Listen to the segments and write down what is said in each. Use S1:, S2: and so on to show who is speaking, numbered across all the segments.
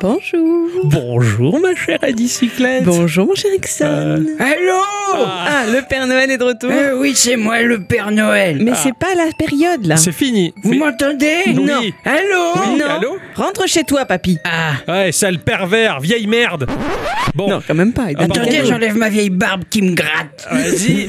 S1: Bonjour.
S2: Bonjour ma chère Adicyclette.
S1: Bonjour mon cher Ixon.
S2: Euh,
S3: Allô
S1: Ah, le Père Noël est de retour.
S3: Euh, Oui, c'est moi le Père Noël.
S1: Mais c'est pas la période là.
S2: C'est fini.
S3: Vous
S2: Oui.
S3: m'entendez
S2: Oui.
S3: Non. Allô
S2: Oui,
S1: non.
S2: allô
S1: Rentre chez toi, papy.
S3: Ah,
S2: Ouais, sale pervers, vieille merde. Bon,
S1: Non, quand même pas. Il
S2: Ah,
S1: doit-
S3: attendez,
S2: pardon.
S3: j'enlève ma vieille barbe qui me gratte.
S2: vas-y.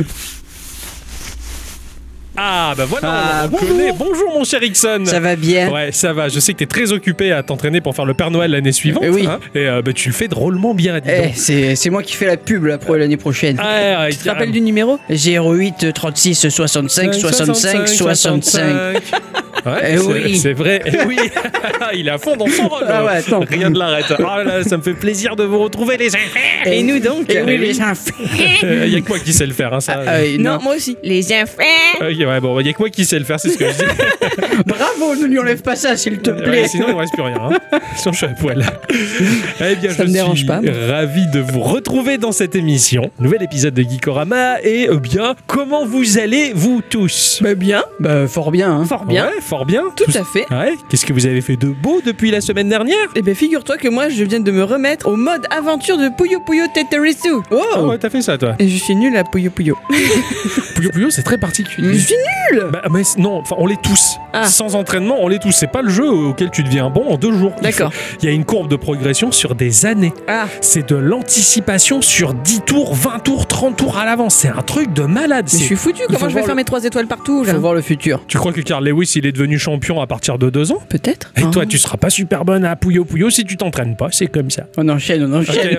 S2: Ah bah voilà,
S1: Ah,
S2: on connaît. Bonjour mon cher Ixon.
S1: Ça va bien.
S2: Ouais, ça va. Je sais que t'es très occupé à t'entraîner pour faire le Père Noël l'année suivante.
S3: Eh oui.
S2: hein. et euh, bah, tu le fais drôlement bien, dis
S3: Eh,
S2: donc.
S3: c'est c'est moi qui fais la pub là pour l'année prochaine.
S2: Ah, ouais, ouais,
S1: Tu te rappelles du numéro
S3: 08 36 65 65 65.
S2: Ouais,
S3: Eh
S2: c'est-
S3: oui.
S2: c'est vrai. Eh oui. Il est à fond dans son rôle.
S3: Ah ouais, attends.
S2: Rien ne l'arrête. Ah là, là, ça me fait plaisir de vous retrouver les enfants.
S1: Et nous donc
S3: Eh
S1: euh,
S3: oui, les enfants.
S2: Il y a que moi qui sais le faire, hein, ça.
S3: Ah, euh,
S1: Non,
S3: non.
S1: moi aussi. Les enfants.
S2: Ok, ouais, bon, il y a que moi qui sais le faire, c'est ce que je dis.
S3: Bravo, ne lui enlève pas ça, s'il te
S2: Ouais,
S3: plaît.
S2: sinon, il ne reste plus rien. hein. Sinon, je suis à poil. Eh bien,
S1: Ça
S2: je
S1: me dérange
S2: suis euh,
S1: pas, moi.
S2: ravi de vous retrouver dans cette émission. Nouvel épisode de Geekorama. Et eh bien, comment vous allez, vous tous
S1: Bah bien.
S3: Bah, fort bien. hein.
S1: Fort bien.
S2: Ouais, fort bien.
S1: Tout à fait.
S2: Ouais, qu'est-ce que vous avez fait de beau depuis la semaine dernière
S1: Eh ben figure-toi que moi je viens de me remettre au mode aventure de Puyo Puyo Teterisu.
S2: Ah
S1: Wow
S2: ouais, t'as fait ça, toi.
S1: Et je suis nulle à Puyo Puyo.
S2: Puyo Puyo, c'est très particulier.
S1: Je suis nulle
S2: Bah, mais c- non, enfin, on les tous.
S1: Ah.
S2: Sans entraînement, on les tous. C'est pas le jeu auquel tu deviens bon en deux jours. Il
S1: D'accord.
S2: faut- Il y a une courbe de progression sur des années.
S1: Ah,
S2: C'est de l'anticipation sur 10 tours, 20 tours, 30 tours à l'avance. C'est un truc de malade.
S1: mais je
S2: C'est-
S1: suis foutu.
S3: faut
S1: Comment je vais
S3: voir
S1: faire
S3: le-
S1: mes trois étoiles partout là
S3: Faut voir le futur.
S2: Tu crois que Carl Lewis, il est devenu champion à partir de 2 ans
S1: Peut-être.
S2: Et
S3: Ah
S1: hein.
S2: toi, tu seras pas super bonne à Puyo Puyo si tu t'entraînes pas. C'est comme ça.
S3: On enchaîne, on
S2: Ok,
S3: enchaîne.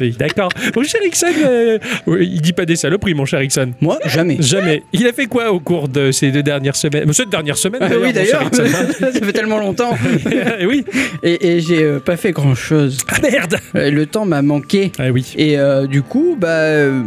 S2: oui, D'accord. Mon cher Ixon, euh, oui, il dit pas des saloperies, mon cher Ixon.
S3: Moi, jamais.
S2: Jamais. Il a fait quoi au cours de ces deux dernières semaines euh, Cette dernière semaine,
S3: Ah oui,
S2: d'ailleurs, mon
S3: d'ailleurs,
S2: cher Ixon.
S3: ça fait tellement longtemps.
S2: Eh oui.
S3: Et, et j'ai euh, pas fait grand chose.
S2: Ah merde
S3: le temps m'a manqué.
S2: Ah oui.
S3: Et euh, du coup, bah. euh,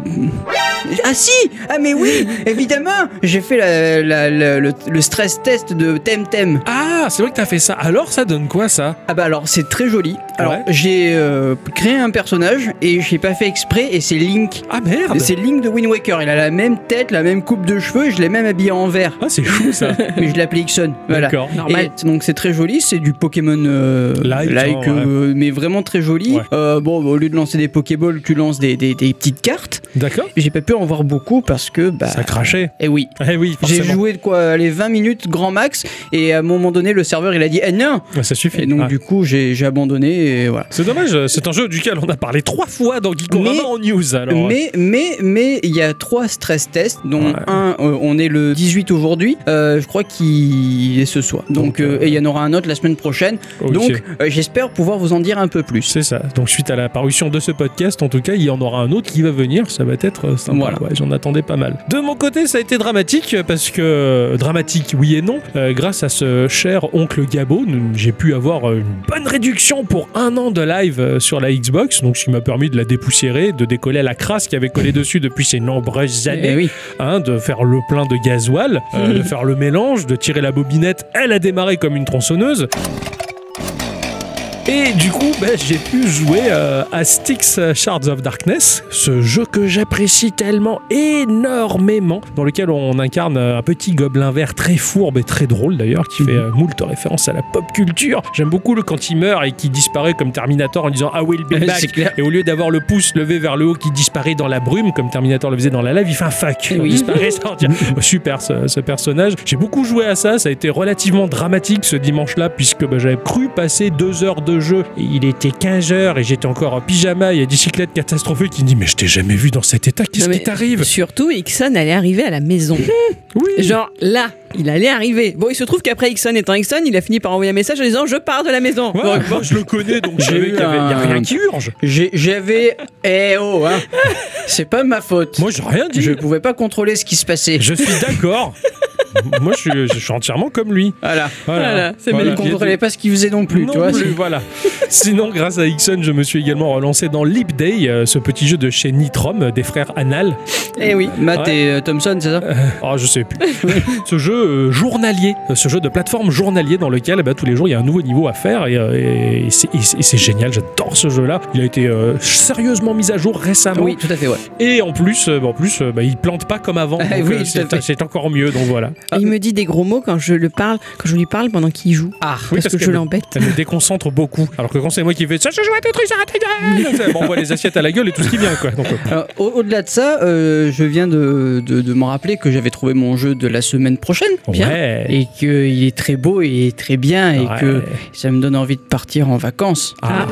S3: Ah si Ah mais oui Évidemment J'ai fait la- la- la- le, le stress test de Temtem.
S2: Ah, c'est vrai que t'as fait ça. Alors, ça donne quoi, ça
S3: Ah bah alors, c'est très joli. Alors,
S2: Ouais.
S3: j'ai euh, créé un personnage et j'ai pas fait exprès et c'est Link.
S2: Ah merde
S3: C'est Link de Wind Waker. Il a la même tête, la même coupe de cheveux et je l'ai même habillé en vert.
S2: Ah, c'est chou, ça.
S3: Mais je l'appelais Ixon. Voilà.
S2: D'accord.
S1: Normal.
S3: Et donc c'est très joli, c'est du Pokémon euh,
S2: Like, hein,
S3: euh, mais vraiment très joli.
S2: Ouais.
S3: Euh, bon, bah, au lieu de lancer des Pokéballs, tu lances des, des- des petites cartes.
S2: D'accord.
S3: J'ai pas pu en voir beaucoup parce que bah
S2: Ça crachait.
S3: eh oui.
S2: Eh oui,
S3: J'ai
S2: forcément.
S3: joué de quoi les 20 minutes grand max et à un moment donné le serveur il a dit eh non
S2: Ouais, ça suffit. Ah.
S3: et donc
S2: Ouais.
S3: du coup j'ai j'ai abandonné et voilà.
S2: C'est dommage, euh, c'est un jeu duquel on a parlé trois fois dans Geekorama
S3: Mais-
S2: en news. Alors,
S3: Mais mais mais il y a trois stress tests dont
S2: Ouais.
S3: un euh, on est le 18 aujourd'hui euh, je crois qu'il est ce soir donc
S2: Donc,
S3: euh,
S2: euh,
S3: et il y en aura un autre la semaine prochaine
S2: Ok.
S3: donc euh, j'espère pouvoir vous en dire un peu plus
S2: C'est ça. Donc suite à la parution de ce podcast, en tout cas, il y en aura un autre qui va venir. Ça va être euh, sympa.
S3: Voilà.
S2: Ouais, J'en attendais pas mal. De mon côté, ça a été dramatique euh, parce que euh, dramatique, oui et non. Euh, grâce à ce cher oncle Gabo, nous- j'ai pu avoir euh, une bonne réduction pour un an de live euh, sur la Xbox. Donc ce qui m'a permis de la dépoussiérer, de décoller la crasse qui avait collé dessus depuis ces nombreuses années.
S3: Eh oui.
S2: hein, de faire le plein de gasoil, euh, de faire le mélange, de tirer la bobinette. Elle a démarré comme une tronçonneuse. Et du coup, ben, j'ai pu jouer euh, à Styx Shards of Darkness, ce jeu que j'apprécie tellement énormément, dans lequel on incarne euh, un petit gobelin vert très fourbe et très drôle d'ailleurs, qui fait euh, moult références à la pop culture. J'aime beaucoup le quand il meurt et qui disparaît comme Terminator en disant Ah I will be back.
S3: C'est clair.
S2: Et au lieu d'avoir le pouce levé vers le haut qui disparaît dans la brume, comme Terminator le faisait dans la lave, il fait un fac.
S3: Eh
S2: Il
S3: oui.
S2: disparaît, sortir. Super ce, ce personnage. J'ai beaucoup joué à ça, ça a été relativement dramatique ce dimanche-là, puisque bah, j'avais cru passer deux heures de jeu. Et il était 15 heures et j'étais encore en pyjama. Il y a Dicyclette catastrophée qui me dit Mais je t'ai jamais vu dans cet état, qu'est-ce
S1: Non,
S2: qui
S1: mais-
S2: t'arrive
S1: Surtout, Ixon allait arriver à la maison.
S2: Oui.
S1: Genre là, il allait arriver. Bon, il se trouve qu'après Ixon étant Ixon, il a fini par envoyer un message en disant Je pars de la maison.
S2: Ouais,
S1: Donc,
S2: moi, je le connais, donc je
S3: J'ai
S2: savais
S3: eu
S2: qu'il y avait- il y a
S3: un-
S2: rien qui urge.
S3: J'ai- J'avais. Eh oh, hein. C'est pas ma faute.
S2: Moi, j'ai rien dit.
S3: je pouvais pas contrôler ce qui se passait.
S2: Je suis d'accord. moi, je suis, je suis entièrement comme lui.
S3: Voilà.
S2: Voilà,
S1: Voilà, c'est
S3: Mais
S2: Voilà.
S3: il contrôlait pas ce qu'il faisait non plus,
S2: non
S3: tu vois.
S2: plus, voilà. Sinon, grâce à Ixon, je me suis également relancé dans Leap Day, euh, ce petit jeu de chez Nitrom, euh, des frères Anal.
S3: Eh oui. Matt
S2: Ouais.
S3: et euh, Thompson, c'est ça
S2: Ah, je sais plus. ce jeu euh, journalier, euh, ce jeu de plateforme journalier dans lequel eh ben, tous les jours il y a un nouveau niveau à faire et, euh, et c'est- et c'est et c'est génial. J'adore ce jeu-là. Il a été euh, sérieusement mis à jour récemment.
S3: Oui, tout à fait, ouais.
S2: Et en plus, euh, en plus, euh, bah, il plante pas comme avant.
S3: Ah
S2: Donc,
S3: oui,
S2: euh,
S3: tout à
S2: c'est
S3: fait.
S2: c'est encore mieux. Donc voilà.
S1: Et il me dit des gros mots quand je le parle, quand je lui parle pendant qu'il joue.
S2: Ah,
S1: parce que je
S2: qu'elle me-
S1: l'embête.
S2: Elle me déconcentre beaucoup. Alors que quand c'est moi qui fais ça, je joue à tout truc, arrête ta gueule On m'envoie les assiettes à la gueule et tout ce qui vient, quoi. Donc, euh,
S3: Alors, au- Au-delà de ça, euh, je viens de, de, de me rappeler que j'avais trouvé mon jeu de la semaine prochaine. Bien.
S2: ouais.
S3: Et qu'il est très beau et très bien et
S2: Ouais.
S3: que ça me donne envie de partir en vacances.
S2: Ah.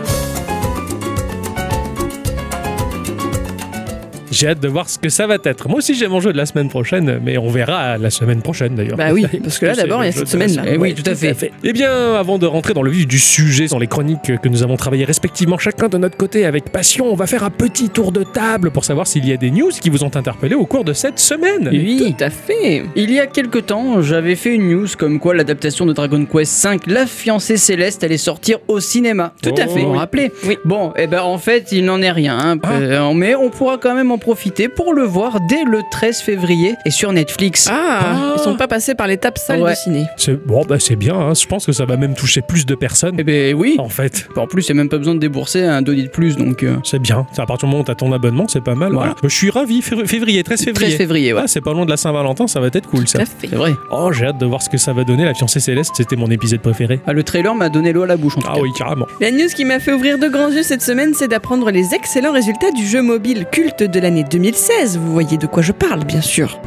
S2: J'ai hâte de voir ce que ça va être. Moi aussi, j'ai mon jeu de la semaine prochaine, mais on verra la semaine prochaine d'ailleurs.
S1: Bah oui, parce que là, d'abord, il y a cette semaine-là.
S2: Eh
S3: Oui, tout à fait.
S2: Eh bien, avant de rentrer dans le vif du sujet, dans les chroniques que nous avons travaillées respectivement chacun de notre côté avec passion, on va faire un petit tour de table pour savoir s'il y a des news qui vous ont interpellé au cours de cette semaine.
S3: Oui.
S1: Tout à fait.
S3: Il y a quelque temps, j'avais fait une news comme quoi l'adaptation de Dragon Quest V, La fiancée céleste, allait sortir au cinéma.
S2: Tout à Oh, fait.
S3: Vous vous
S2: oui.
S3: rappelez
S1: Oui.
S3: Bon, et ben en fait, il n'en est rien. hein.
S2: Ah.
S3: Euh, mais on pourra quand même en profiter pour le voir dès le 13 février et sur Netflix.
S1: Ah,
S2: Ah.
S1: ils sont pas passés par l'étape salle
S3: Ouais.
S1: de ciné.
S2: C'est bon, bah c'est bien. hein. Je pense que ça va même toucher plus de personnes.
S3: Eh ben oui.
S2: En fait,
S3: En plus, il n'y a même pas besoin de débourser un dodi de plus, donc euh,
S2: c'est bien. C'est À partir du moment où t'as ton abonnement, c'est pas mal.
S3: Voilà.
S2: Ah, Je suis ravi. Fév- Février, 13 février.
S3: 13 février, ouais.
S2: Ah, c'est pas loin de la Saint-Valentin, ça va être cool ça.
S1: Tout à fait.
S3: C'est vrai.
S2: Oh, j'ai hâte de voir ce que ça va donner. La fiancée céleste, c'était mon épisode préféré.
S3: Ah, le trailer m'a donné l'eau à la bouche en tout
S2: Ah
S3: cas.
S2: oui, carrément.
S1: La news qui m'a fait ouvrir de grands yeux cette semaine, c'est d'apprendre les excellents résultats du jeu mobile culte de l'année 2016. Vous voyez de quoi je parle, bien sûr.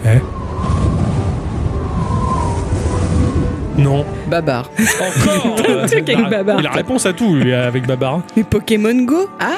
S2: Non.
S3: Babar.
S2: Encore
S1: Un truc avec
S2: il a-
S1: Babar.
S2: Il a réponse à tout, lui, avec Babar.
S1: Mais Pokémon Go
S2: Ah,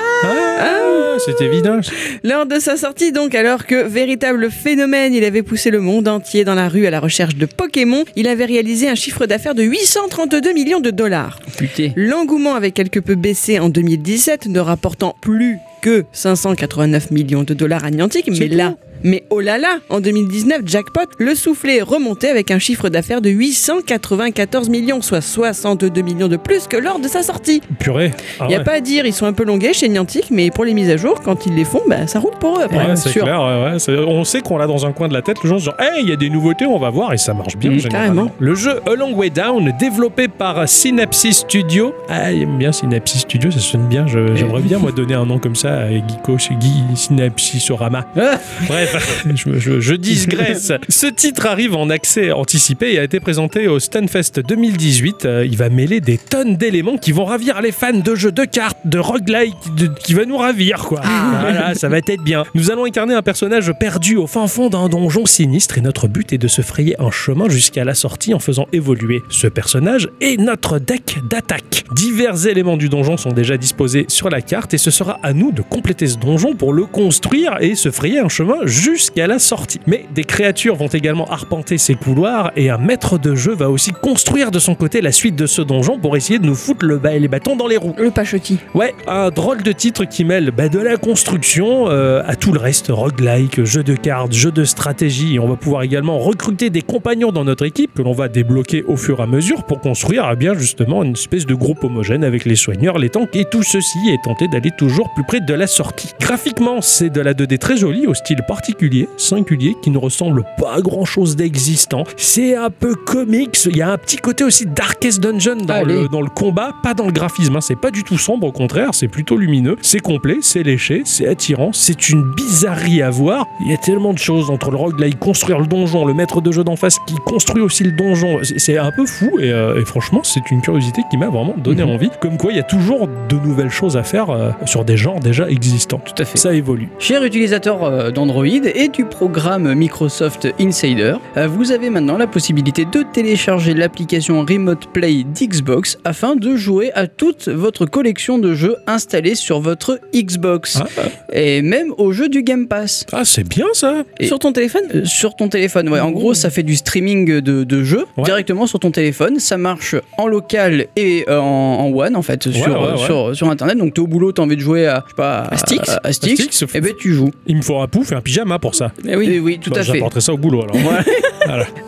S2: c'est évident.
S1: Lors de sa sortie, donc, alors que véritable phénomène, il avait poussé le monde entier dans la rue à la recherche de Pokémon, il avait réalisé un chiffre d'affaires de 832 millions de dollars.
S3: Putain.
S1: L'engouement avait quelque peu baissé en 2017, ne rapportant plus que 589 millions de dollars agnanciques, mais
S3: tout.
S1: là. Mais oh là là, en 2019, jackpot, le soufflet est remonté avec un chiffre d'affaires de 894 millions, soit 62 millions de plus que lors de sa sortie.
S2: Purée. Ah,
S1: Il y a
S2: ouais.
S1: pas à dire, ils sont un peu longués chez Niantic, mais pour les mises à jour, quand ils les font, bah, ça roule pour eux. après.
S2: Ouais,
S3: bien
S2: c'est
S3: sûr.
S2: clair, ouais, ouais. C'est- on sait qu'on l'a dans un coin de la tête, le genre, genre hey, il y a des nouveautés, on va voir, et ça marche bien
S3: Mm,
S2: généralement.
S1: carrément.
S2: Le jeu A Long Way Down, développé par Synapsis Studio. Ah, j'aime bien Synapsis Studio, ça sonne bien, je- j'aimerais bien moi donner un nom comme ça à Geeko, chez Guy Synapsisorama.
S3: Ah.
S2: Bref, je, je- je digresse. Ce titre arrive en accès anticipé et a été présenté au Stunfest 2018. Euh, Il va mêler des tonnes d'éléments qui vont ravir les fans de jeux de cartes, de roguelike, de- qui va nous ravir, quoi. Ah. Voilà, ça va être bien. Nous allons incarner un personnage perdu au fin fond d'un donjon sinistre et notre but est de se frayer un chemin jusqu'à la sortie en faisant évoluer ce personnage et notre deck d'attaque. Divers éléments du donjon sont déjà disposés sur la carte et ce sera à nous de compléter ce donjon pour le construire et se frayer un chemin jusqu'à la sortie. Mais des créatures vont également arpenter ces couloirs et un maître de jeu va aussi construire de son côté la suite de ce donjon pour essayer de nous foutre le bas et les bâtons dans les roues.
S1: Le pachotis.
S2: Ouais, un drôle de titre qui mêle bah, de la construction euh, à tout le reste, roguelike, jeu de cartes, jeu de stratégie. Et on va pouvoir également recruter des compagnons dans notre équipe que l'on va débloquer au fur et à mesure pour construire eh bien justement une espèce de groupe homogène avec les soigneurs, les tanks et tout ceci et tenter d'aller toujours plus près de la sortie. Graphiquement, c'est de la 2D très jolie au style particulier, singulier, qui ne ressemble pas à grand chose d'existant. C'est un peu comics, il y a un petit côté aussi Darkest Dungeon dans,
S3: Allez.
S2: le, Euh, dans le combat, pas dans le graphisme. hein. C'est pas du tout sombre, au contraire, c'est plutôt lumineux. C'est complet, c'est léché, c'est attirant, c'est une bizarrerie à voir. Il y a tellement de choses entre le roguelike, construire le donjon, le maître de jeu d'en face qui construit aussi le donjon. C'est- C'est un peu fou et, euh, et franchement, c'est une curiosité qui m'a vraiment donné
S3: Mhm.
S2: envie. Comme quoi, il y a toujours de nouvelles choses à faire euh, sur des genres déjà existants.
S3: Tout à fait.
S2: Ça évolue.
S3: Chers utilisateurs euh, d'Android et du programme Microsoft Insider, euh, vous avez maintenant la possibilité de télécharger l'application Remote Play d'Xbox afin de jouer à toute votre collection de jeux installés sur votre Xbox
S2: Ah,
S3: et même aux jeux du Game Pass.
S2: ah, c'est bien ça
S3: Et-
S1: Sur ton téléphone Oh.
S3: Euh, Sur ton téléphone, ouais. En gros, ça fait du streaming de, de jeux
S2: Ouais.
S3: directement sur ton téléphone. Ça marche en local et euh, en, en one, en fait, sur, euh,
S2: ouais, ouais.
S3: Sur, sur Internet. Donc, t'es au boulot, t'as envie de jouer à, je sais pas,
S1: À Styx
S3: à, à Styx,
S2: À Styx,
S3: et ben tu joues.
S2: Ah, Il me faut un pouf et un pyjama pour ça.
S3: Eh oui, oui, tout
S2: Bah,
S3: à fait.
S2: J'apporterai ça au boulot alors.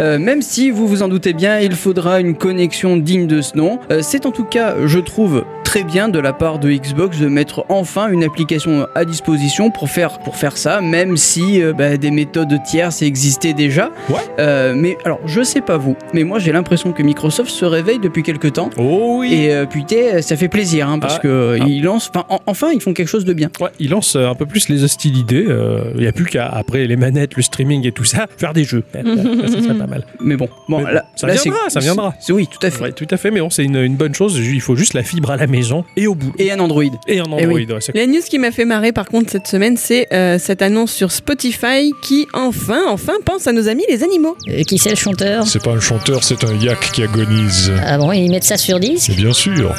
S3: Euh, même si vous vous en doutez bien, il faudra une connexion digne de ce nom. Euh, c'est en tout cas, je trouve, très bien de la part de Xbox de mettre enfin une application à disposition pour faire, pour faire ça, même si euh, bah, des méthodes tierces existaient déjà.
S2: Ouais.
S3: Euh, mais alors, je sais pas vous, mais moi j'ai l'impression que Microsoft se réveille depuis quelque temps.
S2: Oh oui
S3: Et euh, putain, ça fait plaisir hein, parce
S2: Ah,
S3: que euh,
S2: ah.
S3: ils lancent. Enfin, en- enfin, ils font quelque chose de bien.
S2: Ouais, il lance euh, un peu plus les hostilités. euh, Il n'y a plus qu'à, après les manettes, le streaming et tout ça, faire des jeux. Ouais, ouais, ça serait pas mal.
S3: Mais bon, bon,
S2: Mais bon,
S3: là,
S2: ça
S3: là,
S2: viendra,
S3: c'est-
S2: ça viendra.
S3: c'est- Oui, tout à fait.
S2: Ouais, tout à fait, mais bon, c'est une, une bonne chose. Il faut juste la fibre à la maison et au bout.
S3: Et un Android.
S2: Et un Android.
S1: Eh oui.
S2: ouais, ça-
S1: La news qui m'a fait marrer par contre cette semaine, c'est euh, cette annonce sur Spotify qui enfin, enfin pense à nos amis les animaux.
S4: Euh, qui c'est le chanteur
S5: C'est pas un chanteur, c'est un yak qui agonise.
S4: Ah bon, ils mettent ça sur 10
S5: C'est bien sûr.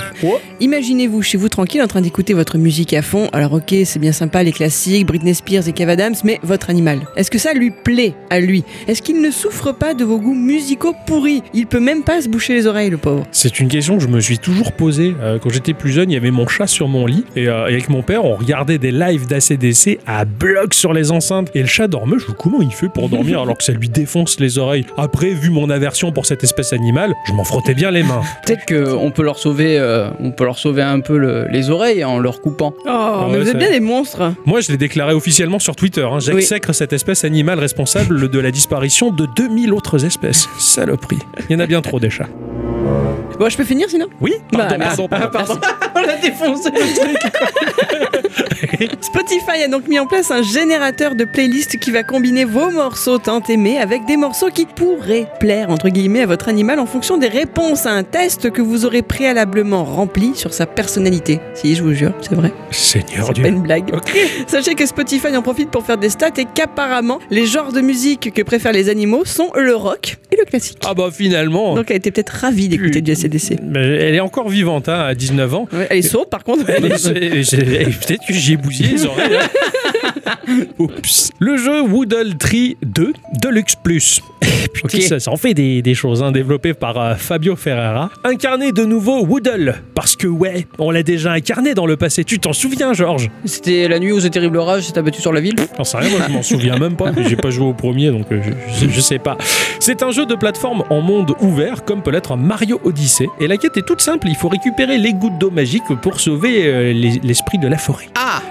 S1: Imaginez-vous chez vous tranquille en train d'écouter votre musique à fond. Alors ok, c'est bien sympa les classiques, Britney Spears et Kev Adams, mais votre animal, est-ce que ça lui plaît à lui Est-ce qu'il ne souffre pas de vos goûts musicaux pourris Il peut même pas se boucher les oreilles le pauvre.
S2: C'est une question que je me suis toujours posée. Euh, quand j'étais plus jeune, il y avait mon chat sur mon lit. Et, euh, et avec mon père, on regardait des lives d'ACDC à bloc sur les enceintes. Et le chat dormait. Je me dis, comment il fait pour dormir alors que ça lui défonce les oreilles Après, vu mon aversion pour cette espèce animale, je m'en frottais bien les mains.
S3: Peut-être qu'on peut leur sauver, euh, on peut leur sauver un peu le- les oreilles en leur coupant.
S1: Oh,
S2: Ah ouais,
S1: mais vous
S2: ça-
S1: êtes bien des monstres.
S2: Moi, je l'ai déclaré officiellement sur Twitter. hein. J'exècre cette espèce animale responsable de la disparition de 2000 autres espèces. Saloperie. Il y en a bien trop des chats.
S1: Bon, je peux finir sinon
S2: Oui
S1: Bah, merci.
S3: On l'a défoncé.
S1: Spotify a donc mis en place un générateur de playlist qui va combiner vos morceaux tant aimés avec des morceaux qui pourraient plaire entre guillemets à votre animal en fonction des réponses à un test que vous aurez préalablement rempli sur sa personnalité. Si, je vous jure, c'est vrai.
S2: Seigneur
S1: C'est pas
S2: Dieu.
S1: une blague. Sachez que Spotify en profite pour faire des stats et qu'apparemment, les genres de musique que préfèrent les animaux sont le rock et le classique.
S2: Ah bah finalement.
S1: Donc elle était peut-être ravie d'écouter du ACDC.
S2: Mais elle est encore vivante hein, à 19 ans.
S1: Ouais, elle est sourde par contre.
S2: Elle est- j'ai- j'ai- et eh, Peut-être que j'ai bousillé les oreilles. hein. Oups. Le jeu Woodle Tree 2 Deluxe Plus. Putain,
S3: Ok.
S2: ça, ça en fait des, des choses, hein, développées par euh, Fabio Ferrara. Incarné de nouveau Woodle. Parce que, ouais, on l'a déjà incarné dans le passé. Tu t'en souviens, Georges
S3: C'était la nuit où ce terrible orage s'est abattu sur la ville.
S2: J'en sais rien, moi je m'en souviens même pas. J'ai pas joué au premier, donc euh, je, je- je sais pas. C'est un jeu de plateforme en monde ouvert, comme peut l'être Mario Odyssey. Et la quête est toute simple il faut récupérer les gouttes d'eau magique pour sauver euh, les- l'esprit de la forêt.
S3: Ah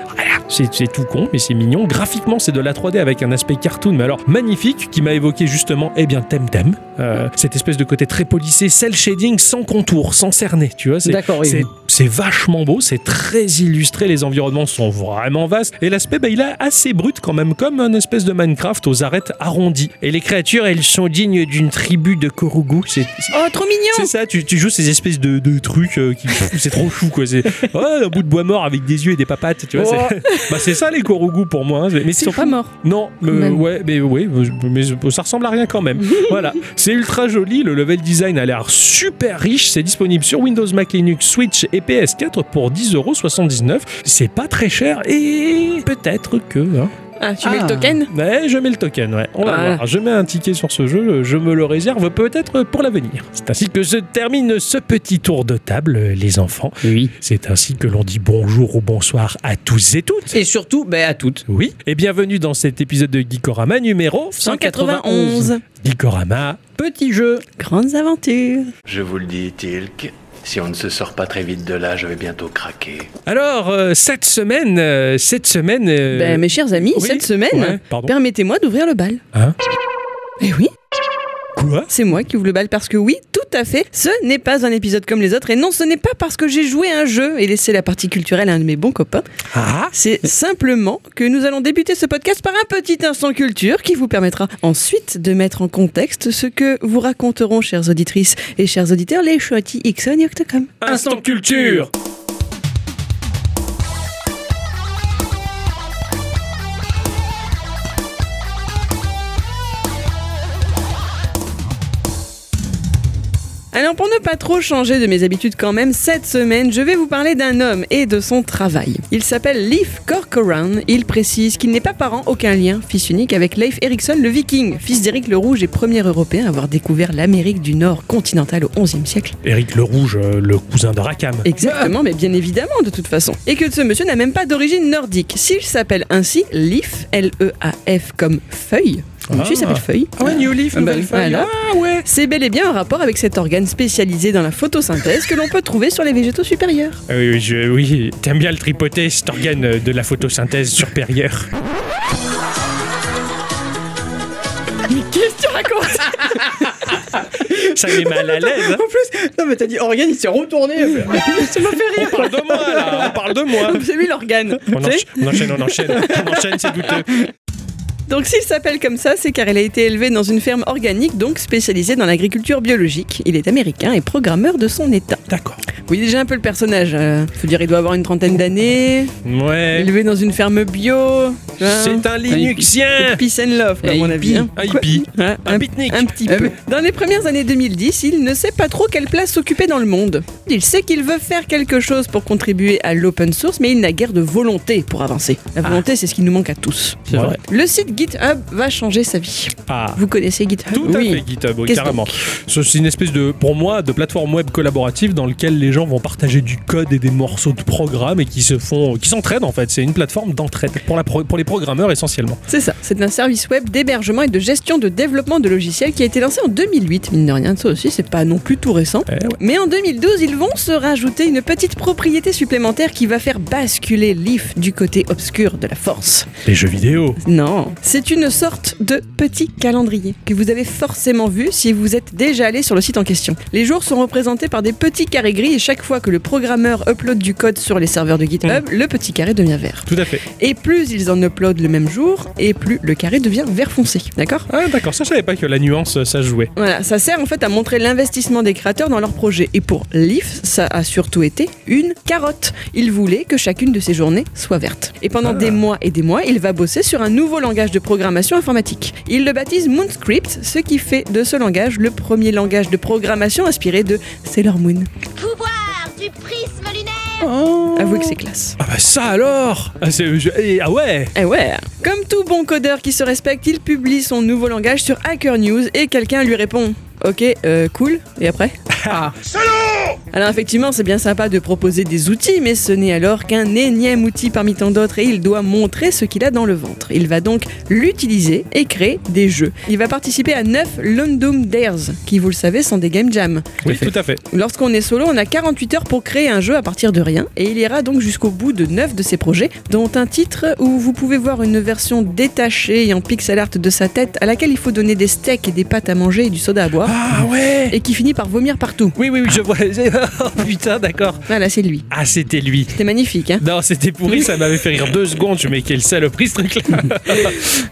S2: C'est c'est tout con, mais c'est mignon. Graphiquement, c'est de la 3D avec un aspect cartoon, mais alors magnifique, qui m'a évoqué justement, eh bien, Temtem. Euh, cette espèce de côté très polissé, cel shading sans contour, sans cerner, tu vois. c'est-
S3: D'accord, oui.
S2: c'est- C'est vachement beau, c'est très illustré, les environnements sont vraiment vastes, et l'aspect, bah, il est assez brut quand même, comme un espèce de Minecraft aux arêtes arrondies. Et les créatures, elles sont dignes d'une tribu de Korugu, c'est... c'est-
S1: Oh, trop mignon
S2: c'est ça, tu, tu joues ces espèces de, de trucs euh, qui. C'est trop chou quoi. C'est ouais, un bout de bois mort avec des yeux et des papates, tu vois. c'est- bah c'est ça les Korugu pour moi. hein. Mais
S1: Ils
S2: c'est
S1: sont pas morts.
S2: non, mais
S1: Même.
S2: ouais, mais oui, mais ça ressemble à rien quand même. voilà, c'est ultra joli. Le level design a l'air super riche. C'est disponible sur Windows, Mac, Linux, Switch et PS4 pour 10,79€. C'est pas très cher et peut-être que. hein.
S1: Ah, tu mets
S3: Ah.
S1: le token
S2: Ouais, je mets le token. Ouais, on va
S1: Voilà.
S2: voir. Je mets un ticket sur ce jeu. Je me le réserve peut-être pour l'avenir. C'est ainsi que se termine ce petit tour de table, les enfants.
S3: Oui.
S2: C'est ainsi que l'on dit bonjour ou bonsoir à tous et toutes.
S3: Et surtout, ben à toutes.
S2: Oui, et bienvenue dans cet épisode de Geekorama numéro
S1: 191.
S2: Geekorama,
S3: Petit jeu.
S1: Grandes aventures.
S6: Je vous le dis, Tilk, si on ne se sort pas très vite de là, je vais bientôt craquer.
S2: Alors, euh, cette semaine, euh, cette semaine... euh,
S1: Ben, mes chers amis,
S2: oui,
S1: cette semaine,
S2: ouais, pardon.
S1: permettez-moi d'ouvrir le bal.
S2: Hein
S1: Eh oui,
S2: Quoi
S1: c'est moi qui ouvre le bal parce que oui, tout à fait, ce n'est pas un épisode comme les autres et non, ce n'est pas parce que j'ai joué à un jeu et laissé la partie culturelle à un de mes bons copains.
S2: Ah
S1: C'est simplement que nous allons débuter ce podcast par un petit instant culture qui vous permettra ensuite de mettre en contexte ce que vous raconteront, chères auditrices et chers auditeurs, les Shorty Ixon et Octocom.
S2: Instant culture
S1: Alors pour ne pas trop changer de mes habitudes quand même, cette semaine, je vais vous parler d'un homme et de son travail. Il s'appelle Leif Corcoran. Il précise qu'il n'est pas parent, aucun lien, fils unique avec Leif Erikson le Viking, fils d'Éric le Rouge et premier Européen à avoir découvert l'Amérique du Nord continentale au XIe siècle.
S2: Eric le Rouge, euh, le cousin de Rakam.
S1: Exactement, mais bien évidemment de toute façon. Et que ce monsieur n'a même pas d'origine nordique. S'il s'appelle ainsi, Leif, L-E-A-F E comme feuille, Monsieur il s'appelle Feuille.
S2: Ah ouais, New Leaf,
S1: Ah bah,
S2: nouvelle feuille.
S1: voilà.
S2: Ah ouais
S1: C'est bel et bien un rapport avec cet organe spécialisé dans la photosynthèse que l'on peut trouver sur les végétaux supérieurs.
S2: Ah Oui, oui, je- oui. t'aimes bien le tripoter, cet organe euh, de la photosynthèse supérieure.
S1: Mais qu'est-ce que tu racontes
S2: Ça met mal à l'aise. hein.
S3: En plus, non mais t'as dit organe, il s'est retourné.
S1: Ça m'a fait
S2: On
S1: rire.
S2: parle de moi, là On parle de moi
S1: C'est lui l'organe.
S2: Ah. on,
S1: Tu sais
S2: encha- on enchaîne, on enchaîne, on enchaîne, c'est douteux.
S1: Donc s'il s'appelle comme ça, c'est car il a été élevé dans une ferme organique, donc spécialisée dans l'agriculture biologique. Il est américain et programmeur de son état.
S2: D'accord.
S1: Oui, déjà un peu le personnage. euh, faut dire, il doit avoir une trentaine d'années,
S2: Ouais.
S1: élevé dans une ferme bio. tu vois.
S2: Eh. C'est un Linuxien
S1: Peace and love, quoi, à
S3: Un
S1: mon avis.
S3: hippie.
S1: hein.
S2: Un hippie.
S1: Ouais,
S2: Un beatnik
S1: un petit
S3: Ah
S1: peu.
S3: oui.
S1: Eh Dans les premières années 2010, il ne sait pas trop quelle place s'occuper dans le monde. Il sait qu'il veut faire quelque chose pour contribuer à l'open source, mais il n'a guère de volonté pour avancer.
S2: Ah.
S1: La volonté, c'est ce qui nous manque à tous.
S3: C'est vrai.
S1: Le site GitHub va changer sa vie.
S2: Ah.
S1: Vous connaissez GitHub
S2: Tout
S1: Oui.
S2: à fait GitHub, oui,
S1: Qu'est-ce
S2: carrément. Ce- C'est une espèce de, pour moi, de plateforme web collaborative dans laquelle les gens vont partager du code et des morceaux de programme et qui se font, qui s'entraident en fait. C'est une plateforme d'entraide pour, la pro- pour les programmeurs essentiellement.
S1: C'est ça, c'est un service web d'hébergement et de gestion de développement de logiciels qui a été lancé en 2008. Mine de rien, ça aussi, c'est pas non plus tout récent.
S2: Eh ouais.
S1: Mais en 2012, ils vont se rajouter une petite propriété supplémentaire qui va faire basculer Leaf du côté obscur de la force.
S2: Les jeux vidéo.
S1: Non, c'est une sorte de petit calendrier que vous avez forcément vu si vous êtes déjà allé sur le site en question. Les jours sont représentés par des petits carrés gris et chaque fois que le programmeur upload du code sur les serveurs de GitHub, le petit carré devient vert.
S2: Tout à fait.
S1: Et plus ils en uploadent le même jour, et plus le carré devient vert foncé. D'accord
S2: Ah d'accord, ça je savais pas que la nuance euh, ça se jouait.
S1: voilà, ça sert en fait à montrer l'investissement des créateurs dans leur projet. Et pour Leaf, ça a surtout été une carotte. Il voulait que chacune de ses journées soit verte. Et pendant des mois et des mois, il va bosser sur un nouveau langage de programmation informatique. Il le baptise Moonscript, ce qui fait de ce langage le premier langage de programmation inspiré de Sailor Moon.
S7: Pouvoir du prisme lunaire
S1: Avouez que c'est classe.
S2: Ah bah ça alors Ah, c'est- je- eh, ah ouais
S1: Eh ouais Comme tout bon codeur qui se respecte, il publie son nouveau langage sur Hacker News et quelqu'un lui répond Ok, euh, cool, et après
S3: Ah.
S1: Alors effectivement, c'est bien sympa de proposer des outils, mais ce n'est alors qu'un énième outil parmi tant d'autres et il doit montrer ce qu'il a dans le ventre. Il va donc l'utiliser et créer des jeux. Il va participer à 9 London Dares, qui vous le savez sont des game jams.
S2: Oui, tout à fait.
S1: Lorsqu'on est solo, on a 48 heures pour créer un jeu à partir de rien, et il ira donc jusqu'au bout de 9 de ses projets, dont un titre où vous pouvez voir une version détachée et en pixel art de sa tête, à laquelle il faut donner des steaks et des pâtes à manger et du soda à boire,
S2: Ah ouais
S1: et qui finit par vomir partout.
S2: Oui, oui, oui, je vois. Oh, putain, d'accord.
S1: Voilà, c'est lui.
S2: Ah, c'était lui.
S1: C'était magnifique, hein
S2: Non, c'était pourri, ça m'avait fait rire deux secondes. Je me dis, mais quelle saloperie ce truc-là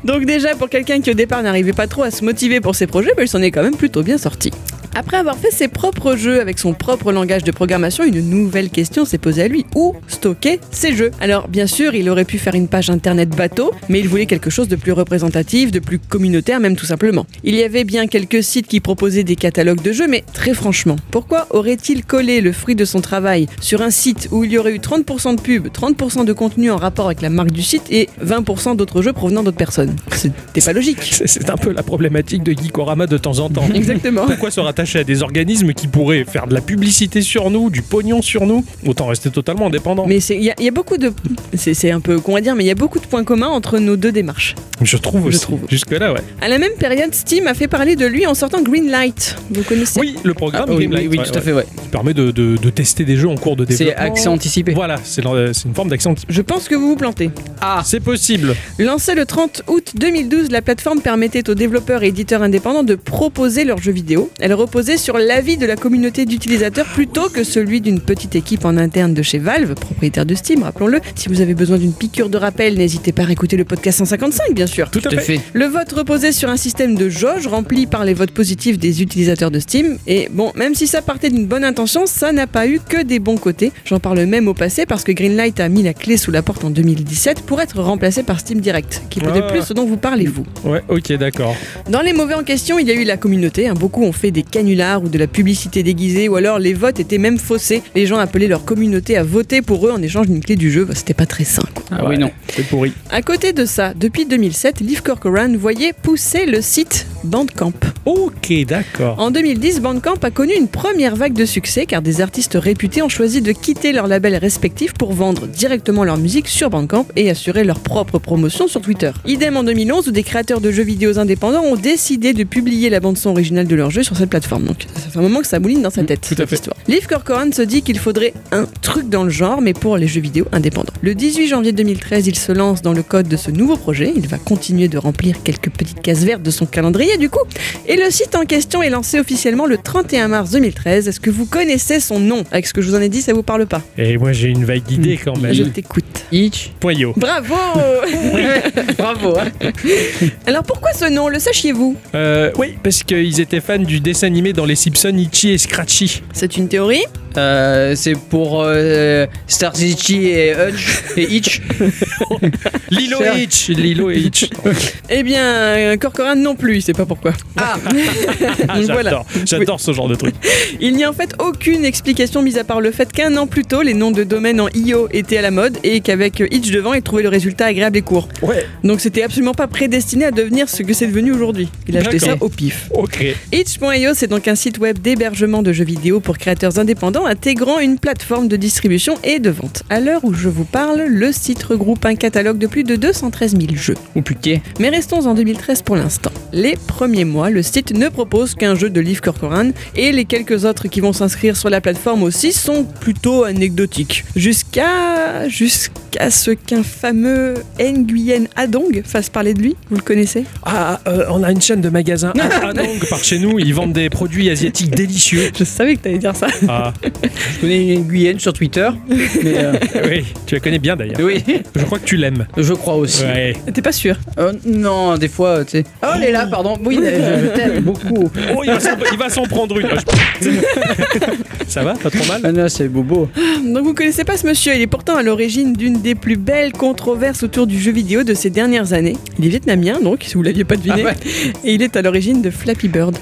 S1: Donc déjà, pour quelqu'un qui au départ n'arrivait pas trop à se motiver pour ses projets, bah, il s'en est quand même plutôt bien sorti. Après avoir fait ses propres jeux avec son propre langage de programmation, une nouvelle question s'est posée à lui. Où stocker ses jeux Alors bien sûr, il aurait pu faire une page internet bateau, mais il voulait quelque chose de plus représentatif, de plus communautaire même tout simplement. Il y avait bien quelques sites qui proposaient des catalogues de jeux, mais très franchement, pourquoi aurait-il collé le fruit de son travail sur un site où il y aurait eu 30% de pub, 30% de contenu en rapport avec la marque du site et 20% d'autres jeux provenant d'autres personnes C'était pas logique.
S2: C'est- C'est un peu la problématique de Geekorama de temps en temps.
S1: Exactement.
S2: Pourquoi se rattacher à des organismes qui pourraient faire de la publicité sur nous, du pognon sur nous Autant rester totalement indépendant.
S1: Mais c'est- il y, a- il y a beaucoup de. C'est c'est un peu con à dire, mais il y a beaucoup de points communs entre nos deux démarches.
S2: je trouve aussi.
S1: Je trouve.
S2: Jusque-là, ouais.
S1: À la même période, Steam a fait parler de lui en sortant Greenlight. Vous connaissez
S2: Oui, le programme
S3: Ah, oui,
S2: Greenlight,
S3: oui,
S2: Ah, ouais,
S3: tout
S2: ouais,
S3: à fait, ouais.
S2: qui permet de, de- de tester des jeux en cours de
S3: C'est
S2: développement.
S3: accès anticipé.
S2: Voilà, c'est l'en- euh, c'est une forme d'accès anticipé.
S1: Je pense que vous vous plantez.
S3: Ah,
S2: C'est possible.
S1: Lancée le 30 août 2012, la plateforme permettait aux développeurs et éditeurs indépendants de proposer leurs jeux vidéo. Elle reposait sur l'avis de la communauté d'utilisateurs plutôt que celui d'une petite équipe en interne de chez Valve, propriétaire de Steam, rappelons-le. Si vous avez besoin d'une piqûre de rappel, n'hésitez pas à écouter le podcast 155, bien sûr.
S2: Tout à
S3: tout à
S2: fait.
S3: fait.
S1: Le vote reposait sur un système de jauge rempli par les votes positifs des utilisateurs de Steam. Et bon, même si ça partait d'une bonne intention, ça n'a pas eu que des bons côtés. J'en parle même au passé parce que Greenlight a mis la clé sous la porte en 2017 pour être remplacé par Steam Direct, qui peut de
S2: Ah.
S1: plus ce dont vous parlez vous.
S2: Ouais, ok, d'accord.
S1: Dans les mauvais en question, il y a eu la communauté. hein. Beaucoup ont fait des canulars ou de la publicité déguisée, ou alors les votes étaient même faussés. Les gens appelaient leur communauté à voter pour eux en échange d'une clé du jeu. Bah, C'était pas très sain. quoi.
S3: Ah oui, non.
S2: C'est pourri.
S1: À côté de ça, depuis 2007, Liv Corcoran voyait pousser le site Bandcamp.
S2: Ok, d'accord.
S1: En 2010, Bandcamp a connu une première vague de succès car des artistes réputés ont choisi de quitter leurs labels respectifs pour vendre directement leur musique sur Bandcamp et assurer leur propre promotion sur Twitter. Idem en 2011 où des créateurs de jeux vidéo indépendants ont décidé de publier la bande-son originale de leur jeu sur cette plateforme. Donc ça fait un moment que ça mouline dans sa tête,
S2: tout à
S1: cette
S2: fait.
S1: histoire. Liv Corcoran se dit qu'il faudrait un truc dans le genre mais pour les jeux vidéo indépendants. Le 18 janvier 2013, il se lance dans le code de ce nouveau projet. Il va continuer de remplir quelques petites cases vertes de son calendrier du coup et le site en question est lancé officiellement le 31 mars 2013. Est-ce que vous connaissez son nom Avec ce que je vous en ai dit, ça vous parle pas
S2: Et moi, j'ai une vague idée quand
S1: Je
S2: même.
S1: t'écoute.
S3: Itch.
S2: Poyot.
S1: Bravo
S3: Bravo. hein.
S1: Alors pourquoi ce nom Le sachiez-vous
S2: Euh, oui, parce qu'ils étaient fans du dessin animé dans les Simpsons, Itchy et Scratchy.
S1: C'est une théorie
S3: Euh, c'est pour euh, Star City et Hutch et Itch.
S2: Lilo
S3: Cher.
S2: et Itch. Lilo et Itch.
S1: Eh bien, euh, Corcoran non plus, il sait pas pourquoi.
S3: Ah,
S2: Ah,
S1: Voilà.
S2: J'adore. J'adore ce genre de truc.
S1: Il n'y a en fait aucune explication mis à part le fait qu'un an plus tôt, les noms de domaine en IO étaient à la mode et qu'avec euh, Itch devant, il trouvait le résultat agréable et court.
S2: Ouais.
S1: Donc c'était absolument pas prédestiné à devenir ce que c'est devenu aujourd'hui. Il a acheté ça
S2: D'accord.
S1: au pif.
S2: Ok.
S1: Itch.io, c'est donc un site web d'hébergement de jeux vidéo pour créateurs indépendants intégrant une plateforme de distribution et de vente. À l'heure où je vous parle, le site regroupe un catalogue de plus de 213 000 jeux.
S3: ou Oh, putain.
S1: Mais restons en 2013 pour l'instant. Les premiers mois, le site ne propose qu'un jeu de Liv Corcoran et les quelques autres qui vont s'inscrire sur la plateforme aussi sont plutôt anecdotiques. Jusqu'à jusqu'à ce qu'un fameux Nguyen Adong fasse parler de lui. Vous le connaissez
S2: Ah, euh, on a une chaîne de magasins à à Nang par chez nous. Ils vendent des produits asiatiques délicieux.
S1: Je savais que t'allais dire ça.
S2: Ah,
S3: Je connais une Guyenne sur Twitter. Mais, euh,
S2: oui. Tu la connais bien d'ailleurs.
S3: oui,
S2: Je crois que tu l'aimes.
S3: je crois aussi.
S2: Ouais.
S1: T'es pas sûr
S3: Euh, non, des fois, tu sais. Oh, elle est là, pardon. Oui, je,
S1: euh,
S3: je t'aime beaucoup.
S2: Oh, il va s'en- il va s'en prendre une. Ah, je- Ça va Pas trop mal
S3: Ah non, c'est bobo.
S1: Donc vous connaissez pas ce monsieur, il est pourtant à l'origine d'une des plus belles controverses autour du jeu vidéo de ces dernières années. Il est vietnamien donc, si vous l'aviez pas deviné,
S3: Ah ouais.
S1: et il est à l'origine de Flappy Bird.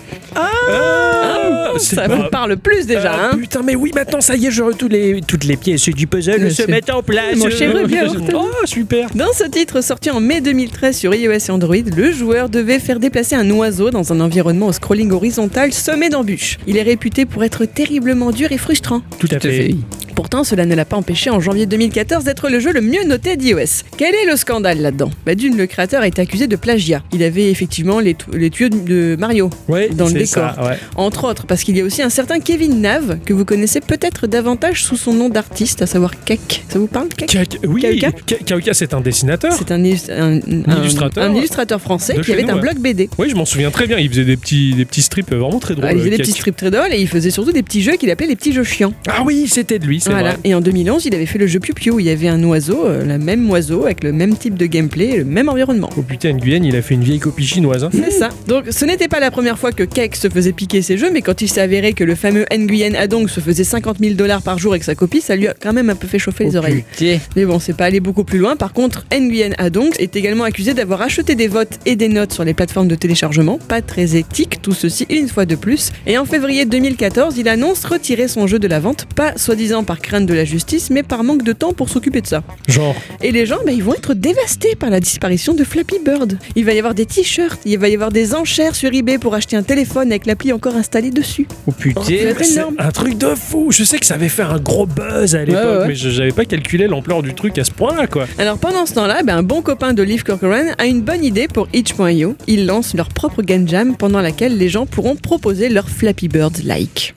S2: Ah, c'est
S1: Ça
S2: pas-
S1: vous parle plus déjà,
S2: Ah,
S1: hein
S2: Putain, mais oui, maintenant ça y est, je toutes les, toutes les pièces du puzzle
S1: Euh,
S2: se
S1: c'est-
S2: mettent en place.
S1: Mon cher
S2: Euh,
S1: Ruby, alors,
S2: Oh, super.
S1: Dans ce titre sorti en mai 2013 sur iOS et Android, le joueur devait faire déplacer un oiseau dans un environnement au scrolling horizontal semé d'embûches. Il est réputé pour être terriblement dur et frustrant.
S2: Tout à
S3: Tout à fait.
S1: Pourtant, cela ne l'a pas empêché en janvier 2014 d'être le jeu le mieux noté d'iOS. Quel est le scandale là-dedans bah, D'une, le créateur est accusé de plagiat. Il avait effectivement les, tu- les tuyaux de Mario,
S2: Ouais,
S1: Dans le
S2: c'est
S1: décor.
S2: ça, ouais.
S1: entre autres, parce qu'il y a aussi un certain Kevin Nave, que vous connaissez peut-être davantage sous son nom d'artiste, à savoir Keck. Ça vous parle, Keck
S2: Ka- oui,
S1: Kauka
S2: Ka- Kauka, c'est un dessinateur.
S1: C'est un, illus- un- un-
S2: illustrateur.
S1: un illustrateur français
S2: De
S1: qui
S2: chez
S1: avait
S2: nous,
S1: un
S2: ouais.
S1: blog BD.
S2: Oui, je m'en souviens très bien. Il faisait des petits, des petits strips euh, vraiment très drôles.
S1: Ah, il faisait des
S2: Kauka.
S1: petits strips très drôles et il faisait surtout des petits jeux qu'il appelait les petits jeux chiants.
S2: Ah oui, c'était de lui, c'est
S1: Voilà.
S2: vrai.
S1: Et en 2011, il avait fait le jeu Piu Piu où il y avait un oiseau, euh, le même oiseau, avec le même type de gameplay et le même environnement.
S2: Oh putain, Nguyen, il a fait une vieille copie chinoise. hein.
S1: C'est ça. Donc ce n'était pas la première fois que Cake se faisait piquer ses jeux, mais quand il s'est avéré que le fameux Nguyen Adong se faisait 50 000 dollars par jour avec sa copie, ça lui a quand même un peu fait chauffer
S2: Oh,
S1: les oreilles.
S3: Oh, Putain.
S1: Mais bon, c'est pas allé beaucoup plus loin. Par contre, Nguyen Adong est également accusé d'avoir acheté des votes et des notes sur les plateformes de téléchargement. Pas très éthique, tout ceci une fois de plus. Et en février 2014, il annonce retirer son jeu de la vente, pas soi-disant par crainte de la justice, mais par manque de temps pour s'occuper de ça.
S2: Genre,
S1: Et les gens, bah, ils vont être dévastés par la disparition de Flappy Bird. Il va y avoir des t-shirts, il va y avoir des enchères sur eBay pour acheter un téléphone avec l'appli encore installée dessus.
S3: Oh putain.
S1: être
S2: c'est
S1: énorme.
S2: un truc de fou. Je sais que ça avait fait un gros buzz à l'époque,
S3: ouais.
S2: mais je j'avais pas calculé l'ampleur du truc à ce point-là, quoi.
S1: Alors pendant ce temps-là, bah, un bon copain de Liv Corcoran a une bonne idée pour itch.io. Ils lancent leur propre game jam pendant laquelle les gens pourront proposer leur Flappy Bird like.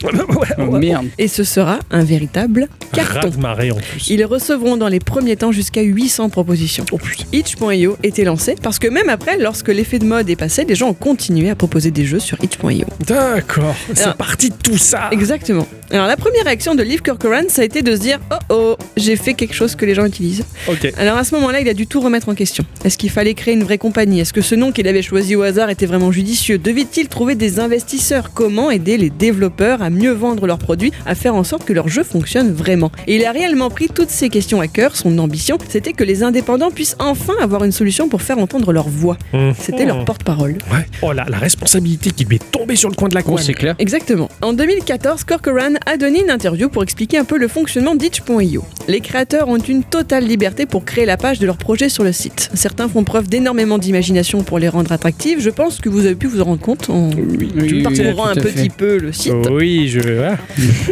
S3: Oh, merde.
S1: Et ce sera un véritable carton.
S2: Rate marée en plus.
S1: Ils recevront dans les premiers temps jusqu'à 800 propositions.
S2: Oh putain.
S1: Itch.io était lancé parce que même après, lorsque l'effet de mode est passé, les gens ont continué à proposer des jeux sur itch.io.
S2: D'accord. C'est
S1: Alors-
S2: parti de tout ça.
S1: Exactement. Alors la première réaction de Liv Corcoran, ça a été de se dire Oh oh, j'ai fait quelque chose que les gens utilisent.
S2: Ok.
S1: Alors à ce moment-là, il a dû tout remettre en question. Est-ce qu'il fallait créer une vraie compagnie Est-ce que ce nom qu'il avait choisi au hasard était vraiment judicieux Devait-il trouver des investisseurs Comment aider les développeurs à mieux vendre leurs produits, à faire en sorte que leur jeu fonctionne vraiment Et il a réellement pris toutes ces questions à cœur. Son ambition, c'était que les indépendants puissent enfin avoir une solution pour faire entendre leur voix.
S2: Mhm.
S1: C'était leur porte-parole.
S2: Ouais. Oh là, la responsabilité qui lui est tombée sur le coin de la
S3: Oh,
S2: cour.
S3: c'est clair.
S1: Exactement. En 2014, Corcoran a donné une interview pour expliquer un peu le fonctionnement d'itch.io. Les créateurs ont une totale liberté pour créer la page de leur projet sur le site. Certains font preuve d'énormément d'imagination pour les rendre attractives. Je pense que vous avez pu vous en rendre compte en
S3: oui,
S1: parcourant
S3: tout
S1: un
S3: à
S1: petit
S3: fait.
S1: peu le site.
S2: Oui, je. hein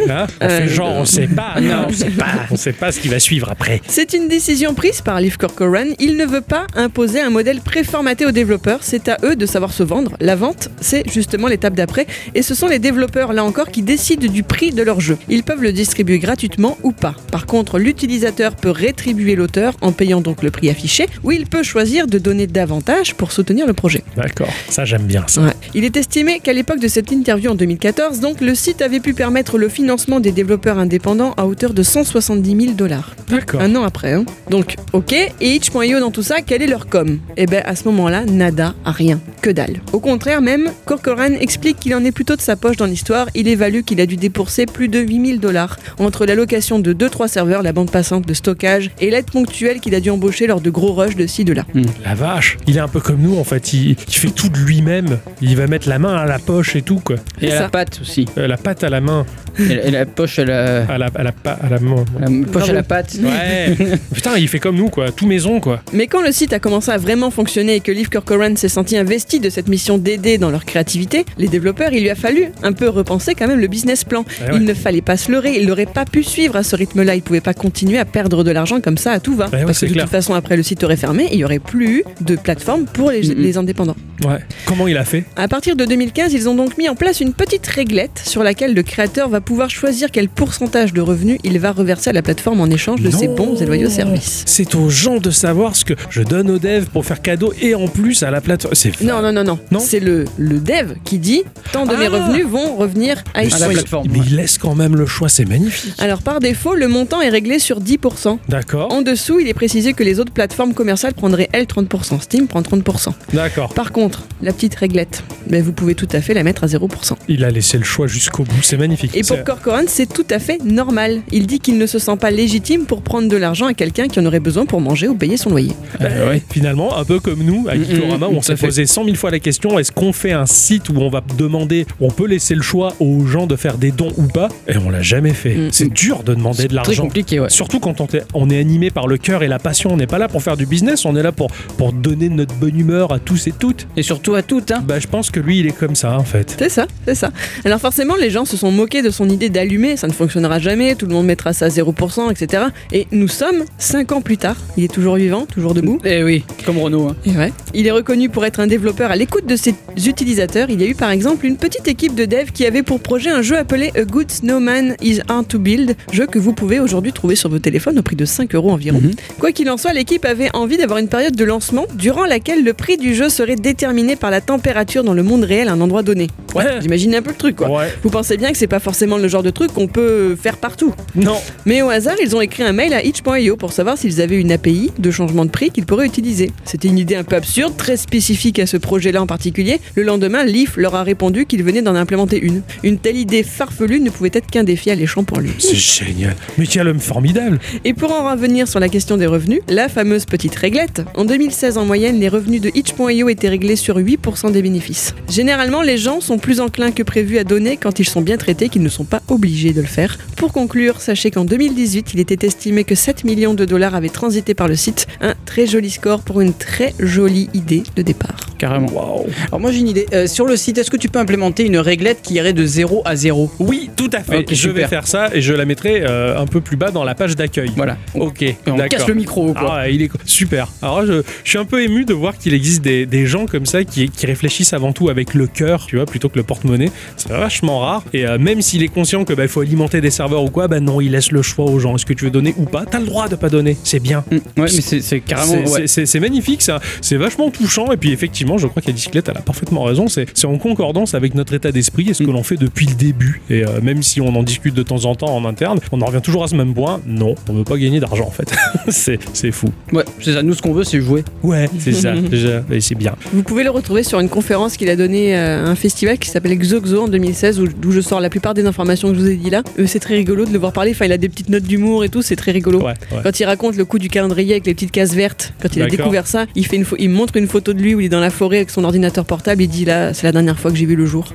S2: Hein on
S1: Euh,
S2: fait genre, on sait pas. Non, on sait pas. On sait pas ce qui va suivre après.
S1: C'est une décision prise par Liv Corcoran. Il ne veut pas imposer un modèle préformaté aux développeurs. C'est à eux de savoir se vendre. La vente, c'est justement l'étape d'après. Et ce sont les développeurs, là encore, qui décident du prix de leur jeu. Ils peuvent le distribuer gratuitement ou pas. Par contre, l'utilisateur peut rétribuer l'auteur en payant donc le prix affiché, ou il peut choisir de donner davantage pour soutenir le projet.
S2: D'accord. Ça, j'aime bien ça.
S1: Ouais. Il est estimé qu'à l'époque de cette interview en 2014, donc le site avait pu permettre le financement des développeurs indépendants à hauteur de 170 000 dollars.
S2: D'accord.
S1: Un an après. hein. Donc, ok, et itch.io dans tout ça, quel est leur com Eh ben, à ce moment-là, nada, rien, que dalle. Au contraire, même, Corcoran explique qu'il en est plutôt de sa poche dans l'histoire. Il évalue qu'il a dû débourser plus de 8000 dollars entre la location de 2-3 serveurs, la bande passante de stockage et l'aide ponctuelle qu'il a dû embaucher lors de gros rushs de ci, de là.
S2: La vache. Il est un peu comme nous, en fait. Il, il fait tout de lui-même. Il va mettre la main à la poche et tout, quoi.
S3: Et
S1: C'est
S3: à
S1: ça.
S3: la patte aussi.
S2: Euh, la patte à la main.
S3: Et la, et la poche à la,
S2: À la, à la, pa- à la main.
S3: la poche à
S1: Bravo.
S3: la patte.
S2: Ouais. Putain, il fait comme nous, quoi. Tout maison, quoi.
S1: Mais quand le site a commencé à vraiment fonctionner et que Liv Corcoran s'est senti investi de cette mission d'aider dans leur créativité, les développeurs, il lui a fallu un peu repenser quand même le business plan.
S2: Eh ouais.
S1: Il ne fallait pas se leurrer, il n'aurait pas pu suivre à ce rythme-là, il pouvait pas continuer à perdre de l'argent comme ça à tout va.
S2: Eh ouais,
S1: Parce
S2: c'est
S1: que de
S2: clair.
S1: toute façon, après le site aurait fermé, il y aurait plus eu de plateforme pour les,
S3: Mhm.
S1: les indépendants.
S2: Ouais. Comment il a fait
S1: À partir de 2015, ils ont donc mis en place une petite réglette sur laquelle le créateur va pouvoir choisir quel pourcentage de revenus il va reverser à la plateforme en échange de ses
S2: Non.
S1: bons et loyaux services.
S2: C'est aux gens de savoir ce que je donne aux devs pour faire cadeau et en plus à la plateforme. C'est
S1: Non, non, non, non.
S2: Non
S1: C'est le, le dev qui dit tant de mes
S2: Ah
S1: revenus vont revenir à
S2: Mais
S3: À la
S2: oui.
S1: Itch.io.
S3: plateforme.
S2: Mais il laisse quand même le choix, c'est magnifique.
S1: Alors par défaut, le montant est réglé sur 10%.
S2: D'accord,
S1: En dessous, il est précisé que les autres plateformes commerciales prendraient elles 30%. Steam prend 30%.
S2: d'accord.
S1: Par contre, la petite réglette, ben, vous pouvez tout à fait la mettre à 0%.
S2: Il a laissé le choix jusqu'au bout, c'est magnifique.
S1: Et pour
S2: C'est-
S1: Corcoran, c'est tout à fait normal. Il dit qu'il ne se sent pas légitime pour prendre de l'argent à quelqu'un qui en aurait besoin pour manger ou payer son loyer.
S3: Euh, ouais.
S2: Finalement, un peu comme nous, à
S3: Mm,
S2: Geekorama,
S3: mm,
S2: où on
S3: tout à
S2: s'est
S3: fait.
S2: posé 100 000 fois la question est-ce qu'on fait un site où on va demander, où on peut laisser le choix aux gens de faire des dons ou pas Et on l'a jamais fait.
S1: Mm.
S2: C'est dur de demander de
S3: Très
S2: l'argent.
S3: compliqué, ouais.
S2: Surtout quand on, t'est- on est animé par le cœur et la passion, on n'est pas là pour faire du business, on est là pour, pour donner notre bonne humeur à tous et toutes.
S3: Et surtout à toutes, hein.
S2: Bah, je pense que lui, il est comme ça, en fait.
S1: C'est ça, c'est ça. Alors forcément, les gens se sont moqués de son idée d'allumer, ça ne fonctionnera jamais, tout le monde mettra ça à 0%, etc. Et nous sommes 5 ans plus tard, il est toujours vivant, toujours debout.
S3: Eh oui, comme Renault. hein.
S1: Et ouais. Il est reconnu pour être un développeur à l'écoute de ses utilisateurs. Il y a eu par exemple une petite équipe de devs qui avait pour projet un jeu appelé A Good Snowman is Hard to Build, jeu que vous pouvez aujourd'hui trouver sur vos téléphones au prix de 5 euros environ.
S3: Mhm.
S1: Quoi qu'il en soit, l'équipe avait envie d'avoir une période de lancement durant laquelle le prix du jeu serait déterminé par la température dans le monde réel à un endroit donné.
S2: Ouais.
S1: J'imagine un peu le truc quoi.
S2: Ouais.
S1: Vous pensez bien que c'est pas forcément le genre de truc qu'on peut faire partout.
S2: Non.
S1: Mais au hasard, ils ont écrit un mail à itch.io pour savoir s'ils avaient une API de changement de prix qu'ils pourraient utiliser. C'était une idée un peu absurde, très spécifique à ce projet-là en particulier. Le lendemain, Leaf leur a répondu qu'ils venaient d'en implémenter une. Une telle idée farfelue ne pouvait être qu'un défi alléchant pour lui.
S2: C'est génial. Mais quel homme formidable.
S1: Et pour en revenir sur la question des revenus, la fameuse petite réglette. En 2016, en moyenne, les revenus de itch.io étaient réglés sur 8% des bénéfices. Généralement, les gens sont plus enclins que prévu à donner quand ils sont bien traités qu'ils ne sont pas obligés de le faire. Pour conclure, sachez qu'en 2018, il était estimé que 7 millions de dollars avaient transité par le site. Un très joli score pour une très jolie idée de départ.
S3: Carrément.
S2: Waouh.
S3: Alors moi j'ai une idée. Euh, sur le site, est-ce que tu peux implémenter une réglette qui irait de 0 à 0
S2: Oui, tout à fait.
S3: Ok,
S2: je
S3: super.
S2: vais faire ça et je la mettrai euh, un peu plus bas dans la page d'accueil.
S3: Voilà. On-
S2: Ok,
S3: et on casse
S2: d'accord.
S3: le micro quoi.
S2: Ah, il est super. Alors, je, je suis un peu ému de voir qu'il existe des, des gens comme ça qui, qui réfléchissent avant tout avec le cœur, tu vois, plutôt que le porte-monnaie. C'est vachement rare. Et euh, même s'il est conscient que bah, il faut alimenter des serveurs ou quoi, bah non, il laisse le choix aux gens. Est-ce que tu veux donner ou pas T'as le droit de pas donner. C'est bien.
S3: Mm, Ouais, mais c'est- c'est carrément.
S2: C'est-
S3: ouais.
S2: c'est- C'est c'est magnifique ça, c'est vachement touchant et puis effectivement effectivement, je crois que la bicyclette, elle a parfaitement raison. C'est c'est en concordance avec notre état d'esprit et ce que
S3: Mm.
S2: l'on fait depuis le début. Et euh, même si on en discute de temps en temps en interne, on en revient toujours à ce même point. Non, on veut pas gagner d'argent en fait. c'est c'est fou.
S3: Ouais, c'est ça. Nous, ce qu'on veut, c'est jouer.
S2: Ouais, c'est ça. déjà. Et c'est bien.
S1: Vous pouvez le retrouver sur une conférence qu'il a donnée euh, à un festival qui s'appelle Xoxo en 2016, où- d'où je sors la plupart des informations que je vous ai dit là. Euh, c'est très rigolo de le voir parler. Enfin, il a des petites notes d'humour et tout, c'est très rigolo.
S2: Ouais, ouais.
S1: Quand il raconte le coup du calendrier avec les petites cases vertes, quand il a
S2: D'accord.
S1: découvert ça, il, fait une pho- il montre une photo de lui où il est dans la forêt avec son ordinateur portable. Il dit là, c'est la dernière fois que j'ai vu le jour.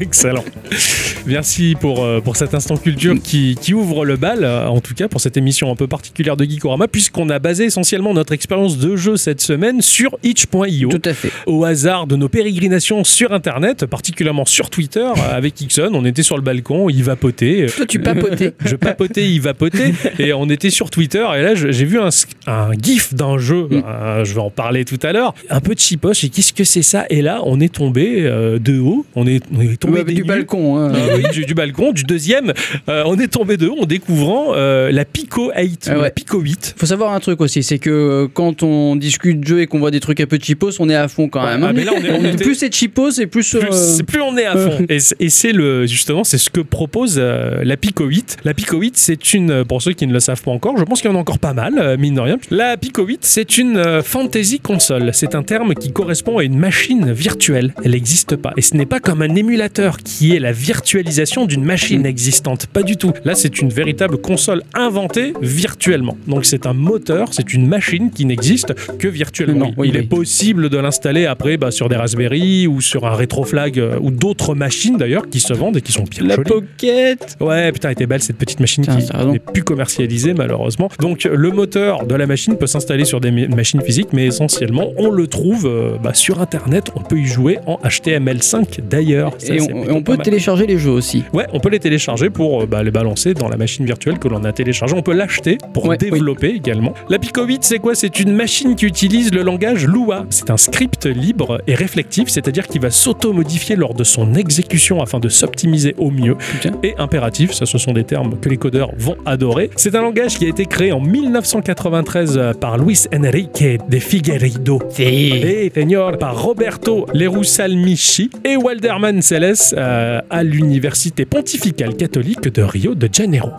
S2: Excellent. Merci pour, euh, pour cet instant culture qui, qui ouvre le bal, euh, en tout cas pour cette émission un peu particulière de Geekorama, puisqu'on a basé essentiellement notre expérience de jeu cette semaine sur itch.io,
S3: Tout à fait.
S2: au hasard de nos pérégrinations sur Internet, particulièrement sur Twitter, euh, avec Ixon. On était sur le balcon, il vapotait. euh,
S1: Toi, tu papotais.
S2: je papotais, il vapotait, et on était sur Twitter, et là je- j'ai vu un, sc- un gif d'un jeu,
S3: Mm.
S2: un- je vais en parler tout à l'heure, un peu de chipoche, et qu'est-ce que c'est ça Et là on est tombé euh, de haut, on est, on est tombé
S3: Ouais,
S2: des
S3: du
S2: nues.
S3: balcon. hein.
S2: Ah oui, du, du balcon, du deuxième, euh, on est tombé de haut en découvrant euh, la Pico 8,
S3: Ah
S2: ou la
S3: ouais.
S2: Pico 8.
S3: Faut savoir un truc aussi, c'est que euh, quand on discute jeu et qu'on voit des trucs un peu cheapos, on est à fond quand même. hein.
S2: Ah, mais là, on est- on était-
S3: Plus c'est cheapos et plus.
S2: Plus,
S3: euh,
S2: c'est- plus on est à fond. Et c'est- Et c'est le justement, c'est ce que propose euh, la Pico 8. La Pico 8, c'est une, euh, pour ceux qui ne le savent pas encore, je pense qu'il y en a encore pas mal, euh, mine de rien. La Pico 8, c'est une euh, fantasy console. C'est un terme qui correspond à une machine virtuelle. Elle n'existe pas. Et ce n'est pas comme un émulateur qui est la virtualisation d'une machine existante. Pas du tout. Là, c'est une véritable console inventée virtuellement. Donc c'est un moteur, c'est une machine qui n'existe que virtuellement.
S3: Non, oui,
S2: Il est
S3: oui.
S2: possible de l'installer après bah, sur des Raspberry ou sur un Retroflag euh, ou d'autres machines d'ailleurs qui se vendent et qui sont bien
S3: La
S2: jolies.
S3: pocket
S2: Ouais, putain, elle était belle cette petite machine
S3: Putain,
S2: qui
S3: t'as raison.
S2: n'est plus commercialisée malheureusement. Donc le moteur de la machine peut s'installer sur des ma- machines physiques, mais essentiellement on le trouve euh, bah, sur internet. On peut y jouer en HTML5 d'ailleurs. Ça,
S3: Et
S2: c'est
S3: on,
S2: plutôt
S3: et on
S2: pas
S3: peut
S2: mal.
S3: télécharger les jeux aussi.
S2: Ouais, on peut les télécharger pour euh, bah, les balancer dans la machine virtuelle que l'on a téléchargée. On peut l'acheter pour
S3: Ouais,
S2: développer également. La Pico 8, c'est quoi C'est une machine qui utilise le langage Lua. C'est un script libre et réflectif, c'est-à-dire qui va s'auto-modifier lors de son exécution afin de s'optimiser au mieux.
S3: Putain.
S2: Et impératif, ça ce sont des termes que les codeurs vont adorer. C'est un langage qui a été créé en 1993 euh, par Luis Enrique de Figueiredo. Et Señor, par Roberto Lerusalmichi et Walderman Celes euh, à l'Université pontificale catholique de Rio de Janeiro.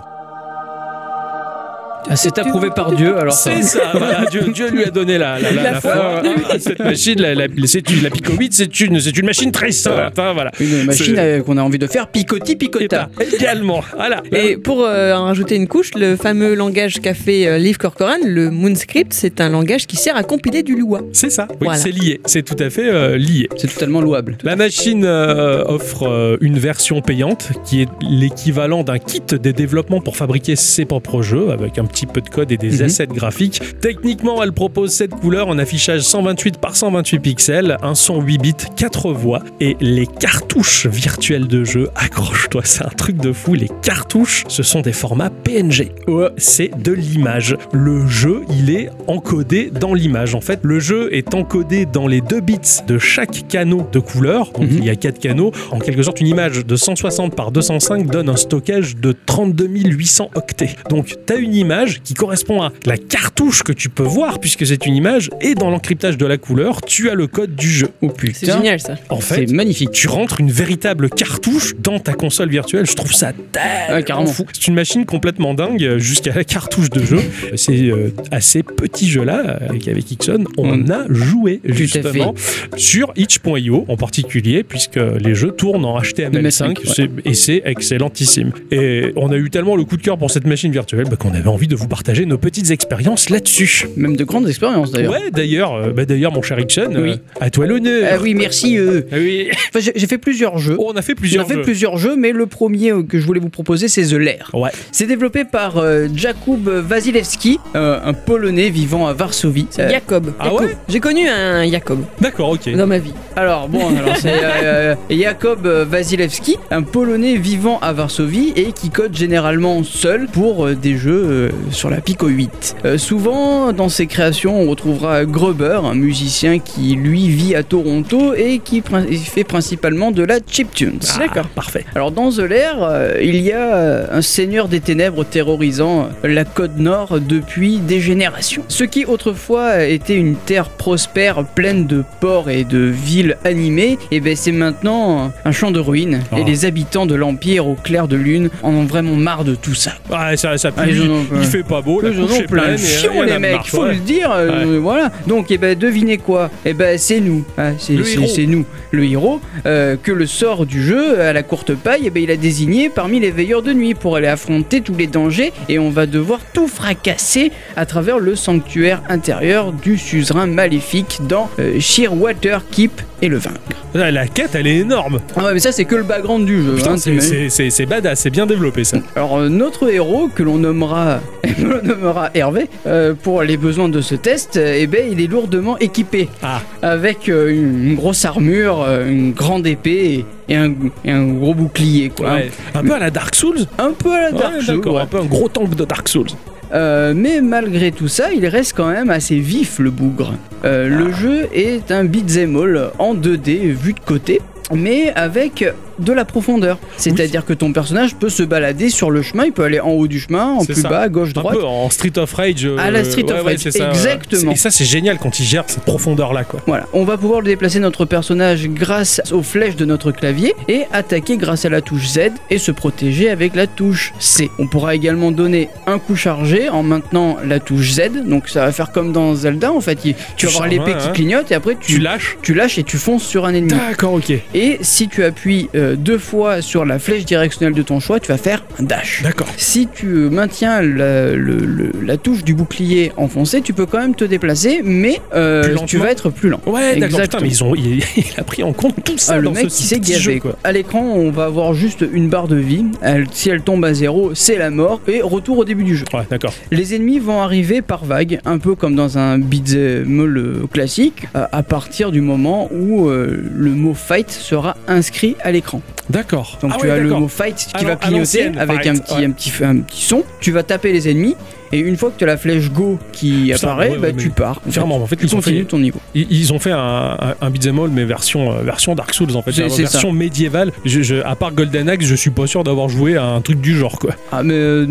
S3: Ah, c'est approuvé par Dieu alors ça.
S2: C'est ça, voilà, Dieu, Dieu lui a donné la, la, la-
S1: La
S2: la
S1: foi.
S2: foi à cette machine. La, la, c'est une- la Pico 8, c'est une, c'est une machine très simple. hein, voilà.
S3: Une machine
S2: C'est-
S3: euh, qu'on a envie de faire picotis
S2: Et
S3: picota.
S2: ben, également. Voilà.
S1: Et pour euh, en rajouter une couche, le fameux langage qu'a fait euh, Liv Corcoran, le Moonscript, c'est un langage qui sert à compiler du Lua.
S2: C'est ça, oui,
S1: Voilà.
S2: c'est lié, c'est tout à fait euh, lié.
S3: C'est totalement louable.
S2: La machine euh, offre euh, une version payante qui est l'équivalent d'un kit des développements pour fabriquer ses propres jeux avec un petit peu de code et des
S3: Mhm.
S2: assets graphiques. Techniquement, elle propose 7 couleurs en affichage 128 par 128 pixels, un son 8 bits, 4 voix et les cartouches virtuelles de jeu. Accroche-toi, c'est un truc de fou. Les cartouches, ce sont des formats PNG. Ouais, C'est de l'image. Le jeu, il est encodé dans l'image. En fait, le jeu est encodé dans les 2 bits de chaque canot de couleur. Donc,
S3: Mhm.
S2: il y a 4 canaux. En quelque sorte, une image de 160 par 205 donne un stockage de 32 800 octets. Donc, tu as une image qui correspond à la cartouche que tu peux voir, puisque c'est une image, et dans l'encryptage de la couleur, tu as le code du jeu.
S3: Oh
S1: C'est
S3: putain.
S1: génial ça.
S2: En fait,
S3: C'est magnifique.
S2: tu rentres une véritable cartouche dans ta console virtuelle. Je trouve ça
S3: Ah, carrément.
S2: fou. C'est une machine complètement dingue euh, jusqu'à la cartouche de jeu. C'est euh, à ces petits jeux-là euh, qu'avec Ixon, on
S3: Mm.
S2: a joué
S3: à
S2: justement sur itch.io en particulier puisque les jeux tournent en HTML5
S3: HTML5,
S2: c'est- et c'est excellentissime. Et on a eu tellement le coup de cœur pour cette machine virtuelle bah, qu'on avait envie de vous partager nos petites expériences là-dessus.
S3: Même de grandes expériences d'ailleurs.
S2: Ouais, d'ailleurs, euh, bah, d'ailleurs mon cher Ixon, euh,
S3: Oui.
S2: à toi
S3: Ah
S2: l'honneur.
S3: oui, merci. euh.
S2: Ah oui.
S3: Enfin, j'ai j'ai fait plusieurs jeux.
S2: Oh, on a fait
S3: J'en
S2: plusieurs
S3: fait
S2: jeux.
S3: plusieurs jeux, mais le premier euh, que je voulais vous proposer, c'est The Lair.
S2: Ouais.
S3: C'est développé par euh, Jakub Wasilewski, euh, un Polonais vivant à Varsovie. Euh,
S1: Jacob.
S2: Ah
S1: Jacob.
S2: ouais
S1: J'ai connu un Jacob
S2: D'accord, ok.
S1: dans ma vie.
S3: alors bon, alors c'est euh, euh, Jakub Wasilewski, un Polonais vivant à Varsovie et qui code généralement seul pour euh, des jeux euh, sur la Pico 8. Euh, souvent, dans ses créations, on retrouvera Gruber, un musicien qui lui vit à Toronto et qui prin- fait principalement de la chiptune.
S2: Ah, Parfait.
S3: Alors dans The Lair, euh, il y a euh, un seigneur des ténèbres terrorisant euh, la côte nord depuis des générations. Ce qui autrefois était une terre prospère pleine de ports et de villes animées, et ben c'est maintenant euh, un champ de ruines.
S2: Oh.
S3: Et les habitants de l'Empire au clair de lune en ont vraiment marre de tout ça.
S2: Ouais, ça, ça pue.
S3: Ah, ils en
S2: il,
S3: ont plein.
S2: il fait pas beau, la
S3: Ils en
S2: couche
S3: ont
S2: est pleine.
S3: plein le
S2: et, euh,
S3: fion,
S2: il y en a
S3: les mecs,
S2: marre,
S3: faut
S2: ouais.
S3: le dire, euh, voilà. Donc, eh ben, devinez quoi Eh ben, c'est nous, Ah, c'est
S2: Le héros.
S3: c'est- c'est nous, le héros, euh, que le sort du jeu, à la courte paille, eh ben, il a désigné parmi les veilleurs de nuit pour aller affronter tous les dangers et on va devoir tout fracasser à travers le sanctuaire intérieur du suzerain maléfique dans euh, Shearwater Keep et le vaincre.
S2: La, la quête, elle est énorme.
S3: Ah ouais, mais ça, c'est que le background du jeu.
S2: Putain,
S3: hein,
S2: c'est-
S3: t'imagines.
S2: c'est c'est- c'est badass, c'est bien développé ça.
S3: Alors euh, notre héros que l'on nommera, que l'on nommera Hervé euh, pour les besoins de ce test, euh, eh ben il est lourdement équipé
S2: Ah,
S3: avec euh, une, une grosse armure, euh, une grande épée et, et un, et un gros bouclier quoi.
S2: ouais. un peu à la Dark Souls.
S3: Un peu à la
S2: Ouais,
S3: Dark Souls,
S2: d'accord,
S3: ouais.
S2: un peu un gros tank de Dark Souls.
S3: Euh, mais malgré tout ça, il reste quand même assez vif le bougre. Euh,
S2: Ah.
S3: Le jeu est un beat'em all en 2D vu de côté, mais avec de la profondeur. C'est-à-dire que ton personnage peut se balader sur le chemin, il peut aller en haut du chemin, en
S2: C'est
S3: plus
S2: ça.
S3: bas, gauche,
S2: Un
S3: droite.
S2: peu en Street of Rage. euh,
S3: À la Street of
S2: ouais, ouais,
S3: Rage,
S2: c'est ça, ouais.
S3: exactement.
S2: Et ça, c'est génial quand il gère cette profondeur-là, quoi.
S3: Voilà, on va pouvoir déplacer notre personnage grâce aux flèches de notre clavier et attaquer grâce à la touche Z et se protéger avec la touche C. On pourra également donner un coup chargé en maintenant la touche Z, donc ça va faire comme dans Zelda en fait, il- tu
S2: Tu
S3: vas avoir
S2: charges,
S3: l'épée
S2: ouais,
S3: qui
S2: hein.
S3: clignote et après tu,
S2: Tu lâches.
S3: tu lâches et tu fonces sur un ennemi.
S2: D'accord, ok.
S3: Et si tu appuies euh, deux fois sur la flèche directionnelle de ton choix, tu vas faire un dash.
S2: D'accord.
S3: Si tu euh, maintiens la, le- le- la touche du bouclier enfoncée, tu peux quand même te déplacer, mais euh,
S2: Plus lentement.
S3: tu vas être plus lent.
S2: Ouais, d'accord. Putain,
S3: Exactement.
S2: mais ils ont, il, il a pris en compte tout ça
S3: Ah, le
S2: dans
S3: mec
S2: ce
S3: qui s'est
S2: petit
S3: gavé.
S2: jeu,
S3: quoi.
S2: quoi.
S3: À l'écran, on va avoir juste une barre de vie. Elle- si elle tombe à zéro, c'est la mort. Et retour au début du jeu.
S2: Ouais, d'accord.
S3: Les ennemis vont arriver par vagues, un peu comme dans un beat'em all, euh, classique, euh, à partir du moment où euh, le mot fight sera inscrit à l'écran.
S2: D'accord.
S3: Donc
S2: Ah
S3: tu
S2: ouais,
S3: as le
S2: d'accord.
S3: mot fight qui
S2: À
S3: va
S2: l'an- à
S3: clignoter
S2: l'ancienne,
S3: avec un
S2: fight,
S3: petit,
S2: ouais.
S3: un, petit, un petit son. Tu vas taper les ennemis. Et une fois que tu as la flèche go qui
S2: Putain,
S3: apparaît,
S2: ouais,
S3: bah,
S2: ouais,
S3: tu
S2: mais
S3: pars.
S2: Vraiment, en fait,
S3: tu
S2: ils ont
S3: continues
S2: fait,
S3: ton niveau.
S2: ils ils ont fait un, un, un beat'em all, mais version, euh, version Dark Souls, en fait.
S3: C'est-
S2: Genre,
S3: c'est
S2: version médiévale. Je, je- à part Golden Axe, je suis pas sûr d'avoir joué à un truc du genre, quoi.
S3: Ah, mais euh,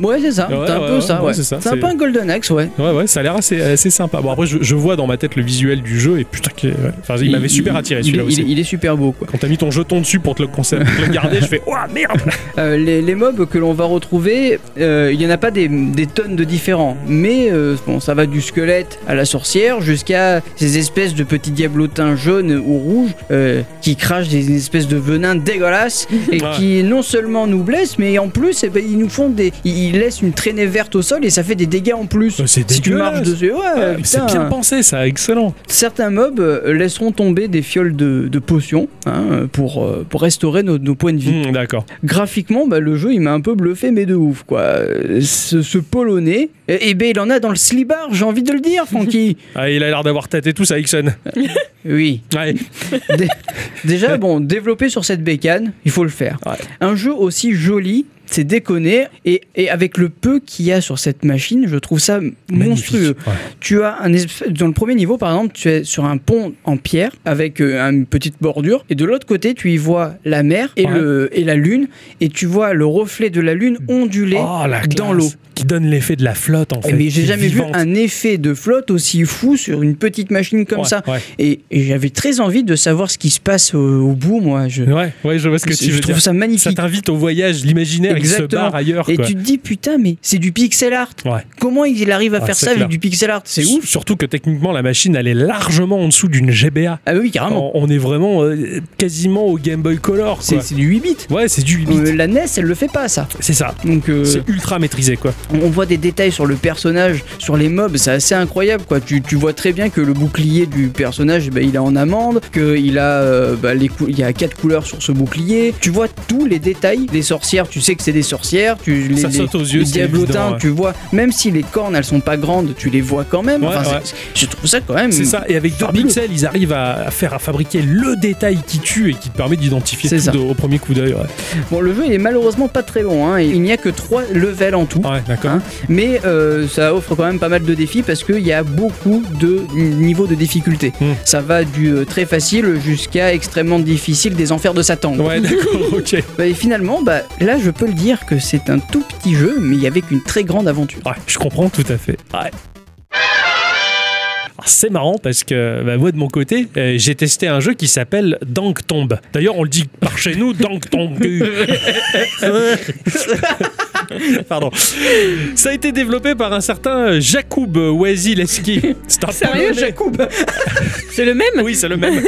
S3: ouais, c'est ça.
S2: Ouais,
S3: T'as un
S2: ouais,
S3: peu
S2: ouais,
S3: ça,
S2: ouais,
S3: ouais.
S2: c'est ça,
S3: C'est un
S2: c'est-
S3: peu un Golden Axe, ouais.
S2: Ouais, ouais, ça a l'air assez, assez sympa. Bon, après, je, je vois dans ma tête le visuel du jeu et putain, qu'il est- ouais. Enfin, il, m'avait super attiré
S3: il-
S2: celui-là
S3: il-
S2: aussi.
S3: Il, il est super beau quoi.
S2: Quand t'as mis ton jeton dessus pour te le, conserver, pour te le garder, je fais Ouah, merde
S3: Euh, les, les mobs que l'on va retrouver, euh, il n'y en a pas des, des tonnes de différents, mais euh, bon, ça va du squelette à la sorcière jusqu'à ces espèces de petits diablotins jaunes ou rouges euh, qui crachent des espèces de venins dégueulasses et
S2: Ouais.
S3: qui non seulement nous blessent, mais en plus eh ben, ils nous font des, ils ils laissent une traînée verte au sol et ça fait des dégâts en plus.
S2: Euh, C'est
S3: Si tu marches
S2: dégueulasse
S3: dessus, ouais,
S2: Ah, mais C'est
S3: putain.
S2: bien pensé, ça, excellent
S3: Certains mobs euh, laisseront tomber des fioles de, de potions hein, euh, pour, euh, pour restaurer nos, nos points de vie.
S2: Hmm, D'accord.
S3: Graphiquement, bah, le jeu il m'a un peu bluffé, mais de ouf quoi. Euh, Ce, ce polonais, et, ben il en a dans le slibard, j'ai envie de le dire, Francky.
S2: Ah, il a l'air d'avoir tâté tout ça, Ixon.
S3: oui.
S2: Ouais.
S3: Dé- Déjà, bon, développer sur cette bécane, il faut le faire.
S2: Ouais.
S3: Un jeu aussi joli, c'est déconner, et, et avec le peu qu'il y a sur cette machine, je trouve ça
S2: Magnifique.
S3: monstrueux.
S2: Ouais.
S3: Tu as un espèce- dans le premier niveau par exemple, tu es sur un pont en pierre avec euh, une petite bordure et de l'autre côté, tu y vois la mer et
S2: Ouais.
S3: le et la lune et tu vois le reflet de la lune onduler.
S2: Oh, la
S3: dans
S2: classe.
S3: l'eau. Eh,
S2: Qui donne l'effet de la flotte, en fait.
S3: mais
S2: qui
S3: j'ai
S2: est
S3: jamais
S2: vivante.
S3: vu un effet de flotte aussi fou sur une petite machine comme
S2: Ouais,
S3: ça.
S2: Ouais.
S3: Et, et j'avais très envie de savoir ce qui se passe au, au bout, moi. Je,
S2: ouais, ouais, je vois ce que
S3: je
S2: tu veux
S3: trouve
S2: dire.
S3: ça
S2: Ça
S3: magnifique.
S2: t'invite au voyage, l'imaginaire, il se
S3: Exactement.
S2: barre ailleurs,
S3: et
S2: quoi.
S3: tu te dis putain, mais c'est du pixel art.
S2: Ouais.
S3: Comment il arrive à
S2: Ah,
S3: faire
S2: c'est
S3: ça
S2: clair.
S3: avec du pixel art C'est
S2: S-
S3: ouf.
S2: Surtout que techniquement, la machine, elle est largement en dessous d'une GBA.
S3: Ah oui, carrément.
S2: On, on est vraiment euh, quasiment au Game Boy Color, Oh, quoi.
S3: C'est c'est du 8 bits.
S2: Ouais, c'est du 8 bits.
S3: Euh, la NES, elle le fait pas ça.
S2: C'est ça.
S3: Donc euh,
S2: C'est ultra maîtrisé, quoi.
S3: on voit des détails sur le personnage, sur les mobs, c'est assez incroyable quoi. Tu, tu vois très bien que le bouclier du personnage, bah, il est en amande, qu'il a, euh, bah, les cou- il y a quatre couleurs sur ce bouclier. Tu vois tous les détails. Les sorcières, tu sais que c'est des sorcières. Tu, les,
S2: Ça
S3: les-
S2: saute aux yeux,
S3: les
S2: c'est
S3: diablotins,
S2: évident, ouais.
S3: tu vois. Même si les cornes, elles sont pas grandes, tu les vois quand même.
S2: Ouais,
S3: Enfin,
S2: ouais.
S3: c'est- Je trouve ça quand même.
S2: C'est ça, et avec deux
S3: Fabuleux.
S2: pixels, ils arrivent à à faire à fabriquer le détail qui tue et qui te permet d'identifier
S3: C'est
S2: tout
S3: ça.
S2: de- au premier coup d'œil. Ouais,
S3: Bon, le jeu il est malheureusement pas très long. hein. Il n'y a que trois levels en tout.
S2: Ouais, D'accord.
S3: Hein. Mais euh, ça offre quand même pas mal de défis parce qu'il y a beaucoup de n- niveaux de difficulté.
S2: Hmm.
S3: Ça va du euh, très facile jusqu'à extrêmement difficile des enfers de Satan. quoi.
S2: Ouais, d'accord, ok.
S3: Bah, et finalement, bah, là je peux le dire que c'est un tout petit jeu, mais avec une très grande aventure.
S2: Ouais, je comprends tout à fait. Ouais. Alors, C'est marrant parce que bah, moi de mon côté, euh, j'ai testé un jeu qui s'appelle Dank Tombe. D'ailleurs, on le dit par chez nous, Dank Tombe. Pardon. Ça a été développé par un certain Jakub Wazileski. C'est un
S1: Sérieux,
S2: Polonais.
S1: Jacob C'est le même
S2: Oui, c'est le même.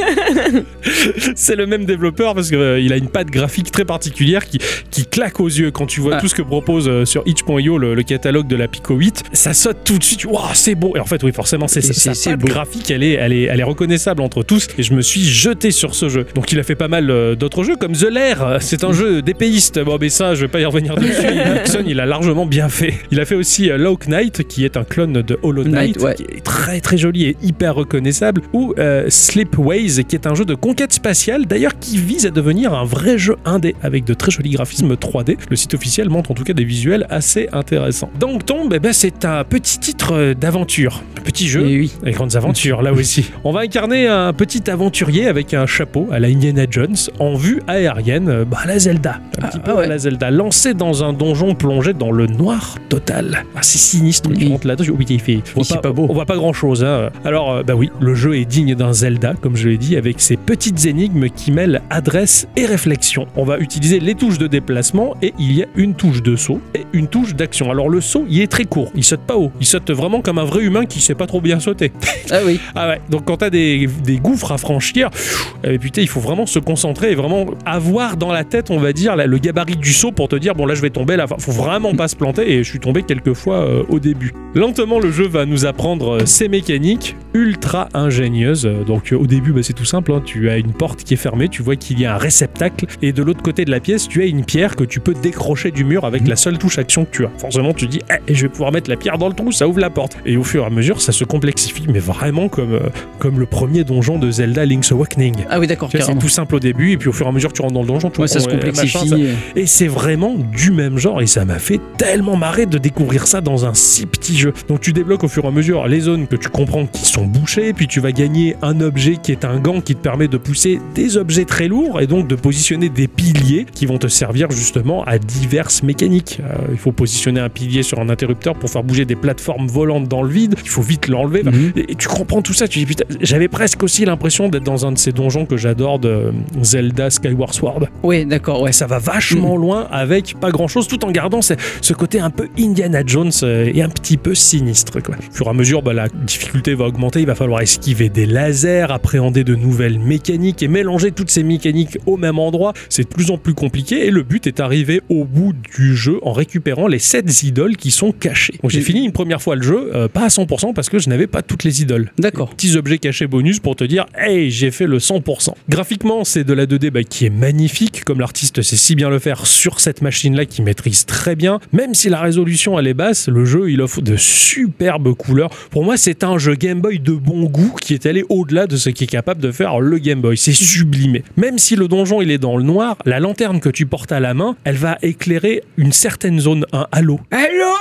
S2: c'est le même développeur parce qu'il a une patte graphique très particulière qui, qui claque aux yeux quand tu vois
S3: Ah.
S2: tout ce que propose euh, sur itch.io le, le catalogue de la Pico 8. Ça saute tout de suite. Waouh, c'est beau. Et en fait, oui, forcément, c'est
S3: Et
S2: ça.
S3: c'est- c'est
S2: Sa patte
S3: beau.
S2: graphique, elle est, elle, est, elle est reconnaissable entre tous. Et je me suis jeté sur ce jeu. Donc, il a fait pas mal euh, d'autres jeux comme The Lair. C'est
S3: Mm.
S2: un jeu d'épéiste. Bon, mais ça, je vais pas y revenir dessus. Nixon, il a largement bien fait. Il a fait aussi euh, Lauk Knight, qui est un clone de Hollow Knight,
S3: Knight, ouais.
S2: qui est très très joli et hyper reconnaissable, ou euh, Sleepways, qui est un jeu de conquête spatiale, d'ailleurs qui vise à devenir un vrai jeu indé, avec de très jolis graphismes 3D. Le site officiel montre en tout cas des visuels assez intéressants. Donc Tombe, eh ben, c'est un petit titre euh, d'aventure, un petit jeu.
S3: Et Eh oui.
S2: Les grandes aventures, là aussi. On va incarner un petit aventurier avec un chapeau à la Indiana Jones en vue aérienne, euh, bah, à la Zelda. Un petit
S3: Ah,
S2: peu
S3: ah ouais.
S2: à la Zelda, lancé dans un donjon plongé dans le noir total. Ah, c'est sinistre,
S3: Oui.
S2: il rentre là-dedans. je- Oui, il fait. on voit
S3: c'est pas beau.
S2: On voit pas grand-chose. hein. Alors, euh, bah oui, le jeu est digne d'un Zelda, comme je l'ai dit, avec ses petites énigmes qui mêlent adresse et réflexion. On va utiliser les touches de déplacement et il y a une touche de saut et une touche d'action. Alors, le saut, il est très court. Il saute pas haut. Il saute vraiment comme un vrai humain qui sait pas trop bien sauter.
S3: Ah oui.
S2: Ah ouais, donc quand t'as des, des gouffres à franchir, pfiou, eh ben putain, il faut vraiment se concentrer et vraiment avoir dans la tête, on va dire, la- le gabarit du saut pour te dire, bon là je vais tomber, là faut vraiment pas se planter et je suis tombé quelques fois euh, au début. Lentement, le jeu va nous apprendre euh, ces mécaniques ultra ingénieuses. Euh, Donc euh, au début, bah, c'est tout simple, hein. tu as une porte qui est fermée, tu vois qu'il y a un réceptacle et de l'autre côté de la pièce, tu as une pierre que tu peux décrocher du mur avec la seule touche action que tu as. Forcément, tu dis, eh, je vais pouvoir mettre la pierre dans le trou, ça ouvre la porte. Et au fur et à mesure, ça se complexifie, mais vraiment comme, euh, comme le premier donjon de Zelda Link's Awakening.
S3: Ah oui, d'accord,
S2: Tu vois, C'est
S3: carrément.
S2: tout simple au début, et puis au fur et à mesure, tu rentres dans le donjon, tu
S3: Ouais, ça se
S2: prends, euh,
S3: complexifie.
S2: machin, ça- et c'est vraiment du même genre et ça m'a fait tellement marrer de découvrir ça dans un si petit jeu. Donc tu débloques au fur et à mesure les zones que tu comprends qui sont bouchées, puis tu vas gagner un objet qui est un gant qui te permet de pousser des objets très lourds et donc de positionner des piliers qui vont te servir justement à diverses mécaniques. Euh, il faut positionner un pilier sur un interrupteur pour faire bouger des plateformes volantes dans le vide, il faut vite l'enlever. Enfin,
S3: Mhm.
S2: et tu comprends tout ça, tu dis putain, j'avais presque aussi l'impression d'être dans un de ces donjons que j'adore de euh, Zelda Skyward Sword.
S3: Ouais, d'accord, ouais.
S2: Ouais, ça va vachement loin avec pas grand chose, tout en gardant ce, ce côté un peu Indiana Jones euh, et un petit peu sinistre. Quoi. Au fur et à mesure, bah, la difficulté va augmenter, il va falloir esquiver des lasers, appréhender de nouvelles mécaniques et mélanger toutes ces mécaniques au même endroit. C'est de plus en plus compliqué et le but est d'arriver au bout du jeu en récupérant les 7 idoles qui sont cachées. Donc j'ai fini une première fois le jeu, euh, pas à 100% parce que je n'avais pas toutes les idoles
S3: D'accord.
S2: petits objets cachés bonus pour te dire hey j'ai fait le 100% graphiquement c'est de la 2D bah, qui est magnifique comme l'artiste sait si bien le faire sur cette machine là qui maîtrise très bien même si la résolution elle est basse le jeu il offre de superbes couleurs pour moi c'est un jeu Game Boy de bon goût qui est allé au-delà de ce qui est capable de faire le Game Boy c'est sublimé même si le donjon il est dans le noir la lanterne que tu portes à la main elle va éclairer une certaine zone un halo
S1: Allô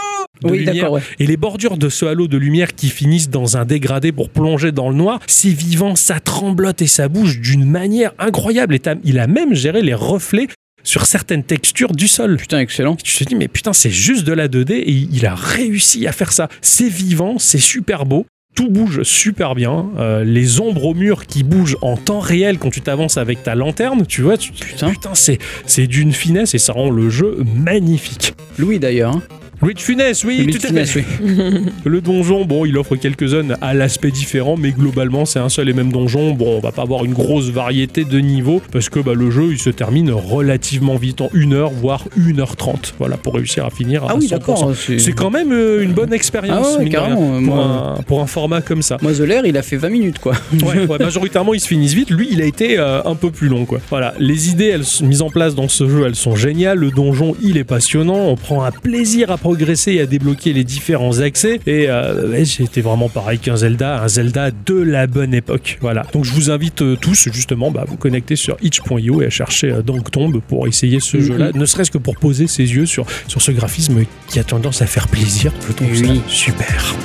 S2: de
S3: oui,
S2: lumière
S3: d'accord, ouais.
S2: et les bordures de ce halo de lumière qui finissent dans un dégradé pour plonger dans le noir, c'est vivant, ça tremblote et ça bouge d'une manière incroyable. Et t'as- il a même géré les reflets sur certaines textures du sol.
S3: Putain, excellent.
S2: Tu te dis, mais putain, c'est juste de la 2D et il a réussi à faire ça. C'est vivant, c'est super beau. Tout bouge super bien. Euh, les ombres au mur qui bougent en temps réel quand tu t'avances avec ta lanterne, tu vois, tu,
S3: Putain.
S2: putain c'est c'est d'une finesse et ça rend le jeu magnifique.
S3: Louis d'ailleurs. hein.
S2: Louis de Funès, oui,
S3: Louis
S2: tout
S3: de
S2: à
S3: Funès,
S2: fait.
S3: oui.
S2: Le donjon, bon, il offre quelques zones à l'aspect différent, mais globalement, c'est un seul et même donjon. Bon, on va pas avoir une grosse variété de niveaux parce que bah, le jeu, il se termine relativement vite en 1h, voire 1h30. Voilà, pour réussir à finir à
S3: Ah oui,
S2: 100%.
S3: d'accord. C'est
S2: C'est quand même euh, une bonne
S3: Ah
S2: expérience,
S3: ouais,
S2: mine de rien,
S3: carrément. euh,
S2: pour,
S3: Moi,
S2: un, pour un format comme ça.
S3: moi, Zoller, il a fait 20 minutes, quoi.
S2: Ouais, ouais, majoritairement ils se finissent vite. Lui, il a été euh, un peu plus long, quoi. Voilà, les idées elles, sont mises en place dans ce jeu, elles sont géniales. Le donjon, il est passionnant. On prend un plaisir à, pro- progresser et à débloquer les différents accès. Et euh, ouais, j'ai été vraiment pareil qu'un Zelda, un Zelda de la bonne époque. Voilà. Donc je vous invite euh, tous justement bah, à vous connecter sur itch.io et à chercher euh, Dunk Tomb pour essayer ce
S3: Mhm.
S2: jeu-là, ne serait-ce que pour poser ses yeux sur, sur ce graphisme qui a tendance à faire plaisir. Je trouve ça
S3: Oui.
S2: super.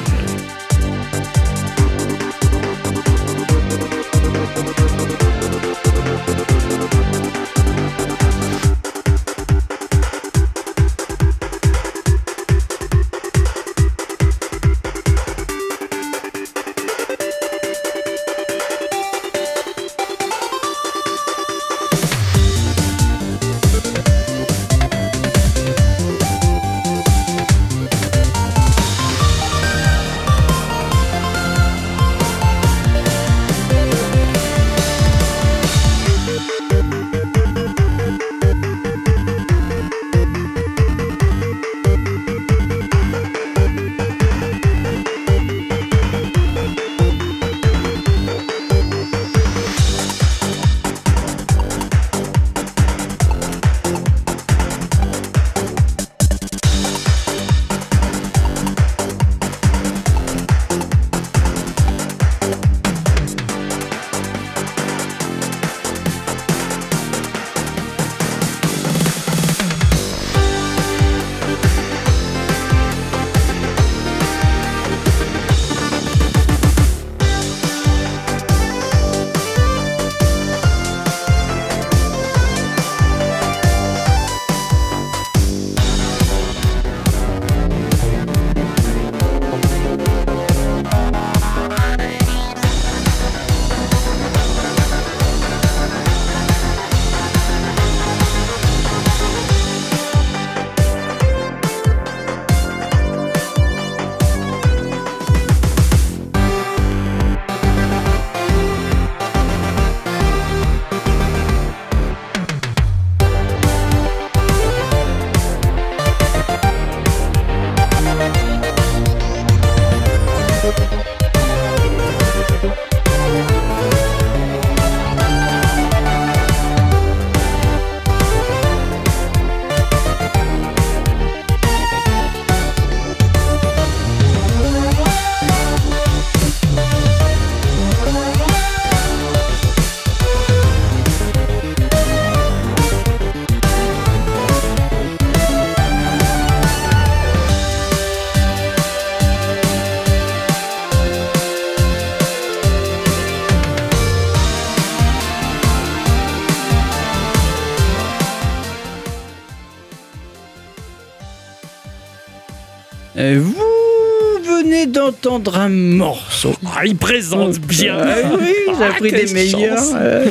S3: Euh, Vous venez d'entendre un morceau.
S2: Ah, il présente bien.
S3: Euh, oui, j'ai
S2: Ah,
S3: appris des
S2: quelle
S3: meilleurs.
S2: chance.
S3: euh.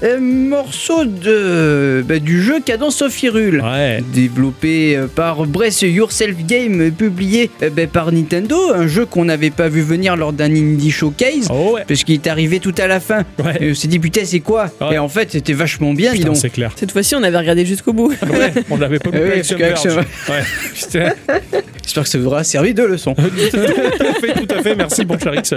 S3: Un morceau de, bah, du jeu Cadence of Hyrule.
S2: Ouais.
S3: Développé euh, par Breath Yourself Game, euh, publié euh, bah, par Nintendo, un jeu qu'on n'avait pas vu venir lors d'un indie showcase,
S2: Oh ouais.
S3: parce qu'il est arrivé tout à la fin.
S2: Ouais.
S3: Et on s'est dit putain c'est quoi
S2: Ouais.
S3: Et en fait c'était vachement bien, dis
S2: Putain,
S3: donc.
S2: c'est clair.
S1: Cette fois-ci, on avait regardé jusqu'au bout.
S2: Ouais, on l'avait pas
S3: Eh oui,
S2: coupé avec
S3: parce qu'avec
S2: Submerge. Ouais. Putain.
S3: J'espère que ça vous aura servi de leçon.
S2: Tout à fait, tout à fait. Merci, bon cher Ixon.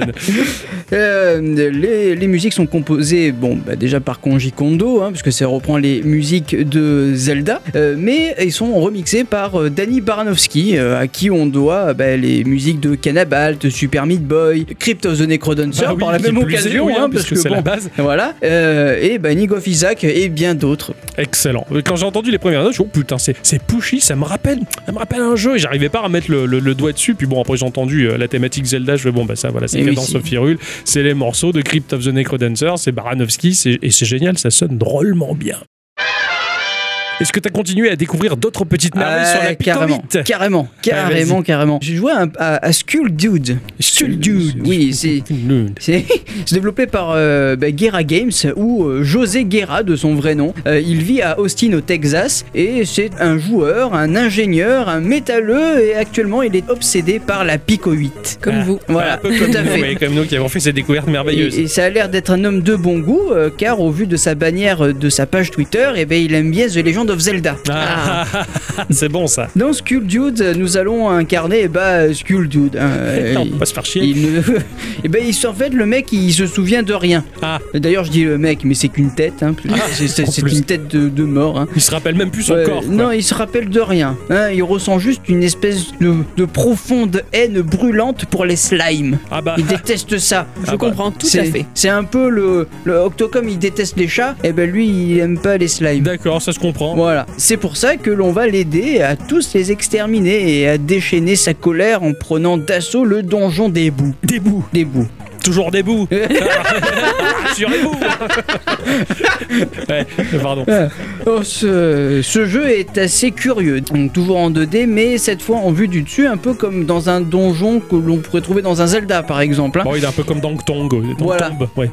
S3: Euh, les, les musiques sont composées, bon, bah, déjà par Konji Kondo, hein, parce que ça reprend les musiques de Zelda, euh, mais ils sont remixés par euh, Danny Baranowski, euh, à qui on doit euh, bah, les musiques de Cannabalt, Super Meat Boy, Crypt of the Necrodancer,
S2: Ah oui,
S3: par la
S2: qui
S3: même
S2: plus est,
S3: occasion,
S2: oui,
S3: hein,
S2: parce que c'est la
S3: bon,
S2: base.
S3: voilà, euh, et bah, Nick of Isaac et bien d'autres.
S2: Excellent. Quand j'ai entendu les premières notes, je me suis dit, oh putain, c'est, c'est pushy, ça me rappelle, ça me rappelle un jeu. Et j'arrivais pas à mettre le, le- le doigt dessus. Puis bon, après j'ai entendu euh, la thématique Zelda, je fais bon, bah ça, voilà, c'est
S3: Et Eh oui,
S2: Cadence
S3: si.
S2: of Hyrule, c'est les morceaux de Crypt of the Necrodancer, c'est Baranovski, c'est- et c'est génial, ça sonne drôlement bien. Est-ce que t'as continué à découvrir d'autres petites merveilles sur la Ah,
S3: Ah, carrément,
S2: pictorite
S3: carrément, carrément, carrément. J'ai joué à, à- à Skull Dude. Skull Dude, oui, c'est. C'est c'est développé par euh, bah, Guerra Games ou euh, José Guerra de son vrai nom. Euh, il vit à Austin au Texas et c'est un joueur, un ingénieur, un métalleux et actuellement il est obsédé par la Pico 8.
S1: Comme
S2: Ah.
S1: vous.
S3: Voilà,
S2: un peu comme
S3: tout à
S2: nous,
S3: fait.
S2: ouais, comme nous qui avons fait ces découvertes merveilleuses.
S3: Et, et ça a l'air d'être un homme de bon goût, euh, car au vu de sa bannière euh, de sa page Twitter, eh ben, il aime bien The Legend of Zelda.
S2: Ah, c'est bon ça.
S3: Dans Skull Dude, nous allons incarner eh ben, Skull Dude. hein, euh,
S2: on peut pas se faire chier.
S3: il, ne- eh ben, il se- en fait, le mec, il se souvient de rien.
S2: Ah.
S3: D'ailleurs, je dis le mec, mais c'est qu'une tête. hein, parce que c'est- c'est
S2: en
S3: c'est
S2: plus.
S3: une tête de, de mort. hein.
S2: Il se rappelle même plus son
S3: Ouais,
S2: corps. quoi.
S3: non, il se rappelle de rien. hein, il ressent juste une espèce de, de profonde haine brûlante pour les slimes.
S2: Ah bah.
S3: Il déteste ça.
S1: Je
S2: bah,
S1: comprends tout à
S3: Ah C'est-
S1: fait.
S3: C'est un peu le, le Octocom, il déteste les chats, et ben lui, il aime pas les slimes.
S2: D'accord, ça se comprend.
S3: Voilà, c'est pour ça que l'on va l'aider à tous les exterminer et à déchaîner sa colère en prenant d'assaut le donjon des bouts.
S2: Des bouts,
S3: Des bouts.
S2: toujours des bouts. Sur les bouts. ouais, pardon.
S3: Oh, ce, ce jeu est assez curieux. Donc, toujours en 2D, mais cette fois en vue du dessus, un peu comme dans un donjon que l'on pourrait trouver dans un Zelda par exemple. hein.
S2: Bon, il est un peu comme Dang Tong. euh, Dang
S3: Voilà.
S2: Tomb, ouais.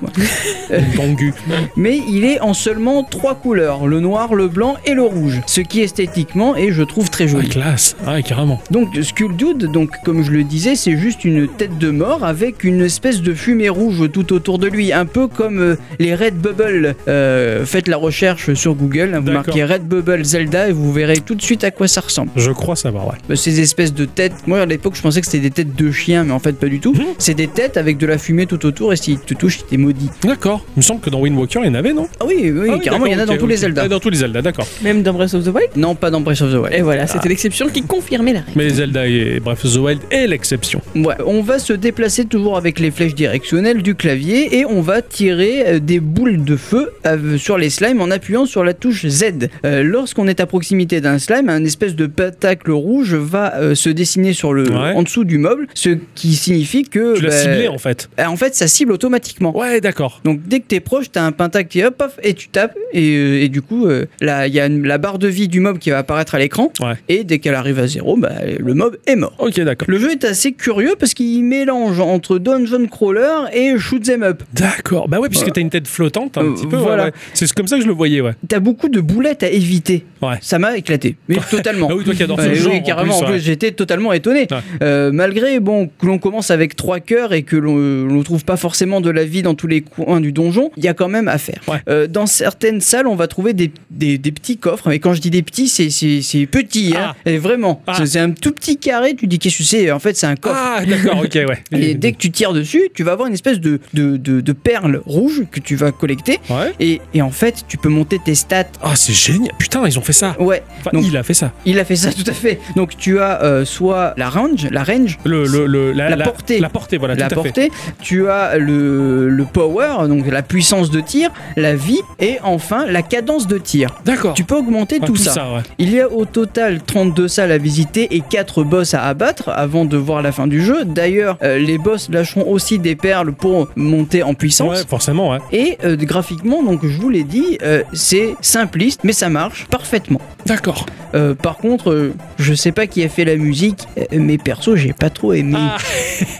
S2: Dang Tongu.
S3: Mais il est en seulement trois couleurs le noir, le blanc et le rouge. Ce qui esthétiquement est, je trouve, très
S2: Ah,
S3: joli.
S2: classe. Ah, carrément.
S3: Donc Skull Dude, donc comme je le disais, c'est juste une tête de mort avec une espèce de fumée rouge tout autour de lui, un peu comme euh, les Red Bubble. Euh, faites la recherche sur Google, hein, vous
S2: D'accord.
S3: marquez Red Bubble Zelda et vous verrez tout de suite à quoi ça ressemble.
S2: Je crois savoir, ouais.
S3: Euh, Ces espèces de têtes, moi à l'époque je pensais que c'était des têtes de chiens, mais en fait pas du tout.
S2: Mmh.
S3: C'est des têtes avec de la fumée tout autour et si te touche, t'es maudit.
S2: D'accord. Il me semble que dans Wind Walker, il y en avait, non
S3: Ah oui, oui,
S2: Ah oui,
S3: carrément, il y en a
S2: d'accord,
S3: dans
S2: ok,
S3: tous les
S2: ok.
S3: Zelda. Eh,
S2: Ah, dans tous les Zelda, d'accord.
S1: Même dans Breath of the Wild.
S3: Non, pas dans Breath of the Wild.
S1: Et voilà, c'était l'exception qui confirmait la règle.
S2: Mais les Zelda et bref, The Wild est l'exception.
S3: Ouais, on va se déplacer toujours avec les flèches directionnelles du clavier et on va tirer euh, des boules de feu euh, sur les slimes en appuyant sur la touche Z. Euh, Lorsqu'on est à proximité d'un slime, un espèce de patacle rouge va euh, se dessiner sur le
S2: Ouais.
S3: en dessous du meuble, ce qui signifie que
S2: Tu l'as
S3: bah,
S2: ciblé en fait.
S3: euh, en fait ça cible automatiquement.
S2: Ouais, d'accord.
S3: Donc dès que t'es proche, t'as un pentacle qui hop, paf, et tu tapes et, euh, et du coup euh, là il y a une- la barre de vie du mob qui va apparaître à l'écran
S2: Ouais.
S3: et dès qu'elle arrive à zéro, bah, le mob est mort.
S2: Ok, d'accord.
S3: Le jeu est assez curieux parce qu'il mélange entre dungeon crawler et shoot 'em up.
S2: D'accord. Bah ouais, puisque
S3: Voilà.
S2: t'as une tête flottante un
S3: Euh,
S2: petit peu. ouais,
S3: voilà.
S2: ouais. C'est comme ça que je le voyais, ouais.
S3: T'as beaucoup de boulettes à éviter.
S2: Ouais.
S3: Ça m'a éclaté, mais totalement.
S2: Ah oui, toi qui adore ce
S3: Ouais,
S2: genre.
S3: Bah oui, carrément.
S2: En
S3: En
S2: plus, ouais.
S3: plus, j'étais totalement étonné.
S2: Ouais.
S3: Euh, malgré bon que l'on commence avec trois cœurs et que l'on l'on trouve pas forcément de la vie dans tous les coins du donjon, il y a quand même à faire.
S2: Ouais.
S3: Euh, dans certaines salles, on va trouver des, des- des petits coffres. Mais quand je dis des petits, c'est c'est- c'est petit, hein. Et vraiment.
S2: Ah.
S3: C'est- C'est un tout petit carré. Tu dis qu'est-ce que c'est En fait, c'est un coffre.
S2: Ah, d'accord, ok, ouais.
S3: Et dès que tu tires dessus, tu vas avoir une espèce de, de, de- de perle rouge que tu vas collecter.
S2: Ouais.
S3: Et, et en fait, tu peux monter tes stats.
S2: Ah, c'est génial. Putain, ils ont fait ça.
S3: Ouais,
S2: Enfin,
S3: Donc-
S2: il a fait ça.
S3: il a fait ça tout à fait. Donc tu as euh, soit la range, la range,
S2: Le, le, le- la,
S3: La portée.
S2: La portée, voilà,
S3: la
S2: Bah, tout à fait.
S3: portée, tu as le, le power, donc la puissance de tir, la vie et enfin la cadence de tir.
S2: D'accord.
S3: Tu peux augmenter
S2: Ah,
S3: tout, ça.
S2: ouais.
S3: Il y a au total 32 salles à visiter et 4 boss à abattre avant de voir la fin du jeu. D'ailleurs, euh, les boss lâcheront aussi des perles pour monter en puissance.
S2: Ouais, forcément, ouais.
S3: Et euh, graphiquement, donc je vous l'ai dit, euh, c'est simpliste, mais ça marche parfaitement.
S2: D'accord.
S3: Euh, par contre, euh, je sais pas qui a fait la musique, euh, mais perso, j'ai pas trop aimé.
S2: Ah.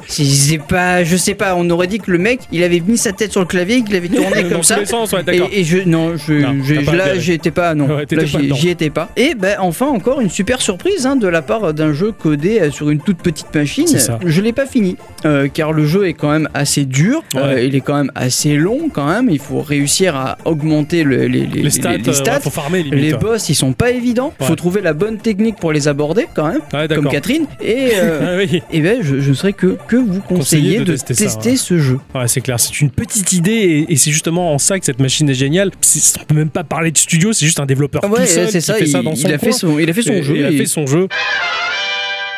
S3: Je sais pas, je sais pas. On aurait dit que le mec, il avait mis sa tête sur le clavier, qu'il avait tourné
S2: Dans
S3: comme
S2: tous
S3: ça.
S2: les sens, ouais, d'accord.
S3: Et, et je non, je,
S2: Non,
S3: je-
S2: t'as pas
S3: là
S2: intérêt.
S3: j'y étais pas non,
S2: Ouais, t'étais
S3: là
S2: pas
S3: j'y
S2: dedans.
S3: j'y étais pas. Et ben enfin encore une super surprise hein, de la part d'un jeu codé euh, sur une toute petite machine.
S2: C'est ça.
S3: Je l'ai pas fini euh, car le jeu est quand même assez dur,
S2: Ouais.
S3: euh, il est quand même assez long quand même. Il faut réussir à augmenter le- les, les-
S2: Les stats,
S3: les- les
S2: euh,
S3: stats.
S2: ouais, faut farmer limite.
S3: Les boss, ils sont pas évidents.
S2: Ouais.
S3: Faut trouver la bonne technique pour les aborder quand même,
S2: Ouais,
S3: comme
S2: d'accord.
S3: Catherine. Et euh,
S2: Ah oui,
S3: eh ben, je, je ne saurais que que vous conseiller
S2: de
S3: de,
S2: tester
S3: tester,
S2: ça, ouais.
S3: ce jeu.
S2: Ouais, c'est clair, c'est une petite idée et, et c'est justement en ça que cette machine est géniale. C'est- On peut même pas parler de studio, c'est juste un développeur
S3: Ah ouais,
S2: tout seul
S3: c'est
S2: qui
S3: ça.
S2: fait
S3: il,
S2: ça dans
S3: il
S2: son
S3: a fait
S2: coin.
S3: son, il a fait son
S2: Et-
S3: jeu.
S2: et Il a
S3: et-
S2: fait son jeu.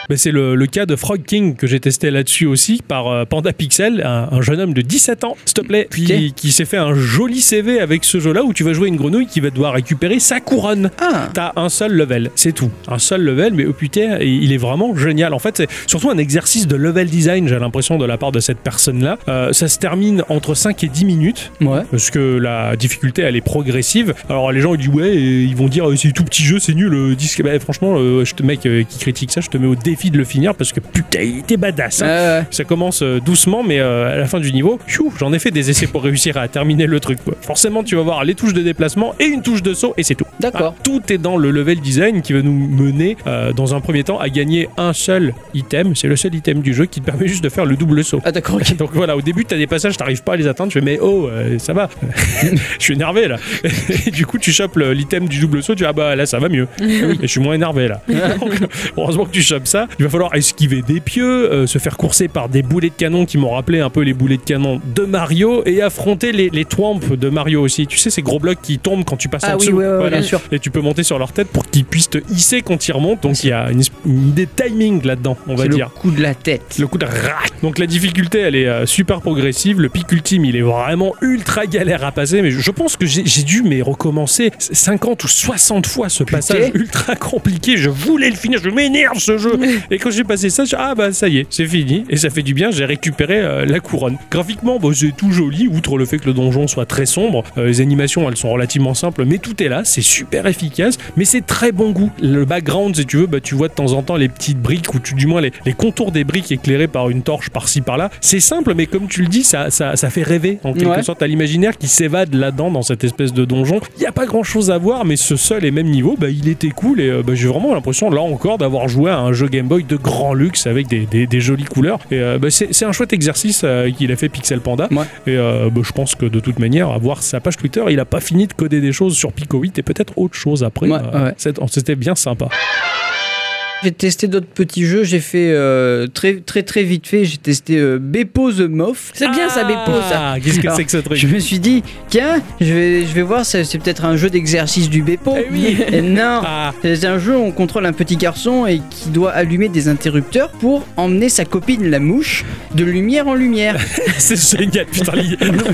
S2: Mais c'est le, le cas de Frog King que j'ai testé là-dessus aussi par euh, Panda Pixel, un, un jeune homme de 17 ans, s'il te plaît, qui,
S3: Ok.
S2: qui s'est fait un joli CV avec ce jeu-là où tu vas jouer une grenouille qui va devoir récupérer sa couronne.
S3: Ah.
S2: T'as un seul level, c'est tout. Un seul level, mais oh putain, il il est vraiment génial. En fait, c'est surtout un exercice de level design, j'ai l'impression, de la part de cette personne-là. Euh, ça se termine entre 5 et 10 minutes.
S3: Ouais.
S2: Parce que la difficulté, elle est progressive. Alors, les gens, ils disent, ouais, et ils vont dire, euh, c'est tout petit jeu, c'est nul, euh, 10. Bah, franchement, euh, je te, mec, euh, qui critique ça, je te mets au défi suffit de le finir parce que putain, il était badass. hein.
S3: Euh,
S2: Ça commence euh, doucement, mais euh, à la fin du niveau, chou, j'en ai fait des essais pour réussir à terminer le truc. quoi. Forcément, tu vas voir les touches de déplacement et une touche de saut, et c'est tout.
S3: D'accord.
S2: Ah, tout est dans le level design qui va nous mener, euh, dans un premier temps, à gagner un seul item. C'est le seul item du jeu qui te permet juste de faire le double saut.
S3: Ah d'accord, ok.
S2: Donc voilà, au début, t'as des passages, t'arrives pas à les atteindre. Tu fais, mais oh, euh, ça va. je suis énervé là. Et du coup, tu chopes le- l'item du double saut. Tu dis, ah bah là, ça va mieux. Et je suis moins énervé là. Donc, heureusement que tu chopes ça. Il va falloir esquiver des pieux, euh, se faire courser par des boulets de canon qui m'ont rappelé un peu les boulets de canon de Mario et affronter les, les twamps de Mario aussi. Tu sais, ces gros blocs qui tombent quand tu passes
S3: Ah
S2: en
S3: oui,
S2: dessous.
S3: ouais, ouais,
S2: Voilà.
S3: bien sûr.
S2: Et tu peux monter sur leur tête pour qu'ils puissent te hisser quand ils remontent. Donc il y a une, es- une idée de timing là-dedans, on va
S3: C'est
S2: dire.
S3: le coup de la tête.
S2: Le coup de rac. Donc la difficulté, elle est euh, super progressive. Le pic ultime, il est vraiment ultra galère à passer. Mais je, je pense que j'ai j'ai dû mais recommencer 50 ou 60 fois ce passage ultra compliqué. Je voulais le finir. Je m'énerve ce jeu. Et quand j'ai passé ça, je- ah bah ça y est, c'est fini. Et ça fait du bien. J'ai récupéré euh, la couronne. Graphiquement, bah, c'est tout joli. Outre le fait que le donjon soit très sombre, euh, les animations, elles sont relativement simples. Mais tout est là. C'est super efficace. Mais c'est très bon goût. Le background, si tu veux, bah, tu vois de temps en temps les petites briques ou tu, du moins les, les contours des briques éclairés par une torche par-ci par-là. C'est simple, mais comme tu le dis, ça, ça, ça fait rêver en quelque
S3: Ouais.
S2: sorte à l'imaginaire qui s'évade là-dedans dans cette espèce de donjon. Il n'y a pas grand-chose à voir, mais ce seul et même niveau, bah, il était cool et euh, bah, j'ai vraiment l'impression là encore d'avoir joué à un jeu Game Boy de grand luxe avec des, des- des jolies couleurs. Et euh, bah, c'est c'est un chouette exercice euh, qu'il a fait Pixel Panda.
S3: Ouais.
S2: Et euh, bah, je pense que de toute manière, à voir sa page Twitter, il a pas fini de coder des choses sur Pico 8 et peut-être autre chose après.
S3: Ouais,
S2: Euh,
S3: ouais.
S2: c'est- C'était bien sympa.
S3: J'ai testé d'autres petits jeux, j'ai fait euh, très très très vite fait, j'ai testé euh, Beppo the Moth.
S1: C'est bien ça, Beppo, ça.
S2: Ah, qu'est-ce que
S3: Alors,
S2: c'est que ce truc
S3: Je me suis dit, tiens, je vais, je vais voir, c'est c'est peut-être un jeu d'exercice du Beppo.
S2: Eh oui.
S3: Et non,
S2: Ah,
S3: C'est un jeu où on contrôle un petit garçon et qui doit allumer des interrupteurs pour emmener sa copine la mouche de lumière en lumière
S2: c'est génial, putain, l'idée.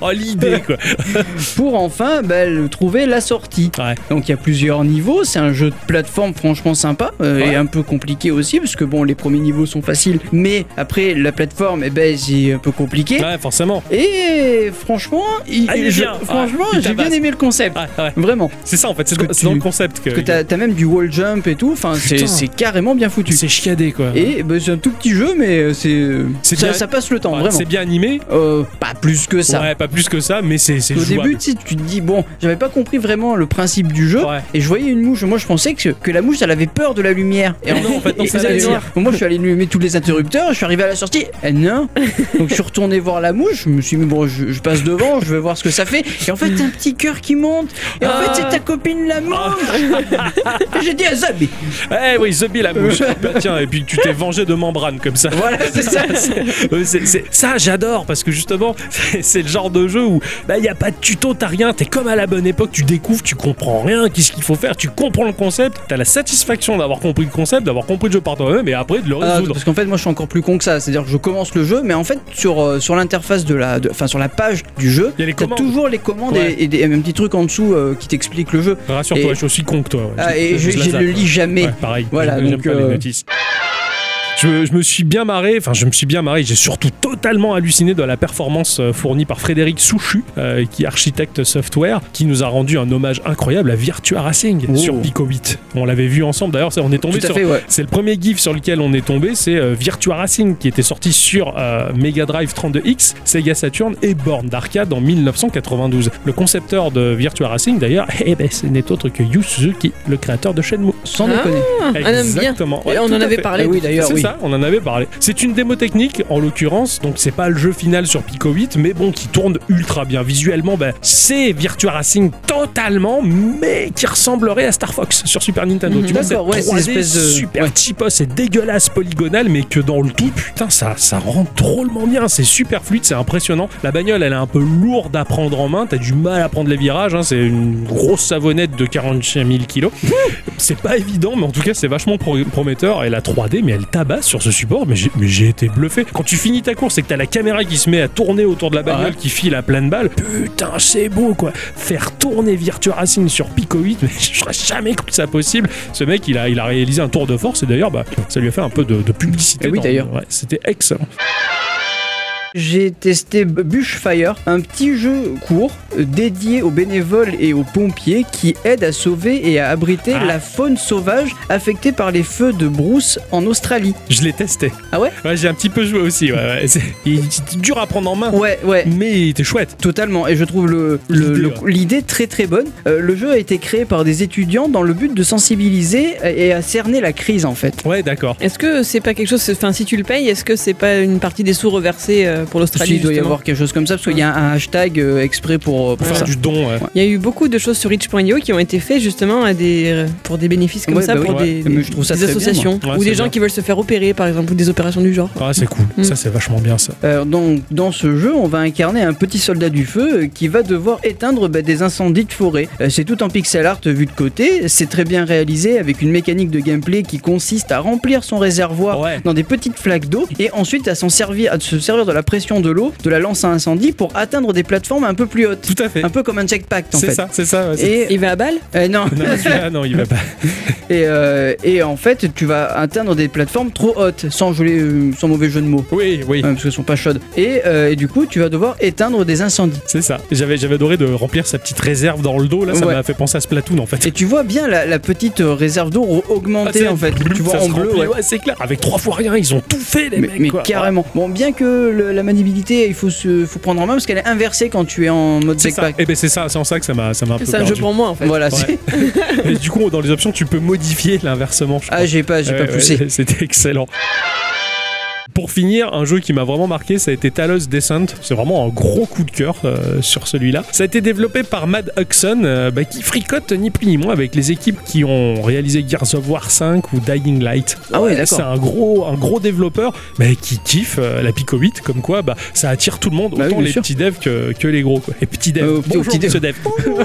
S2: oh, l'idée, quoi.
S3: pour enfin bah, le- trouver la sortie.
S2: Ouais.
S3: Donc il y a plusieurs niveaux, c'est un jeu de plateforme franchement sympa euh,
S2: Ouais.
S3: et un peu compliqué aussi parce que bon les premiers niveaux sont faciles mais après la plateforme eh ben, c'est un peu compliqué.
S2: Ouais, forcément.
S3: Et franchement, il-
S2: Ah, il est
S3: je-
S2: bien. Ouais,
S3: franchement
S2: il
S3: j'ai bien
S2: tabasse. Ah.
S3: aimé le concept.
S2: Ouais, ouais.
S3: Vraiment,
S2: C'est ça, en fait, c'est
S3: Parce que
S2: c'est dans
S3: tu-
S2: le concept que.
S3: parce que t'as t'as même du wall jump et tout, enfin c'est
S2: Putain.
S3: c'est carrément bien foutu.
S2: C'est chiadé, quoi.
S3: Et bah, c'est un tout petit jeu, mais euh, c'est euh,
S2: C'est
S3: ça,
S2: bien-
S3: ça passe le temps,
S2: Ouais,
S3: vraiment.
S2: C'est bien animé.
S3: Euh, pas plus que ça.
S2: Ouais, pas plus que ça, mais c'est c'est
S3: Au
S2: jouable.
S3: début, tu, sais, tu te dis bon, j'avais pas compris vraiment le principe du jeu.
S2: Ouais.
S3: Et je voyais une mouche. Moi, je pensais que, que la mouche, elle avait peur de la lumière. Et
S2: Non, en fait, non,
S3: et-
S2: ça
S3: et-
S2: faisait
S3: et-
S2: noir.
S3: Moi, je suis allé allumer tous les interrupteurs. Je suis arrivé à la sortie. Et non. Donc, je suis retourné voir la mouche. Je me suis dit bon, je, je passe devant. Je vais voir ce que ça fait. Et en fait, t'as un petit cœur qui monte. Et en
S2: Ah.
S3: fait, c'est ta copine la mouche. Et J'ai dit à Zab, mais
S2: Eh oui, The Bee, la mouche. bah, tiens, et puis tu t'es vengé de membrane comme ça.
S3: voilà, c'est ah, ça.
S2: Euh, c'est- c'est- ça, j'adore parce que justement, c'est c'est le genre de jeu où bah, il n'y a pas de tuto, t'as rien, t'es comme à la bonne époque, tu découvres, tu comprends rien, qu'est-ce qu'il faut faire, tu comprends le concept, t'as la satisfaction d'avoir compris le concept, d'avoir compris le jeu par toi-même et après de le
S3: Ah,
S2: résoudre.
S3: parce qu'en fait, moi, je suis encore plus con que ça. C'est-à-dire que je commence le jeu, mais en fait, sur, euh, sur l'interface de la, de- enfin sur la page du jeu,
S2: Il y a les
S3: t'as
S2: commandes.
S3: toujours les commandes
S2: Ouais.
S3: et, et des, et un petit truc en dessous euh, qui t'explique le jeu.
S2: Rassure-toi,
S3: et-
S2: je suis aussi con que toi. ouais.
S3: Ah, et je,
S2: la
S3: je
S2: zappe,
S3: le
S2: ouais.
S3: lis jamais.
S2: Ouais, pareil.
S3: Voilà,
S2: J'aime
S3: donc,
S2: pas les
S3: euh,
S2: notices. Je, je me suis bien marré, enfin je me suis bien marré, j'ai surtout totalement halluciné de la performance euh, fournie par Frédéric Souchu, euh, qui est architecte software, qui nous a rendu un hommage incroyable à Virtua Racing
S3: Oh.
S2: sur Pico 8. On l'avait vu ensemble, d'ailleurs ça, on est tombé
S3: Tout à
S2: sur...
S3: fait, ouais.
S2: C'est le premier GIF sur lequel on est tombé, c'est euh, Virtua Racing qui était sorti sur euh, Mega Drive 32X, Sega Saturn et borne d'arcade en 1992. Le concepteur de Virtua Racing d'ailleurs, eh ben, ce n'est autre que Yu Suzuki, le créateur de Shenmue.
S3: Sans
S1: Ah,
S3: déconner.
S1: un homme bien.
S2: Exactement. Ouais,
S1: Et on
S2: tout
S1: en
S2: à
S1: avait
S2: fait.
S1: parlé.
S3: Ah oui, d'ailleurs,
S2: C'est
S3: oui.
S2: ça, on en avait parlé. C'est une démo technique en l'occurrence, donc c'est pas le jeu final sur Pico 8, mais bon, qui tourne ultra bien visuellement. Ben, c'est Virtua Racing totalement, mais qui ressemblerait à Star Fox sur Super Nintendo. Tu vois,
S3: Mhm. D'accord, ouais,
S2: cette
S3: c'est une
S2: 3D
S3: espèce de-
S2: super cheapos, c'est dégueulasse polygonal, mais que dans le tout, putain, ça, ça rend drôlement bien. C'est super fluide, c'est impressionnant. La bagnole, elle est un peu lourde à prendre en main. T'as du mal à prendre les virages. hein. C'est une grosse savonnette de 45 000 kilos. C'est pas évident, mais en tout cas, c'est vachement pro- prometteur. Et la 3D, mais elle tabasse sur ce support. Mais j'ai- mais j'ai été bluffé. Quand tu finis ta course et que t'as la caméra qui se met à tourner autour de la bagnole
S3: Ouais.
S2: qui file à pleine balle, putain, c'est beau quoi. Faire tourner Virtua Racing sur Pico 8, mais je serais jamais cru ça possible. Ce mec, il a, il a réalisé un tour de force et d'ailleurs, bah, ça lui a fait un peu de, de publicité.
S3: Eh oui,
S2: dans-
S3: d'ailleurs.
S2: ouais, C'était excellent.
S3: J'ai testé B- Bushfire, un petit jeu court euh, dédié aux bénévoles et aux pompiers qui aide à sauver et à abriter
S2: Ah.
S3: la faune sauvage affectée par les feux de brousse en Australie.
S2: Je l'ai testé.
S3: Ah ouais
S2: Ouais, j'ai un petit peu joué aussi. Ouais, ouais. C'est il est dur à prendre en main,
S3: Ouais, ouais.
S2: mais il était chouette.
S3: Totalement, et je trouve le- le-
S2: L'idée,
S3: le-
S2: ouais.
S3: l'idée très très bonne. Euh, le jeu a été créé par des étudiants dans le but de sensibiliser et à cerner la crise en fait.
S2: Ouais, d'accord.
S1: Est-ce que c'est pas quelque chose. Enfin, si tu le payes, est-ce que c'est pas une partie des sous reversés euh, pour l'Australie
S3: il doit y
S1: justement
S3: avoir quelque chose comme ça, parce qu'il y a un hashtag euh, exprès pour, euh, pour
S2: Pour faire
S3: ça.
S2: du don. ouais.
S1: Il y a eu beaucoup de choses sur Rich.io qui ont été faites justement à des, euh, pour des bénéfices comme
S3: Ouais,
S1: ça,
S3: bah oui.
S1: pour des,
S3: Ouais. Mais
S1: des-
S3: je trouve ça
S1: des
S3: très bien,
S1: associations
S2: moi. Ouais,
S1: ou
S2: c'est
S1: des gens
S2: bien.
S1: qui veulent se faire opérer par exemple ou des opérations du genre.
S2: Ah, c'est cool.
S1: Mm.
S2: Ça, c'est vachement bien ça.
S3: Euh, donc, dans ce jeu, on va incarner un petit soldat du feu euh, qui va devoir éteindre bah, des incendies de forêt. Euh, c'est tout en pixel art vu de côté, c'est très bien réalisé avec une mécanique de gameplay qui consiste à remplir son réservoir
S2: Ouais.
S3: dans des petites flaques d'eau et ensuite à s'en servir, à se servir de la pression de l'eau, de la lance à incendie pour atteindre des plateformes un peu plus hautes.
S2: Tout à fait.
S3: Un peu comme un checkpack Ah, en
S2: C'est
S3: fait.
S2: ça, c'est ça. ouais, c'est-
S3: Et,
S1: Il va bah, à balle
S3: euh, non.
S2: Non, celui-là, non, il va pas.
S3: Et, euh, et en fait, tu vas atteindre des plateformes trop hautes, sans, jouer, euh, sans mauvais jeu de mots.
S2: Oui, oui.
S3: Ouais, parce qu'elles sont pas chaudes. Et, euh, et du coup, tu vas devoir éteindre des incendies.
S2: C'est ça. J'avais, j'avais adoré de remplir sa petite réserve dans le dos. Là, ça
S3: Ouais.
S2: m'a fait penser à Splatoon en fait.
S3: Et tu vois bien la, la petite euh, réserve d'eau
S2: Ah,
S3: augmentée
S2: c'est-
S3: en fait. Tu vois
S2: ça
S3: en
S2: se
S3: bleu,
S2: remplit,
S3: ouais.
S2: c'est clair. Avec trois fois rien, ils ont tout fait les
S3: Mais,
S2: mecs.
S3: mais
S2: quoi.
S3: carrément. Bon, bien que le- la maniabilité, il faut, se, faut prendre en main parce qu'elle est inversée quand tu es en mode
S2: C'est ça.
S3: backpack.
S2: Et ben c'est ça, c'est en ça que ça m'a, ça m'a un peu
S1: C'est un jeu
S2: perdu.
S1: pour moi en fait.
S3: Voilà.
S2: Ouais.
S3: c'est-
S2: Et du coup, dans les options, tu peux modifier l'inversement. Je crois.
S3: Ah, j'ai pas, j'ai
S2: Ouais,
S3: pas poussé.
S2: ouais, C'était excellent. Pour finir, un jeu qui m'a vraiment marqué, ça a été Talos Descent. C'est vraiment un gros coup de cœur euh, sur celui-là. Ça a été développé par Mad Huxon, euh, bah, qui fricote ni plus ni moins avec les équipes qui ont réalisé Gears of War 5 ou Dying Light.
S3: Ah ouais, d'accord.
S2: C'est un gros, un gros développeur mais qui kiffe euh, la Pico 8, comme quoi bah, ça attire tout le monde,
S3: Bah oui,
S2: autant
S3: bien
S2: les
S3: sûr.
S2: petits devs que, que les gros. quoi. Les petits devs.
S3: Euh, aux petits- aux
S2: Bonjour,
S3: petits devs.
S2: monsieur dev.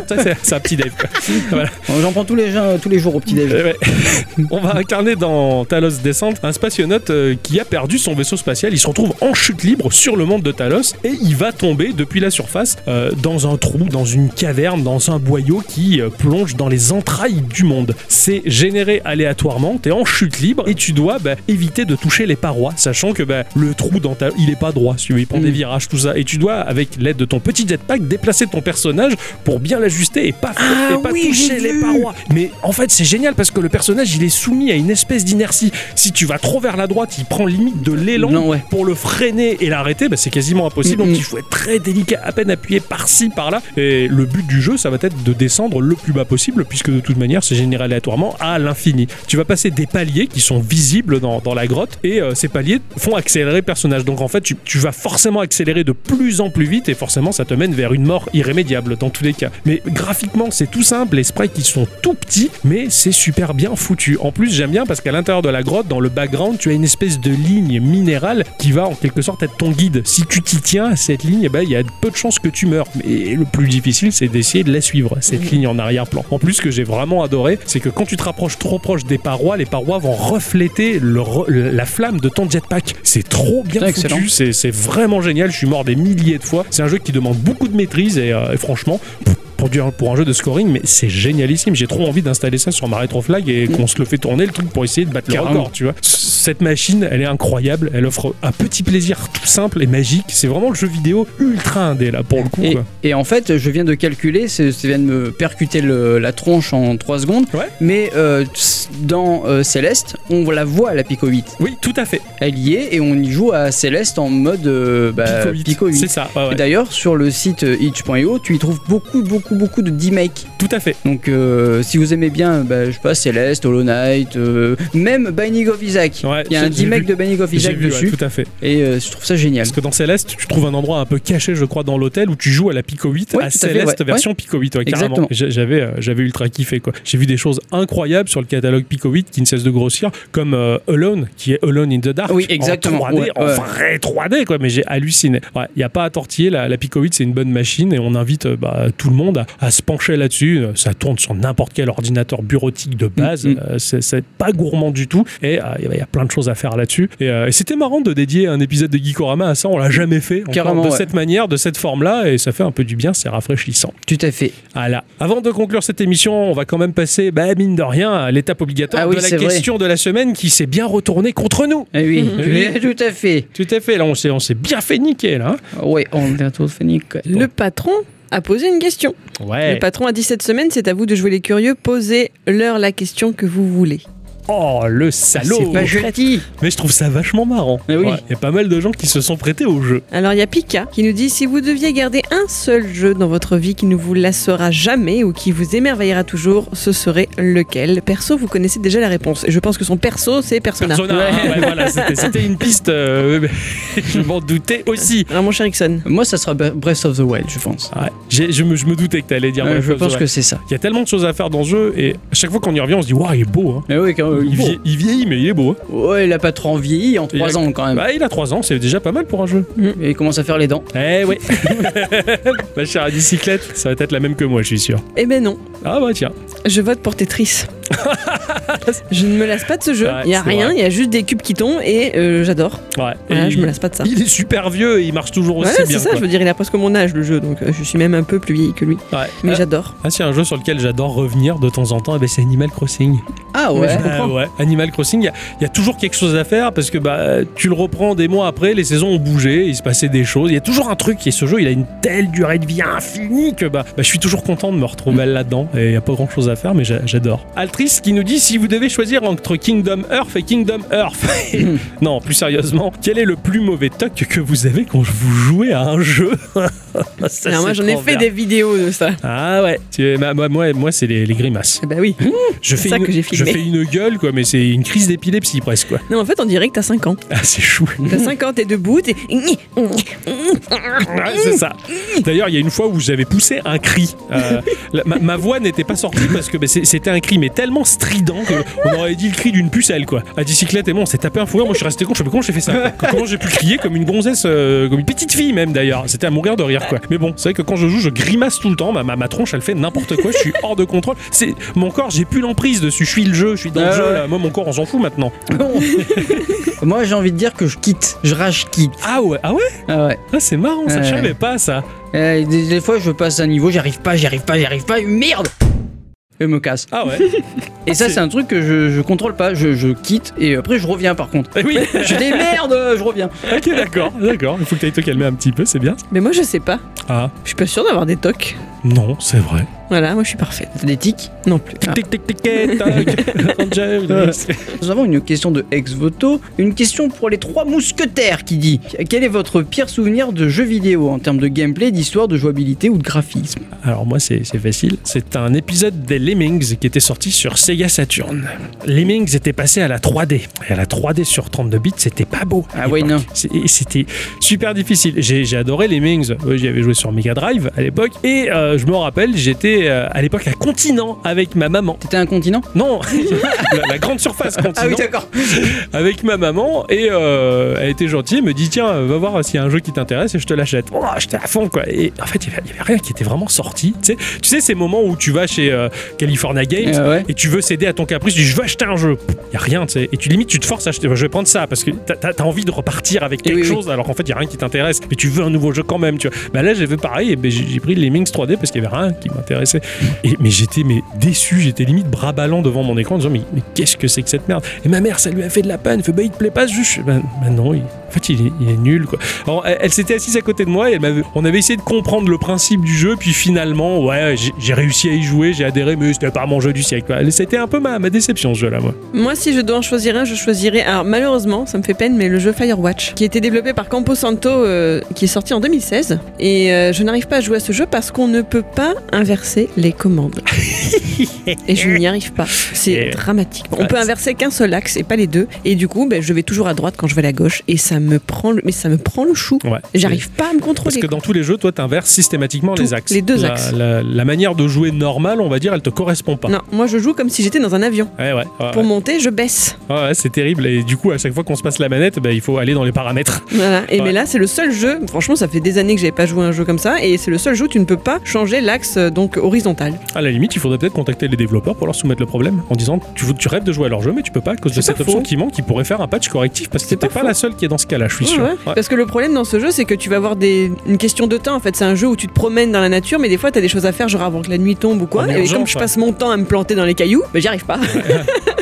S2: Ça, c'est- c'est un petit dev. quoi. Voilà.
S3: J'en prends tous les, gens- tous les jours au petit déjeuner.
S2: Eh ouais. On va incarner dans Talos Descent un spationaute euh, qui a perdu son vaisseau spatial. Il se retrouve en chute libre sur le monde de Talos et il va tomber depuis la surface euh, dans un trou, dans une caverne, dans un boyau qui euh, plonge dans les entrailles du monde. C'est généré aléatoirement, t'es en chute libre et tu dois bah, éviter de toucher les parois, sachant que bah, le trou dans ta... il est pas droit, si tu veux, il prend des
S3: Mm.
S2: virages, tout ça. Et tu dois, avec l'aide de ton petit jetpack, déplacer ton personnage pour bien l'ajuster et pas, et pas
S1: Ah oui,
S2: toucher
S1: j'ai
S2: les
S1: vu.
S2: parois. Mais en fait, c'est génial parce que le personnage, il est soumis à une espèce d'inertie. Si tu vas trop vers la droite, il prend limite de l'élan.
S3: Non, ouais.
S2: Pour le freiner et l'arrêter, bah, c'est quasiment impossible.
S3: Mm,
S2: Donc
S3: mm.
S2: il faut être très délicat, à peine appuyé par-ci, par-là. Et le but du jeu, ça va être de descendre le plus bas possible, puisque de toute manière, c'est généré aléatoirement à l'infini. Tu vas passer des paliers qui sont visibles dans, dans la grotte, et euh, ces paliers font accélérer le personnage. Donc en fait, tu, tu vas forcément accélérer de plus en plus vite, et forcément, ça te mène vers une mort irrémédiable dans tous les cas. Mais graphiquement, c'est tout simple, les sprites ils sont tout petits, mais c'est super bien foutu. En plus, j'aime bien parce qu'à l'intérieur de la grotte, dans le background, tu as une espèce de ligne minérale qui va en quelque sorte être ton guide. Si tu t'y tiens à cette ligne, eh ben, il y a peu de chances que tu meurs. Et le plus difficile, c'est d'essayer de la suivre, cette ligne en arrière-plan. En plus, ce que j'ai vraiment adoré, c'est que quand tu te rapproches trop proche des parois, les parois vont refléter le re- la flamme de ton jetpack. C'est trop bien
S3: Putain,
S2: foutu,
S3: excellent.
S2: c'est c'est vraiment génial. Je suis mort des milliers de fois. C'est un jeu qui demande beaucoup de maîtrise et, euh, et franchement, pff, pour, du- pour un jeu de scoring, mais c'est génialissime. J'ai trop envie d'installer ça sur ma rétroflag et qu'on se le fait tourner le truc pour essayer de battre le
S3: Carrément.
S2: record, tu vois. C- Cette machine, elle est incroyable. Elle offre un petit plaisir tout simple et magique. C'est vraiment le jeu vidéo ultra indé là pour le coup.
S3: Et,
S2: quoi.
S3: et en fait, je viens de calculer, c'est- ça vient de me percuter le- la tronche en 3 secondes.
S2: Ouais.
S3: Mais euh, tss, dans euh, Céleste, on la voit la Pico 8.
S2: Oui, tout à fait.
S3: Elle y est et on y joue à Céleste en mode euh, bah,
S2: Pico 8. C'est ça. ouais, ouais.
S3: Et D'ailleurs, sur le site euh, itch.io, tu y trouves beaucoup, beaucoup, beaucoup de d
S2: Tout à fait.
S3: Donc, euh, si vous aimez bien, bah, je sais pas, Céleste, Hollow Knight, euh, même Binding of Isaac.
S2: Ouais,
S3: Il y a un
S2: j'ai- j'ai
S3: d
S2: vu.
S3: de Binding of
S2: J'ai
S3: Isaac
S2: vu, ouais,
S3: dessus.
S2: tout à fait.
S3: et euh, je trouve ça génial.
S2: Parce que dans Céleste, tu trouves un endroit un peu caché, je crois, dans l'hôtel où tu joues à la Pico 8,
S3: Ouais,
S2: à
S3: tout à fait,
S2: Céleste
S3: ouais.
S2: version Pico 8, ouais, carrément.
S3: Exactement.
S2: J'a- J'avais, euh, j'avais ultra kiffé quoi. J'ai vu des choses incroyables sur le catalogue Pico 8 qui ne cesse de grossir, comme euh, Alone, qui est Alone in the Dark.
S3: Oui, exactement,
S2: En 3D,
S3: ouais,
S2: en
S3: ouais.
S2: vrai 3D quoi, mais j'ai halluciné. Il n'y a pas à tortiller, la, la Pico 8 c'est une bonne machine et on invite euh, bah, tout le monde à, à se pencher là-dessus. Euh, Ça tourne sur n'importe quel ordinateur bureautique de base,
S3: Mm, mm.
S2: Euh, c'est c'est pas gourmand du tout et il y a plein plein de choses à faire là-dessus. Et, euh, et c'était marrant de dédier un épisode de Geekorama à ça. On l'a jamais fait. encore
S3: Carrément,
S2: De
S3: ouais.
S2: cette manière, de cette forme-là. Et ça fait un peu du bien. C'est rafraîchissant.
S3: Tout à fait.
S2: Voilà. Avant de conclure cette émission, on va quand même passer, bah, mine de rien, à l'étape obligatoire
S3: Ah oui,
S2: de la
S3: c'est vrai.
S2: question de la semaine qui s'est bien retournée contre nous.
S3: Eh oui,
S2: Oui.
S3: tout à fait.
S2: Tout à fait. Là, on s'est, on s'est bien fait niquer, là. hein.
S3: Oui, on est un tour de phénique.
S1: Le patron a posé une question.
S2: Ouais.
S3: Eh.
S1: Le patron a dit cette semaine, c'est à vous de jouer les curieux, posez-leur la question que vous voulez.
S2: Oh, le salaud.
S3: C'est pas gentil.
S2: Mais je trouve ça vachement marrant.
S3: Eh
S2: Il
S3: oui.
S2: y a pas mal de gens qui se sont prêtés au jeu.
S1: Alors il y a Pika qui nous dit si vous deviez garder un seul jeu dans votre vie qui ne vous lassera jamais ou qui vous émerveillera toujours, ce serait lequel Perso, vous connaissez déjà la réponse. Et je pense que son perso, c'est Persona.
S2: Persona, hein, ouais, voilà, c'était, c'était une piste. euh, je m'en doutais aussi.
S1: Alors mon cher Ixon,
S3: Moi, ça sera Bre- Breath of the Wild, je pense.
S2: Ouais, j'ai- je, me, je me doutais que t'allais dire.
S3: Euh,
S2: Breath
S3: je
S2: of the
S3: pense
S2: Wild.
S3: que c'est ça.
S2: Il y a tellement de choses à faire dans ce jeu et à chaque fois qu'on y revient, on se dit waouh, il est beau. hein.
S3: Mais Eh oui, quand
S2: Il, vie- il vieillit, mais il est beau. hein.
S3: Oh, Ouais, il a pas trop vieilli en 3
S2: Il a-
S3: ans quand même.
S2: Bah, il a 3 ans, c'est déjà pas mal pour un jeu.
S3: Et il commence à faire les dents.
S2: Eh ouais. Ma chère à bicyclette, ça va être la même que moi, je suis sûr.
S1: eh ben non,
S2: Ah bah tiens.
S1: je vote pour Tetris. je ne me lasse pas de ce jeu.
S2: Ouais,
S1: Il y a
S2: c'est
S1: rien,
S2: vrai.
S1: il y a juste des cubes qui tombent et euh, j'adore.
S2: Ouais.
S1: Voilà,
S2: Et
S1: je me lasse pas de ça.
S2: il est super vieux et il marche toujours
S1: Ouais,
S2: aussi
S1: c'est
S2: bien.
S1: ça,
S2: quoi.
S1: je veux dire, il a presque mon âge le jeu, donc euh, je suis même un peu plus vieille que lui.
S2: Ouais.
S1: Mais
S2: Ah,
S1: j'adore.
S2: Ah, c'est un jeu sur lequel j'adore revenir de temps en temps, eh ben, c'est Animal Crossing.
S3: Ah ouais.
S1: ouais.
S2: Ah ouais. Animal Crossing, il y a- il y, a toujours quelque chose à faire parce que bah, tu le reprends des mois après, les saisons ont bougé, il se passait des choses. Il y a toujours un truc et ce jeu, il a une telle durée de vie infinie que bah, bah, je suis toujours content de me retrouver là-dedans. Et il n'y a pas grand-chose à faire, mais j'a- j'adore. Altrice qui nous dit si vous devez choisir entre Kingdom Earth et Kingdom Earth. non, plus sérieusement, quel est le plus mauvais toc que vous avez quand vous jouez à un jeu Ça,
S1: Alors moi
S2: c'est
S1: j'en ai
S2: trop
S1: fait
S2: bien.
S1: des vidéos de ça.
S2: Ah ouais, Tu- bah, moi, moi, moi, c'est les- les grimaces.
S1: Ah bah oui.
S2: Je
S1: C'est
S2: fais,
S1: ça
S2: une,
S1: que j'ai
S2: je
S1: filmé.
S2: fais une gueule, quoi, mais c'est une crise d'épilepsie presque, quoi.
S1: Non, en fait, on dirait que t'as 5 ans.
S2: Ah, c'est chou.
S1: T'as 5 ans, t'es debout, t'es.
S2: Ouais, Ah, c'est ça. D'ailleurs, il y a une fois où j'avais poussé un cri. Euh, la- ma, ma voix n'était pas sortie parce que bah, c'est- c'était un cri, mais tellement strident que on aurait dit le cri d'une pucelle, quoi. À bicyclette et moi, on s'est tapé un fou rire. Moi, je suis resté con. Je sais pas comment j'ai fait ça. quoi. Comment j'ai pu crier comme une gonzesse, euh, comme une petite fille, même d'ailleurs. C'était à mourir de rire, quoi. Mais bon, c'est vrai que quand je joue, je grimace tout le temps. Ma, ma, ma tronche, elle fait n'importe quoi. Je suis hors de contrôle. C'est Mon corps, j'ai plus l'emprise dessus. Je suis le jeu, je suis dans le
S3: Ah
S2: jeu.
S3: ouais.
S2: là. Moi, mon corps, on s'en fout maintenant.
S3: Moi, j'ai envie de dire que je quitte. Je rage quitte.
S2: Ah ouais, ah ouais,
S3: Ah ouais.
S2: ah, c'est marrant, ça, je
S3: Ouais.
S2: savais pas ça.
S3: Euh, des, des fois, je passe un niveau, j'y arrive pas, j'y arrive pas, j'y arrive pas. Merde. Et me casse.
S2: Ah ouais.
S3: Et ça,
S2: C'est-
S3: c'est un truc que je, je contrôle pas. Je, je quitte et après, je reviens par contre.
S2: Eh oui.
S3: Je dis merde, euh, je reviens.
S2: ok, d'accord, d'accord. Il faut que t'ailles te calmer un petit peu, c'est bien.
S1: Mais moi, je sais pas.
S2: Ah
S1: Je suis pas sûre d'avoir des tocs.
S2: non, c'est vrai.
S1: Voilà, moi, je suis parfaite.
S3: T'as des tics
S1: Non plus. Ah.
S2: Tic tic tic tic. toc. Angel, oui.
S3: Nous avons une question de ex voto, une question pour les trois mousquetaires qui dit Quel est votre pire souvenir de jeu vidéo en termes de gameplay, d'histoire, de jouabilité ou de graphisme
S2: Alors moi, c'est c'est facile. C'est un épisode des Lemmings qui était sorti sur Sega Saturn. Lemmings était passé à la 3D. Et à la 3D sur 32 bits, c'était pas beau. à
S3: Ah ouais,
S2: l'époque.
S3: non.
S2: C'est- et C'était super difficile. J'ai j'ai adoré Lemmings. Ouais, J'y avais joué sur Mega Drive à l'époque. Et euh, je me rappelle, j'étais euh, à l'époque à Continent avec ma maman.
S3: T'étais un continent
S2: Non, la, la grande surface continent
S3: d'accord.
S2: avec ma maman et euh, elle était gentille, elle me dit tiens euh, va voir s'il y a un jeu qui t'intéresse et je te l'achète. Oh, j'étais à fond quoi. Et en fait il y avait, il y avait rien qui était vraiment sorti. Tu sais, tu sais ces moments où tu vas chez euh, California Games
S3: Ah ouais.
S2: et tu veux céder à ton caprice, tu dis je veux acheter un jeu. Il y a rien, tu sais. Et tu limite, tu te forces à acheter. Je vais prendre ça parce que t'as- t'as t'as envie de repartir avec
S3: Et
S2: quelque
S3: oui, oui.
S2: chose alors qu'en fait, il y a rien qui t'intéresse. Mais tu veux un nouveau jeu quand même, tu vois. Bah là, j'ai fait pareil. Et ben, j'ai j'ai pris les Lemmings 3D parce qu'il y avait rien qui m'intéressait. Et mais j'étais mais déçu, j'étais limite bras ballant devant mon écran en disant mais, mais qu'est-ce que c'est que cette merde Et ma mère, ça lui a fait de la peine. Elle fait bah il te plaît pas ce jeu. Je fais, bah, bah non, il- en fait, il est, il est nul quoi. Alors, elle, elle s'était assise à côté de moi et elle m'avait- on avait essayé de comprendre le principe du jeu, puis finalement, ouais, j'ai- j'ai réussi à y jouer, j'ai adhéré, mais c'était pas mon jeu du siècle. quoi. C'était un peu ma, ma déception ce jeu-là, moi.
S1: Moi, si je dois en choisir un, je choisirais. Alors, malheureusement, ça me fait peine, mais le jeu Firewatch, qui a été développé par Camposanto, euh, qui est sorti en 2016. Et euh, je n'arrive pas à jouer à ce jeu parce qu'on ne peut pas inverser les commandes. et je n'y arrive pas. C'est
S2: Et-
S1: dramatique. On
S2: Ouais,
S1: peut
S2: c'est-
S1: inverser qu'un seul axe et pas les deux. Et du coup, ben, je vais toujours à droite quand je vais à la gauche. Et ça me prend le, mais ça me prend le chou.
S2: Ouais.
S1: J'arrive pas à me
S2: Parce
S1: contrôler.
S2: que dans tous les jeux, toi, t'inverses systématiquement
S1: Tout,
S2: les axes.
S1: les deux
S2: La-
S1: axes.
S2: La, la manière de jouer normale, on va dire, elle te correspond pas. Eh
S1: Non, moi je joue comme si j'étais dans un avion.
S2: Ouais, ouais, ouais,
S1: Pour monter, je baisse.
S2: ouais, ouais, c'est terrible. Et du coup, à chaque fois qu'on se passe la manette, bah, il faut aller dans les paramètres.
S1: Voilà. Et
S2: Ouais.
S1: mais là, c'est le seul jeu. Franchement, ça fait des années que j'avais pas joué à un jeu comme ça, et c'est le seul jeu où tu ne peux pas changer l'axe euh, donc horizontal.
S2: À la limite, il faudrait peut-être contacter les développeurs pour leur soumettre le problème en disant tu, veux- tu rêves de jouer à leur jeu, mais tu peux pas à cause de
S1: C'est
S2: cette
S1: pas
S2: option
S1: faux.
S2: qui manque. Ils pourraient faire un patch correctif parce que
S1: C'est
S2: t'es
S1: pas
S2: pas,
S1: faux.
S2: la seule qui est dans ce cas-là, je suis
S1: Ouais,
S2: sûr.
S1: ouais.
S2: Ouais.
S1: Parce que le problème dans ce jeu, c'est que tu vas avoir des... une question de temps. En fait, c'est un jeu où tu te promènes dans la nature, mais des fois, t'as des choses à faire, genre avant que la nuit tombe ou quoi.
S2: En
S1: et
S2: urgence,
S1: comme je
S2: ouais.
S1: passe mon temps à me planter dans les cailloux, bah, j'y arrive pas.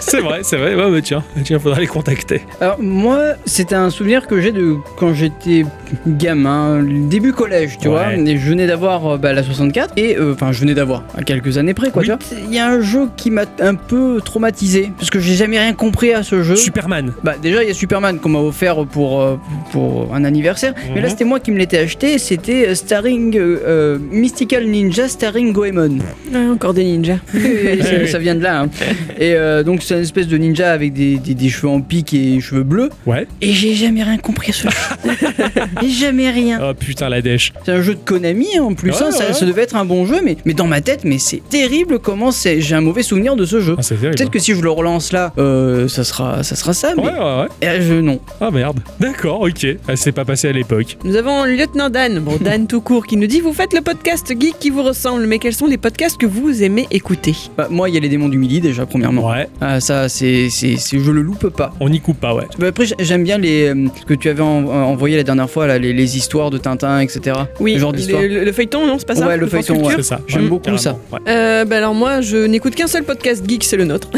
S2: C'est vrai, c'est vrai. Ouais, mais tiens, tiens, faudra les contacter.
S3: Alors moi, c'est un souvenir que j'ai de quand j'étais gamin, le début collège, tu
S2: Ouais.
S3: vois. Et je venais d'avoir euh, bah, la 64 et euh, enfin je venais d'avoir à quelques années près quoi.
S2: Oui.
S3: tu vois. Il y a un jeu qui m'a un peu traumatisé parce que j'ai jamais rien compris à
S1: Euh.
S3: ce jeu.
S2: Superman.
S3: Bah déjà il y a Superman qu'on m'a offert pour, euh, pour un anniversaire, mais
S2: Mhm.
S3: là c'était moi qui me l'étais acheté, c'était euh, starring euh, euh, Mystical Ninja starring Goemon.
S1: encore des ninjas.
S3: Et ça- ça vient de là. hein. Et euh, donc c'est une espèce de ninja avec des, des- des cheveux en pique et cheveux bleus.
S2: Ouais.
S3: Et j'ai jamais rien compris à ce jeu. Mais jamais rien.
S2: Oh putain, la dèche.
S3: C'est un jeu de Konami en plus,
S2: Ouais,
S3: hein, ça,
S2: ouais.
S3: ça devait être un bon jeu, mais, mais dans ma tête, mais c'est terrible comment c'est- j'ai un mauvais souvenir de ce jeu.
S2: Ah, c'est terrible. hein.
S3: Peut-être que si je le relance là, euh, ça sera ça, sera ça mais
S2: Ouais, ouais, ouais.
S3: euh, je, non.
S2: Ah merde. D'accord, ok. Ah, c'est pas passé à l'époque.
S1: Nous avons le lieutenant Dan, bon Dan tout court, qui nous dit Vous faites le podcast geek qui vous ressemble, mais quels sont les podcasts que vous aimez écouter
S3: Bah, moi, il y a les démons du midi déjà, premièrement.
S2: Ouais,
S3: Ah, ça, c'est, c'est, c'est- je le loupe pas.
S2: on n'y coupe pas, ouais.
S3: Bah, après, j'ai- j'aime bien les euh, ce que tu avais en- euh, envoyé la dernière fois, là, les, les histoires de Tintin, etc.
S1: Oui,
S3: Le genre d'histoire.
S1: le, le- le feuilleton, non, c'est pas ça
S3: Ouais, le
S1: France
S3: feuilleton,
S1: Culture
S2: C'est ça.
S3: J'aime
S2: Ouais,
S3: beaucoup
S2: carrément.
S3: ça.
S2: Ouais.
S1: Euh, bah alors moi, je n'écoute qu'un seul podcast geek, c'est le nôtre.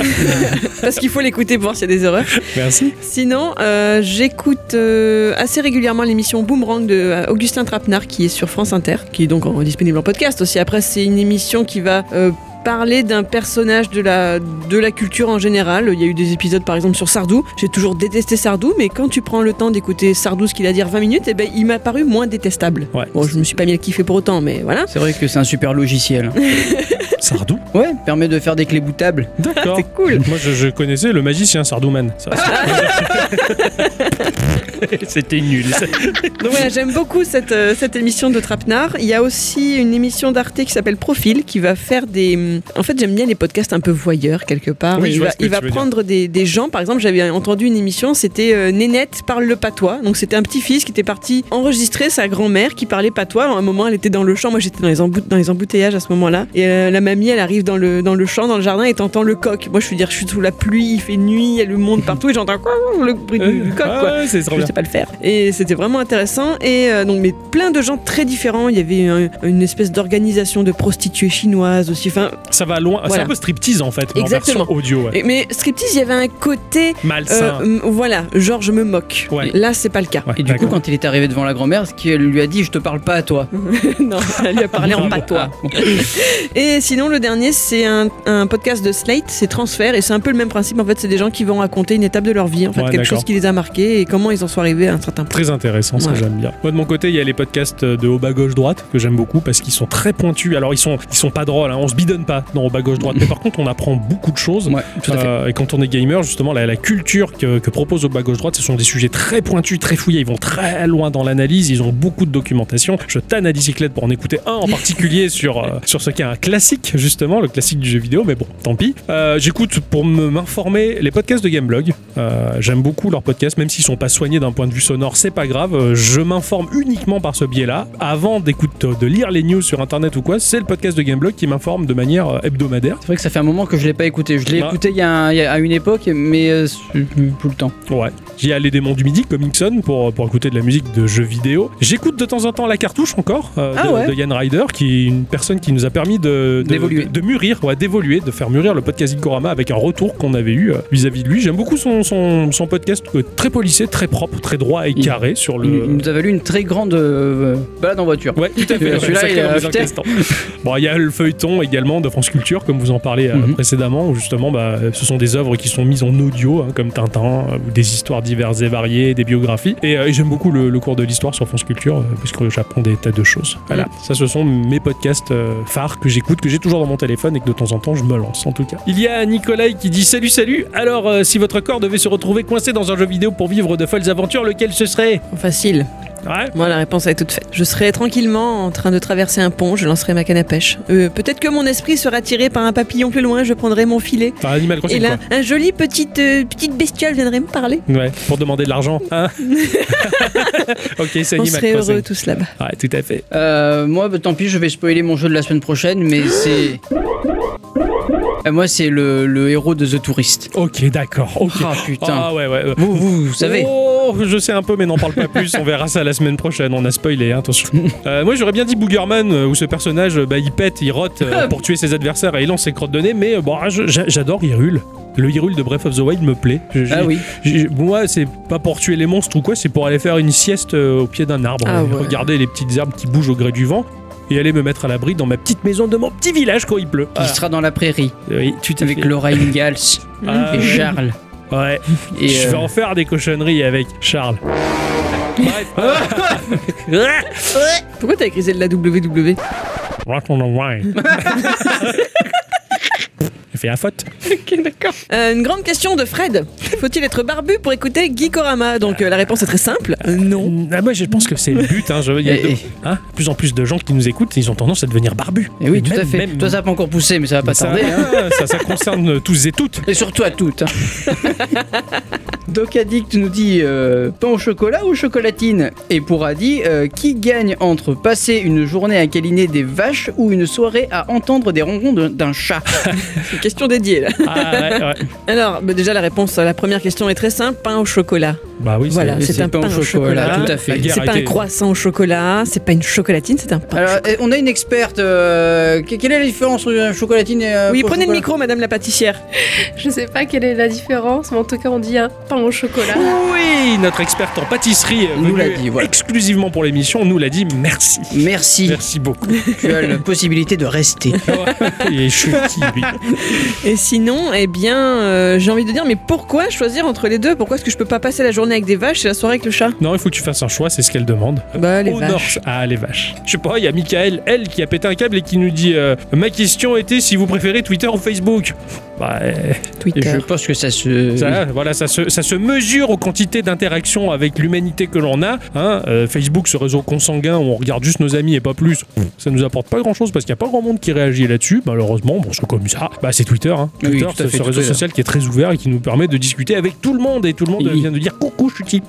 S1: Parce qu'il faut l'écouter pour voir s'il y a des erreurs.
S2: Merci.
S1: Sinon, euh, j'écoute euh, assez régulièrement l'émission Boomerang de euh, Augustin Trapenard qui est sur France Inter, qui est donc en- disponible en podcast aussi. Après, c'est une émission qui va euh, parler d'un personnage de la, de la culture en général. Il y a eu des épisodes par exemple sur Sardou. J'ai toujours détesté Sardou, mais quand tu prends le temps d'écouter Sardou ce qu'il a à dire 20 minutes, eh ben, il m'a paru moins détestable.
S2: Ouais.
S1: Bon, je me suis pas mis à le kiffer pour autant, mais voilà.
S3: C'est vrai que c'est un super logiciel. hein.
S2: Sardou.
S3: ouais, permet de faire des clés boutables.
S2: D'accord.
S1: C'est cool.
S2: Moi, je, je connaissais le magicien Sardouman. Ça, c'est- C'était nul. ça.
S1: Donc voilà, j'aime beaucoup cette, euh, cette émission de Trapnard. Il y a aussi une émission d'Arte qui s'appelle Profil, qui va faire des. hum, En fait, j'aime bien les podcasts un peu voyeurs quelque part.
S2: Oui,
S1: Et
S2: je
S1: il
S2: vois
S1: va,
S2: ce que
S1: il
S2: tu
S1: va
S2: veux dire.
S1: prendre des, des gens. Par exemple, j'avais entendu une émission, c'était euh, Nénette parle le patois. Donc c'était un petit-fils qui était parti enregistrer sa grand-mère qui parlait patois. À un moment, elle était dans le champ. Moi, j'étais dans, les embou- dans les embouteillages à ce moment-là. Et euh, la mamie, elle arrive dans le, dans le champ, dans le jardin, et t'entends le coq. Moi, je veux dire, je suis sous la pluie, il fait nuit, il y a le monde partout, et j'entends quoi le bruit du, du coq,
S2: Ah
S1: quoi
S2: ouais, c'est trop
S1: je
S2: bien.
S1: sais pas le faire. Et c'était vraiment intéressant. Et euh, donc, mais plein de gens très différents. Il y avait un- une espèce d'organisation de prostituées chinoises aussi. Enfin,
S2: Ça va loin. C'est
S1: Voilà.
S2: un peu striptease en fait. mais en
S1: Exactement.
S2: version audio. ouais.
S1: et- mais Striptease, il y avait un côté. euh,
S2: Malsain.
S1: m- voilà, genre je me moque.
S2: Ouais.
S1: Là, c'est pas le cas.
S2: Ouais,
S3: Et du coup,
S2: d'accord.
S3: quand il est arrivé devant la grand-mère, ce qu'elle lui a dit, je te parle pas à toi.
S1: non, elle lui a parlé en patois. Et sinon, le dernier, c'est un, un podcast de Slate, c'est Transfert, et c'est un peu le même principe. En fait, c'est des gens qui vont raconter une étape de leur vie, en fait,
S2: Ouais,
S1: quelque
S2: d'accord.
S1: chose qui les a marqués et comment ils en sont arrivés à un certain point.
S2: Très intéressant, ça
S1: Ouais.
S2: j'aime bien. Moi de mon côté, il y a les podcasts de au bas gauche droite que j'aime beaucoup parce qu'ils sont très pointus. Alors ils sont ils sont pas drôles, hein, on se bidonne pas dans au bas gauche droite, mais par contre on apprend beaucoup de choses.
S3: Ouais, tout à fait.
S2: Euh, et quand on est gamer, justement, la, la culture que, que propose au bas gauche droite, ce sont des sujets très pointus, très fouillés. Ils vont très loin dans l'analyse. Ils ont beaucoup de documentation. Je tanne à bicyclette pour en écouter un en particulier sur, euh, sur ce qui est un classique, justement, le classique du jeu vidéo. Mais bon, tant pis. Euh, J'écoute pour me- m'informer les podcasts de Gameblog. Euh, J'aime beaucoup leurs podcasts, même s'ils sont pas soignés d'un point de vue sonore, c'est pas grave. Euh, je m'informe uniquement par ce biais-là. Avant d'écouter, de lire les news sur internet ou quoi, c'est le podcast de Gameblog qui m'informe de manière euh, hebdomadaire.
S3: C'est vrai que ça fait un moment que je l'ai pas écouté. Je l'ai
S2: Bah.
S3: écouté il y, a un- il y a- à une époque, mais euh, plus le temps.
S2: Ouais. J'y allais des Monts du Midi comme Nixon pour, pour écouter de la musique de jeux vidéo. J'écoute de temps en temps la cartouche encore euh,
S3: Ah
S2: de,
S3: ouais.
S2: de Yann Ryder, qui est une personne qui nous a permis de, de,
S3: D'évoluer.
S2: de, de mûrir, ouais, d'évoluer, de faire mûrir le podcast Igorama avec un retour qu'on avait eu euh, vis-à-vis de lui. J'aime beaucoup son, son, son podcast euh, très policé, très propre, très droit et
S3: Il-
S2: carré sur
S3: Il, il
S2: le.
S3: nous a valu une très grande euh, balade en voiture.
S2: Ouais, tout à fait.
S3: Euh,
S2: ouais,
S3: celui-là,
S2: sacré
S3: il est
S2: remise en
S3: after.
S2: question. Bon, il y a le feuilleton également de France Culture, comme vous en parlez euh,
S3: Mhm.
S2: précédemment, où justement, bah, ce sont des œuvres qui sont mises en audio, hein, comme Tintin, euh, ou des histoires diverses et variées, des biographies. Et, euh, et j'aime beaucoup le, le cours de l'histoire sur France Culture,
S3: Mhm.
S2: euh, puisque j'apprends des tas de choses. Voilà, ça, ce sont mes podcasts euh, phares que j'écoute, que j'ai toujours dans mon téléphone. téléphone et que de temps en temps je me lance en tout cas. Il y a Nikolai qui dit salut salut. Alors euh, si votre corps devait se retrouver coincé dans un jeu vidéo pour vivre de folles aventures, lequel ce serait
S1: Facile.
S2: Ouais.
S1: Moi, la réponse est toute faite. Je serai tranquillement en train de traverser un pont, je lancerai ma canne à pêche. Euh, Peut-être que mon esprit sera tiré par un papillon plus loin, je prendrai mon filet.
S2: Enfin, Animal Crossing
S1: Et là,
S2: quoi.
S1: un joli petit, euh, petite bestiole viendrait me parler.
S2: Ouais, pour demander de l'argent. hein. ok, c'est
S1: On
S2: Animal
S1: serait
S2: Crossing.
S1: heureux tous là-bas.
S2: Ouais, tout à fait.
S3: Euh, moi, bah, tant pis, je vais spoiler mon jeu de la semaine prochaine, mais c'est. Euh, moi, c'est le, le héros de The Tourist.
S2: Ok, d'accord. ok.
S3: Ah putain.
S2: Ah ouais, ouais. ouais.
S3: Vous, vous, vous savez.
S2: Oh, je sais un peu, mais n'en parle pas plus. On verra ça la semaine prochaine. On a spoilé, hein, attention. Euh, moi, j'aurais bien dit Boogerman, euh, où ce personnage, euh, bah, il pète, il rote euh, pour tuer ses adversaires et il lance ses crottes de nez. Mais euh, bon, ah, je- j'a- j'adore Hyrule. Le Hyrule de Breath of the Wild me plaît. Je- j'ai-
S3: Ah oui.
S2: j'ai- Moi, c'est pas pour tuer les monstres ou quoi, c'est pour aller faire une sieste euh, au pied d'un arbre,
S1: Ah
S2: et
S1: ouais.
S2: regarder les petites herbes qui bougent au gré du vent et aller me mettre à l'abri dans ma petite maison de mon petit village quand il pleut.
S3: Il sera dans la prairie
S2: Ah, oui, tu t'es
S3: avec Laura Ingalls Ah, et Charles.
S2: Ouais.
S3: Et
S2: Ah je vais
S3: euh,
S2: en faire des cochonneries avec Charles. Bref.
S1: Pourquoi t'as écrit de la WW
S2: Rock on the wine. J'ai fait la faute.
S1: Euh, Une grande question de Fred. Faut-il être barbu pour écouter Geekorama Donc euh, la réponse est très simple. Euh, non.
S2: Ah, moi, je pense que c'est le but. Hein. Je- il y a
S3: Eh,
S2: de-
S3: eh.
S2: hein, plus en plus de gens qui nous écoutent, ils ont tendance à devenir barbus.
S3: eh oui,
S2: Et
S3: tout
S2: même-
S3: à fait.
S2: même-
S3: Toi, ça n'a pas encore poussé, mais ça va pas
S2: ça,
S3: tarder. hein.
S2: ça, ça concerne tous et toutes.
S3: Et surtout à toutes. hein. Doc Addict nous dit euh, pain au chocolat ou chocolatine Et pour Adi, euh, qui gagne entre passer une journée à câliner des vaches ou une soirée à entendre des ronrons de- d'un chat
S1: C'est une question dédiée là.
S2: Ah, ouais, ouais.
S1: Alors, bah, déjà la réponse à la première question est très simple. Pain au chocolat.
S2: Bah oui, c'est-
S1: Voilà,
S3: Ah, c'est
S1: c'est un
S3: pain
S1: pain,
S3: au
S1: au
S3: chocolat,
S1: chocolat.
S2: hein,
S3: tout à fait.
S2: la guerre
S1: C'est
S2: a
S1: pas un
S2: été-
S1: croissant au chocolat, c'est pas une chocolatine, c'est un pain.
S3: Alors, euh, on a une experte. euh, que- quelle est la différence entre une chocolatine et un
S1: oui,
S3: pain au
S1: prenez le
S3: chocolat
S1: micro, madame la pâtissière.
S8: Je sais pas quelle est la différence, mais en tout cas, on dit un pain au chocolat.
S2: Oui, notre experte en pâtisserie, euh,
S3: Nous l'a
S2: venue
S3: dit, voilà.
S2: exclusivement pour l'émission, nous l'a dit. Merci.
S3: Merci,
S2: Merci beaucoup. Ah
S3: tu as la possibilité de rester.
S2: Et je suis qui, lui
S1: Et sinon, eh bien, euh, j'ai envie de dire, mais pourquoi choisir entre les deux Pourquoi est-ce que je peux pas passer la journée avec des vaches et la soirée avec le chat
S2: Non, il faut que tu fasses un choix, c'est ce qu'elle demande.
S1: Bah, les
S2: Au
S1: vaches.
S2: nord. Ah, les vaches. Je sais pas, il y a Michael, elle, qui a pété un câble et qui nous dit euh, Ma question était si vous préférez Twitter ou Facebook. Bah, euh,
S3: Et
S1: Twitter.
S3: je pense que ça se.
S2: ça, voilà, ça se, ça se mesure aux quantités d'interactions avec l'humanité que l'on a. hein. Euh, Facebook, ce réseau consanguin où on regarde juste nos amis et pas plus, ça nous apporte pas grand chose parce qu'il n'y a pas grand monde qui réagit là-dessus. Malheureusement, bon, c'est comme ça. Bah, c'est Twitter. hein.
S3: Oui,
S2: Twitter,
S3: tout à
S2: c'est
S3: fait,
S2: ce
S3: tout
S2: réseau
S3: à fait.
S2: social qui est très ouvert et qui nous permet de discuter avec tout le monde. Et tout le monde
S3: Oui.
S2: vient de dire Coucou, je suis qui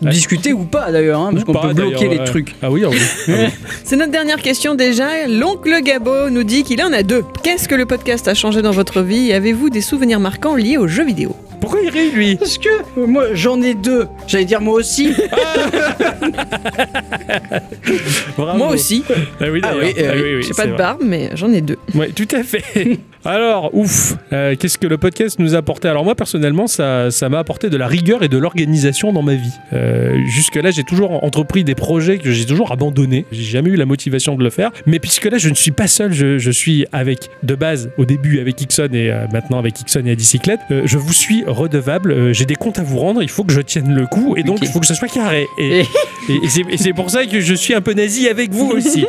S3: Discuter ou pas d'ailleurs, hein, parce
S2: Ou
S3: qu'on
S2: pas,
S3: peut bloquer
S2: d'ailleurs,
S3: les
S2: ouais.
S3: trucs.
S2: Ah oui, ah oui. Ah oui.
S1: C'est notre dernière question déjà. L'oncle Gabo nous dit qu'il en a deux. Qu'est-ce que le podcast a changé dans votre vie Avez-vous des souvenirs marquants liés aux jeux vidéo
S2: Pourquoi il rit, lui
S3: Parce que euh, moi j'en ai deux. J'allais dire moi aussi.
S2: Bravo.
S1: Moi aussi.
S2: Ah oui,
S3: Ah
S2: d'ailleurs.
S3: oui, euh,
S2: Ah oui, oui,
S1: J'ai
S2: c'est
S1: pas de
S2: vrai.
S1: barbe, mais j'en ai deux.
S2: Ouais, tout à fait. Alors, ouf, euh, qu'est-ce que le podcast nous a apporté Alors moi, personnellement, ça ça m'a apporté de la rigueur et de l'organisation dans ma vie. Euh, Jusque-là, j'ai toujours entrepris des projets que j'ai toujours abandonnés. J'ai jamais eu la motivation de le faire. Mais puisque là, je ne suis pas seul, je, je suis avec, de base, au début avec Ixon et euh, maintenant avec Ixon et Adicyclette, euh, je vous suis redevable. Euh, j'ai des comptes à vous rendre, il faut que je tienne le coup et donc
S3: Ok.
S2: il faut que ça soit carré. Et, et-
S3: Et-
S2: et c'est- et c'est pour ça que je suis un peu nazi avec vous aussi.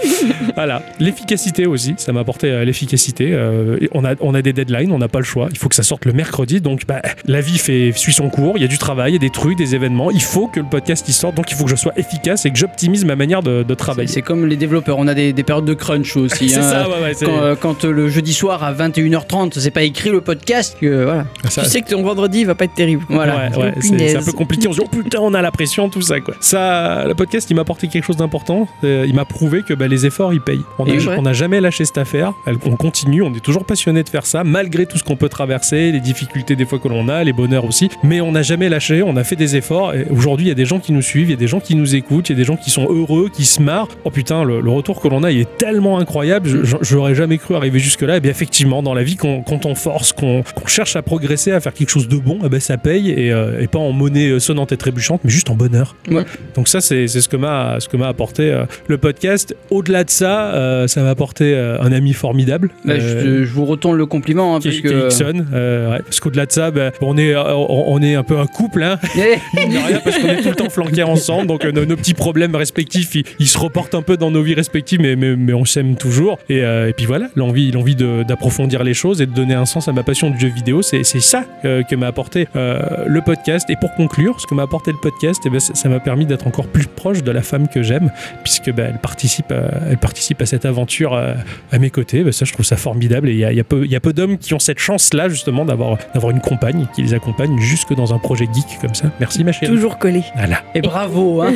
S2: Voilà, l'efficacité aussi, ça m'a apporté euh, l'efficacité. Euh, et on, a, on a des deadlines, on n'a pas le choix. Il faut que ça sorte le mercredi, donc bah, la vie fait, suit son cours. Il y a du travail, il y a des trucs, des événements. Il faut que le podcast y sorte, donc il faut que je sois efficace et que j'optimise ma manière de, de
S3: C'est-
S2: travailler.
S3: C'est comme les développeurs, on a des, des périodes de crunch aussi.
S2: Ah, bah, C'est
S3: hein.
S2: ça, ouais, ouais, c'est-
S3: Quand, euh, quand, euh, le jeudi soir à 21h30, c'est pas écrit le podcast, que voilà.
S2: ça-
S1: Tu sais que ton vendredi il va pas être terrible.
S3: voilà.
S2: Ouais, ouais,
S1: Oh,
S2: c'est- c'est un
S1: punaise.
S2: peu compliqué. On se dit, oh putain, on a la pression, tout ça, quoi. Ça, le podcast, il m'a apporté quelque chose d'important. Euh, Il m'a prouvé que bah, les efforts, ils payent. On
S1: Et
S2: a-
S1: ouais.
S2: on n'a jamais lâché cette affaire. Elle- On continue, on est toujours passionné de faire ça, malgré tout ce qu'on peut traverser, les difficultés des fois que l'on a, les bonheurs aussi. Mais on n'a jamais lâché, on a fait des efforts. Et aujourd'hui, il y a des gens qui nous suivent, il y a des gens qui nous écoutent, il y a des gens qui sont heureux, qui se marrent. Oh putain, le, le retour que l'on a, il est tellement incroyable. Je- je- Eh J'aurais jamais cru arriver jusque-là. Et bien, effectivement, dans la vie, quand, quand on force, qu'on qu'on cherche à progresser, à faire quelque chose de bon, eh ben, ça paye et, euh, et pas en monnaie euh, sonnante et trébuchante, mais juste en bonheur.
S3: Ouais.
S2: Donc ça, c'est c'est ce que m'a ce que m'a apporté euh, le podcast. Au-delà de ça, euh, ça m'a apporté euh, un ami formidable.
S3: Là,
S2: euh,
S3: Bah, je, je vous retourne le compliment, hein,
S2: qui est-
S3: parce
S2: qui est
S3: que.
S2: Ixon, euh, ouais. parce qu'au-delà de ça, bah, on, est, euh, on, on est un peu un couple, hein,
S3: Eh,
S2: mine de rien, parce qu'on est tout le temps flanqués ensemble, donc euh, nos, nos petits problèmes respectifs, ils, ils se reportent un peu dans nos vies respectives, mais, mais, mais on s'aime toujours. Et, euh, et puis voilà, l'envie l'envie de- d'approfondir les choses et de donner un sens à ma passion du jeu vidéo, c'est c'est ça euh, que m'a apporté euh, le podcast. Et pour conclure, ce que m'a apporté le podcast, eh ben, ça ça m'a permis d'être encore plus proche de la femme que j'aime, puisque bah, elle, participe à, elle participe à cette aventure euh, à mes côtés. Bah, ça, je trouve ça formidable. Et il y a, il y a peu, il y a peu d'hommes qui ont cette chance-là, justement, d'avoir d'avoir une compagne qui les accompagne jusque dans un projet geek comme ça. Merci, ma chérie.
S1: Toujours collé.
S2: Voilà.
S3: Et bravo, hein.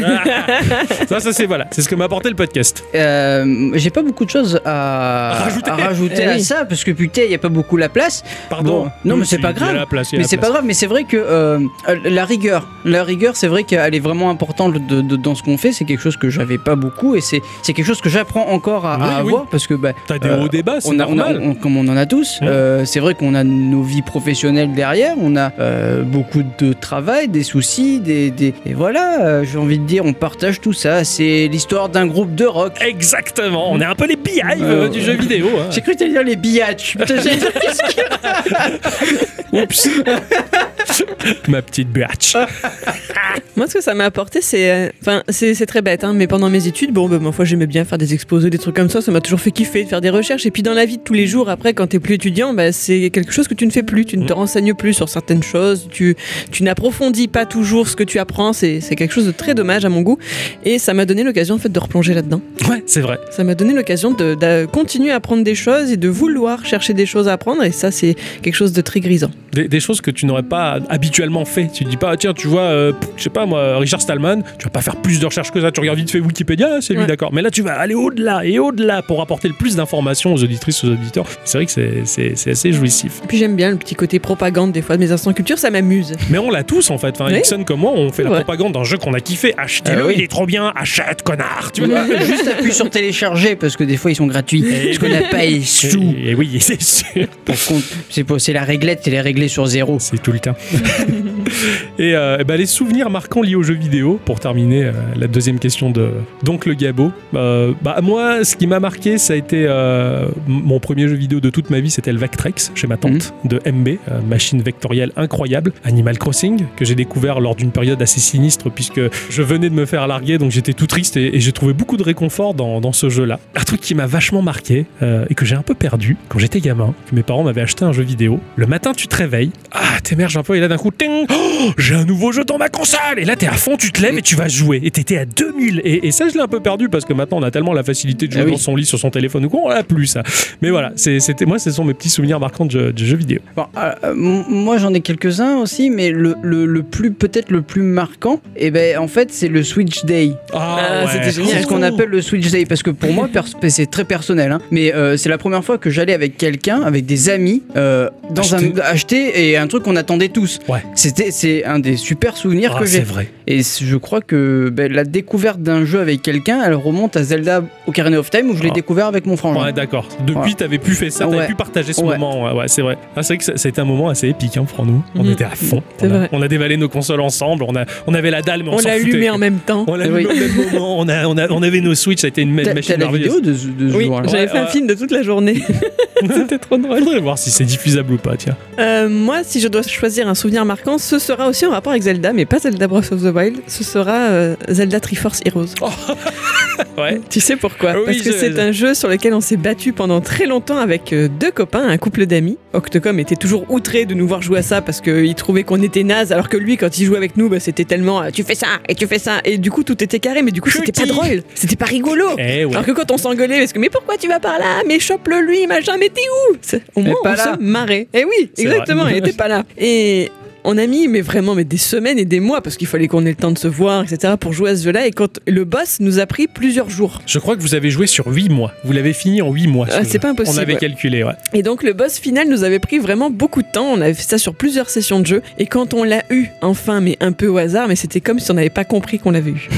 S2: ça, ça c'est voilà, c'est ce que m'a apporté le podcast.
S3: Euh, J'ai pas beaucoup de choses à,
S2: À rajouter.
S3: à, rajouter
S1: Eh
S3: à
S1: oui.
S3: ça, parce que putain, il y a pas beaucoup la place.
S2: Pardon.
S3: Bon, non, mais c'est
S2: Il y
S3: pas
S2: a
S3: grave.
S2: la place, il y a
S3: Mais
S2: la
S3: c'est pas
S2: place.
S3: grave, mais c'est vrai que euh, euh, la rigueur, la rigueur, c'est vrai qu'elle est vraiment importante de- de- dans ce qu'on fait. C'est quelque chose que j'avais pas beaucoup et c'est c'est quelque chose que j'apprends encore à, à
S2: Oui, oui.
S3: avoir parce que bah,
S2: T'as des
S3: euh,
S2: hauts débats, c'est
S3: on a, on a-
S2: normal.
S3: on- comme on en a tous,
S2: Mmh.
S3: euh, c'est vrai qu'on a nos vies professionnelles derrière, on a euh, beaucoup de travail, des soucis, des, des- et voilà, euh, j'ai envie de dire, on partage tout ça. C'est l'histoire d'un groupe de rock.
S2: Exactement. On est un peu les beehives
S3: Euh,
S2: euh, du jeu vidéo. hein.
S3: J'ai cru que t'allais dire les biatchs. Putain, j'allais dire-
S2: Oups. ma petite biatch.
S1: Moi, ce que ça m'a apporté, c'est. euh, Enfin, c'est c'est très bête, hein, mais pendant mes études, bon, ben, ma foi, j'aimais bien faire des exposés, des trucs comme ça, ça m'a toujours fait kiffer de faire des recherches. Et puis, dans la vie de tous les jours, après, quand t'es plus étudiant, bah, c'est quelque chose que tu ne fais plus, tu ne
S2: Mm.
S1: te renseignes plus sur certaines choses, tu, tu n'approfondis pas toujours ce que tu apprends, c'est c'est quelque chose de très dommage à mon goût. Et ça m'a donné l'occasion, en fait, de replonger là-dedans.
S2: Ouais, c'est vrai.
S1: Ça m'a donné l'occasion de, de continuer à apprendre des choses et de vouloir chercher des choses à apprendre, et ça, c'est quelque chose de très grisant.
S2: Des, des choses que tu n'aurais pas habituellement fait. Tu te dis pas, ah, tiens, tu vois, euh, pff, je sais pas moi, Richard Stallman, tu vas pas faire plus de recherches que ça. Tu regardes vite fait Wikipédia, ah, c'est lui,
S1: Ouais.
S2: d'accord. Mais là, tu vas aller au-delà et au-delà pour apporter le plus d'informations aux auditrices, aux auditeurs. C'est vrai que c'est- c'est c'est assez jouissif.
S1: Puis, j'aime bien le petit côté propagande, des fois, de mes instants culture, ça m'amuse.
S2: Mais on l'a tous en fait. Enfin,
S1: Oui.
S2: Ixon comme moi, on fait la
S1: Ouais.
S2: propagande d'un jeu qu'on a kiffé. Achetez-le,
S3: Ah oui.
S2: il est trop bien, achète, connard, tu vois.
S3: Juste appuie sur télécharger parce que des fois ils sont gratuits. Parce qu'on n'a pas les sous.
S2: Et, et oui, c'est sûr.
S3: Par contre, c'est pas- c'est la réglette, c'est les réglés sur zéro.
S2: C'est tout le temps. et euh, eh ben, les souvenirs marquants liés aux jeux vidéo, pour terminer euh, la deuxième question de donc le Gabo. Euh, bah, moi, ce qui m'a marqué, ça a été euh, m- mon premier jeu vidéo de toute ma vie, c'était le Vectrex chez ma tante de MB, euh, machine vectorielle incroyable, Animal Crossing, que j'ai découvert lors d'une période assez sinistre puisque je venais de me faire larguer, donc j'étais tout triste et, et j'ai trouvé beaucoup de réconfort dans, dans ce jeu-là. Un truc qui m'a vachement marqué euh, et que j'ai un peu perdu quand j'étais gamin, que mes parents m'avaient acheté un jeu vidéo. Le matin, tu te réveilles, ah, t'émerges un peu et là d'un coup, ting, oh, j'ai un nouveau jeu dans ma console et là t'es à fond, tu te lèves et tu vas jouer et t'étais à 2000 et, et ça je l'ai un peu perdu parce que maintenant on a tellement la facilité de jouer
S3: Ah oui.
S2: dans son lit sur son téléphone ou quoi, on l'a plus ça. Mais voilà, c'est- c'était moi, ce sont mes petits souvenirs marquants de, de jeux vidéo.
S3: Bon, euh, euh, m- moi j'en ai quelques-uns aussi, mais le, le, le plus peut-être le plus marquant, et ben en fait c'est le Switch Day.
S1: Ah, c'était
S3: C'est
S1: génial.
S3: ce qu'on appelle le Switch Day parce que pour moi pers- c'est très personnel, hein, mais euh, c'est la première fois que j'allais avec quelqu'un, avec des amis, euh, dans
S2: Acheter.
S3: un acheter et un truc qu'on attendait tous.
S2: Ouais.
S3: C'était c'est un des super souvenirs
S2: Ah,
S3: que
S2: c'est
S3: j'ai.
S2: vrai.
S3: Et c- je crois que ben, la découverte d'un jeu avec quelqu'un, elle remonte à Zelda Ocarina of Time où je l'ai
S2: Ah.
S3: découvert avec mon frangin.
S2: Ouais, d'accord. Depuis,
S3: Ouais.
S2: t'avais pu faire ça, t'avais
S3: Ouais.
S2: pu partager ce
S3: Ouais.
S2: moment. Ouais, ouais, c'est vrai. Ah, c'est vrai que ça- c'était un moment assez épique hein, pour nous. On
S1: Mhm.
S2: était à fond.
S1: C'est
S2: on, a,
S1: vrai.
S2: on a dévalé nos consoles ensemble. On, a, on avait la dalle, mais on,
S1: On
S2: s'en
S1: l'a
S2: foutait.
S1: allumé en même temps.
S2: On l'a
S3: Eh
S2: allumé
S3: oui.
S2: au même moment. On, a, on, a- on avait nos Switch. Ça a été une ma-
S3: T'as
S2: machine
S3: t'as la
S2: merveilleuse.
S3: vidéo de, ce- de ce
S1: Oui,
S3: jour alors
S1: j'avais
S2: Ouais,
S1: fait un
S2: ouais.
S1: film de toute la journée. C'était trop drôle.
S2: Faudrait voir si c'est diffusable ou pas, tiens.
S1: Euh, moi, si je dois choisir un souvenir marquant, ce sera aussi en rapport avec Zelda, mais pas Zelda Breath of the Wild, ce sera euh, Zelda Triforce Heroes.
S2: Ouais.
S1: Tu sais pourquoi
S2: Ah oui,
S1: Parce que
S2: je- je-
S1: c'est un jeu sur lequel on s'est battu pendant très longtemps avec euh, deux copains, un couple d'amis. Octocom était toujours outré de nous voir jouer à ça parce qu'il trouvait qu'on était naze, alors que lui, quand il jouait avec nous, bah, c'était tellement euh, tu fais ça et tu fais ça. Et du coup, tout était carré, mais du coup, c'était pas
S2: Petit.
S1: drôle, c'était pas rigolo.
S2: Eh ouais.
S1: Alors que quand on s'engueulait, parce que mais pourquoi tu vas par là Mais chope-le lui, machin, mais t'es où C'est- Au
S3: Elle est
S1: moins,
S3: pas
S1: on
S3: là.
S1: se marrait. Et oui,
S2: C'est
S1: exactement,
S2: vrai.
S1: elle était pas là. Et on a mis, mais vraiment, mais des semaines et des mois, parce qu'il fallait qu'on ait le temps de se voir, etc., pour jouer à ce jeu-là. Et quand le boss nous a pris plusieurs jours.
S2: Je crois que vous avez joué sur 8 mois. Vous l'avez fini en 8 mois. ce
S1: Ah,
S2: jeu.
S1: c'est pas impossible,
S2: On avait
S1: ouais.
S2: calculé, ouais.
S1: Et donc, le boss final nous avait pris vraiment beaucoup de temps. On avait fait ça sur plusieurs sessions de jeu. Et quand on l'a eu, enfin, mais un peu au hasard, mais c'était comme si on n'avait pas compris qu'on l'avait eu.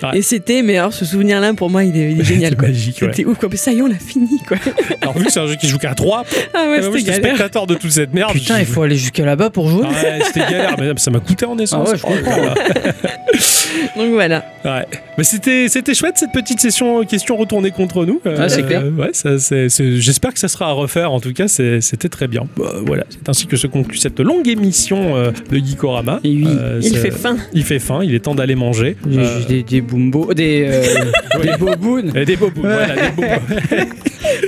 S2: Ouais.
S1: Et c'était, mais alors ce souvenir-là, pour moi, il est, il est génial.
S2: C'est
S1: quoi.
S2: magique, ouais. Ah
S1: C'était ouf, quoi. Mais ça y est, on l'a fini, quoi.
S2: Alors, vu que c'est un jeu qui se joue qu'à eh ben, 3,
S1: Ah ouais,
S2: j'étais
S1: c'était galère.
S2: spectateur de toute cette merde.
S3: Putain,
S2: j'ai-
S3: il faut aller jusqu'à là-bas pour jouer.
S2: Ah ouais, c'était galère, mais ça m'a coûté en essence.
S3: Ah ouais, je
S2: Oh là
S3: comprends.
S2: là.
S1: Donc voilà.
S2: Ouais. Mais c'était c'était chouette cette petite session euh, question retournée contre nous. Euh,
S3: Ah, c'est clair.
S2: euh, ouais, ça, c'est- c'est- j'espère que ça sera à refaire. En tout cas, c'est- c'était très bien. Bah, voilà. C'est ainsi que se conclut cette longue émission euh, de Geekorama. Euh,
S3: Et oui,
S1: Il
S2: c'est- Ah
S1: fait faim.
S2: Il fait faim. Il est temps d'aller manger.
S3: J'ai
S2: Euh,
S3: juste des, des boombo, des, euh, des bobounes.
S2: et des bobos, voilà, des bobos.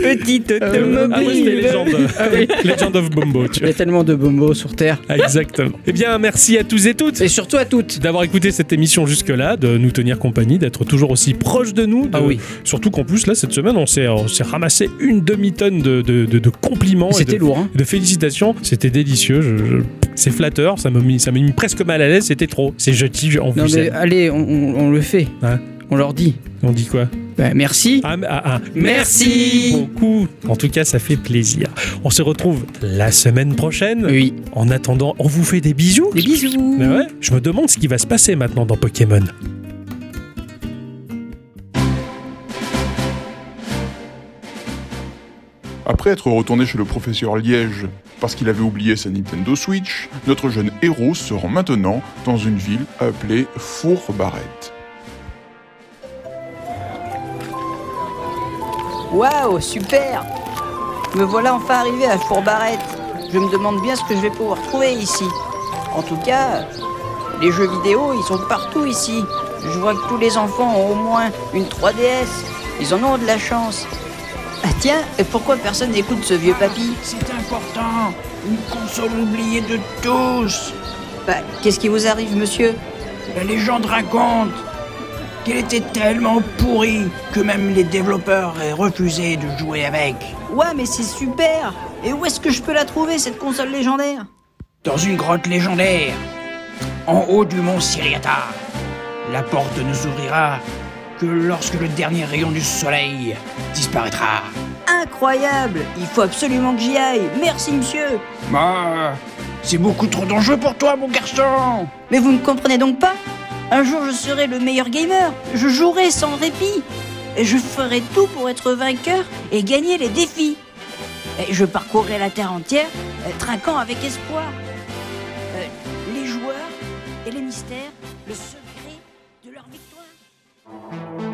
S1: Petite
S3: Euh,
S2: Ah, moi, c'était Legend,
S3: Ah oui.
S2: Legend of Bombo, tu
S3: Il y
S2: vois.
S3: a tellement de bombos sur Terre.
S2: Ah, Exactement. Eh bien, merci à tous et toutes
S3: Et surtout à toutes.
S2: d'avoir écouté cette émission jusque-là, de nous tenir compagnie, d'être toujours aussi proche de nous, de,
S3: Ah oui,
S2: Surtout qu'en plus, là, cette semaine, on s'est, on s'est ramassé une demi-tonne de, de- de- de compliments. et
S3: c'était
S2: de,
S3: lourd. Hein.
S2: de félicitations. C'était délicieux. je- je- c'est flatteur. Ça m'a, mis, ça m'a mis presque mal à l'aise. C'était trop. C'est jeté en
S3: Non
S2: vous
S3: mais
S2: aime.
S3: allez, on, on- on le fait.
S2: Ouais.
S3: On leur dit.
S2: On dit quoi
S3: Bah, merci.
S2: ah, mais- ah, ah.
S3: Merci.
S2: beaucoup. En tout cas, ça fait plaisir. On se retrouve la semaine prochaine.
S3: Oui.
S2: En attendant, on vous fait des bisous.
S1: Des bisous.
S2: Mais ouais, je me demande ce qui va se passer maintenant dans Pokémon.
S9: Après être retourné chez le professeur Liège parce qu'il avait oublié sa Nintendo Switch, notre jeune héros se rend maintenant dans une ville appelée Fourbarrette.
S10: Waouh, super Me voilà enfin arrivé à Fourbarrette. Je me demande bien ce que je vais pouvoir trouver ici. En tout cas, les jeux vidéo, ils sont partout ici. Je vois que tous les enfants ont au moins une 3DS. Ils en ont de la chance. Ah tiens, et pourquoi personne n'écoute ce vieux papy
S11: C'est important Une console oubliée de tous
S10: Bah, qu'est-ce qui vous arrive, monsieur
S11: La légende raconte qu'elle était tellement pourrie que même les développeurs aient refusé de jouer avec.
S10: Ouais, mais c'est super Et où est-ce que je peux la trouver, cette console légendaire
S11: Dans une grotte légendaire, en haut du mont Siriata, la porte ne s'ouvrira que lorsque le dernier rayon du soleil disparaîtra.
S10: Incroyable Il faut absolument que j'y aille. Merci, monsieur
S11: Bah, c'est beaucoup trop dangereux pour toi, mon garçon
S10: Mais vous ne comprenez donc pas Un jour je serai le meilleur gamer, je jouerai sans répit, et je ferai tout pour être vainqueur et gagner les défis. Et je parcourrai la Terre entière, euh, trinquant avec espoir. Euh, les joueurs et les mystères, le secret de leur victoire.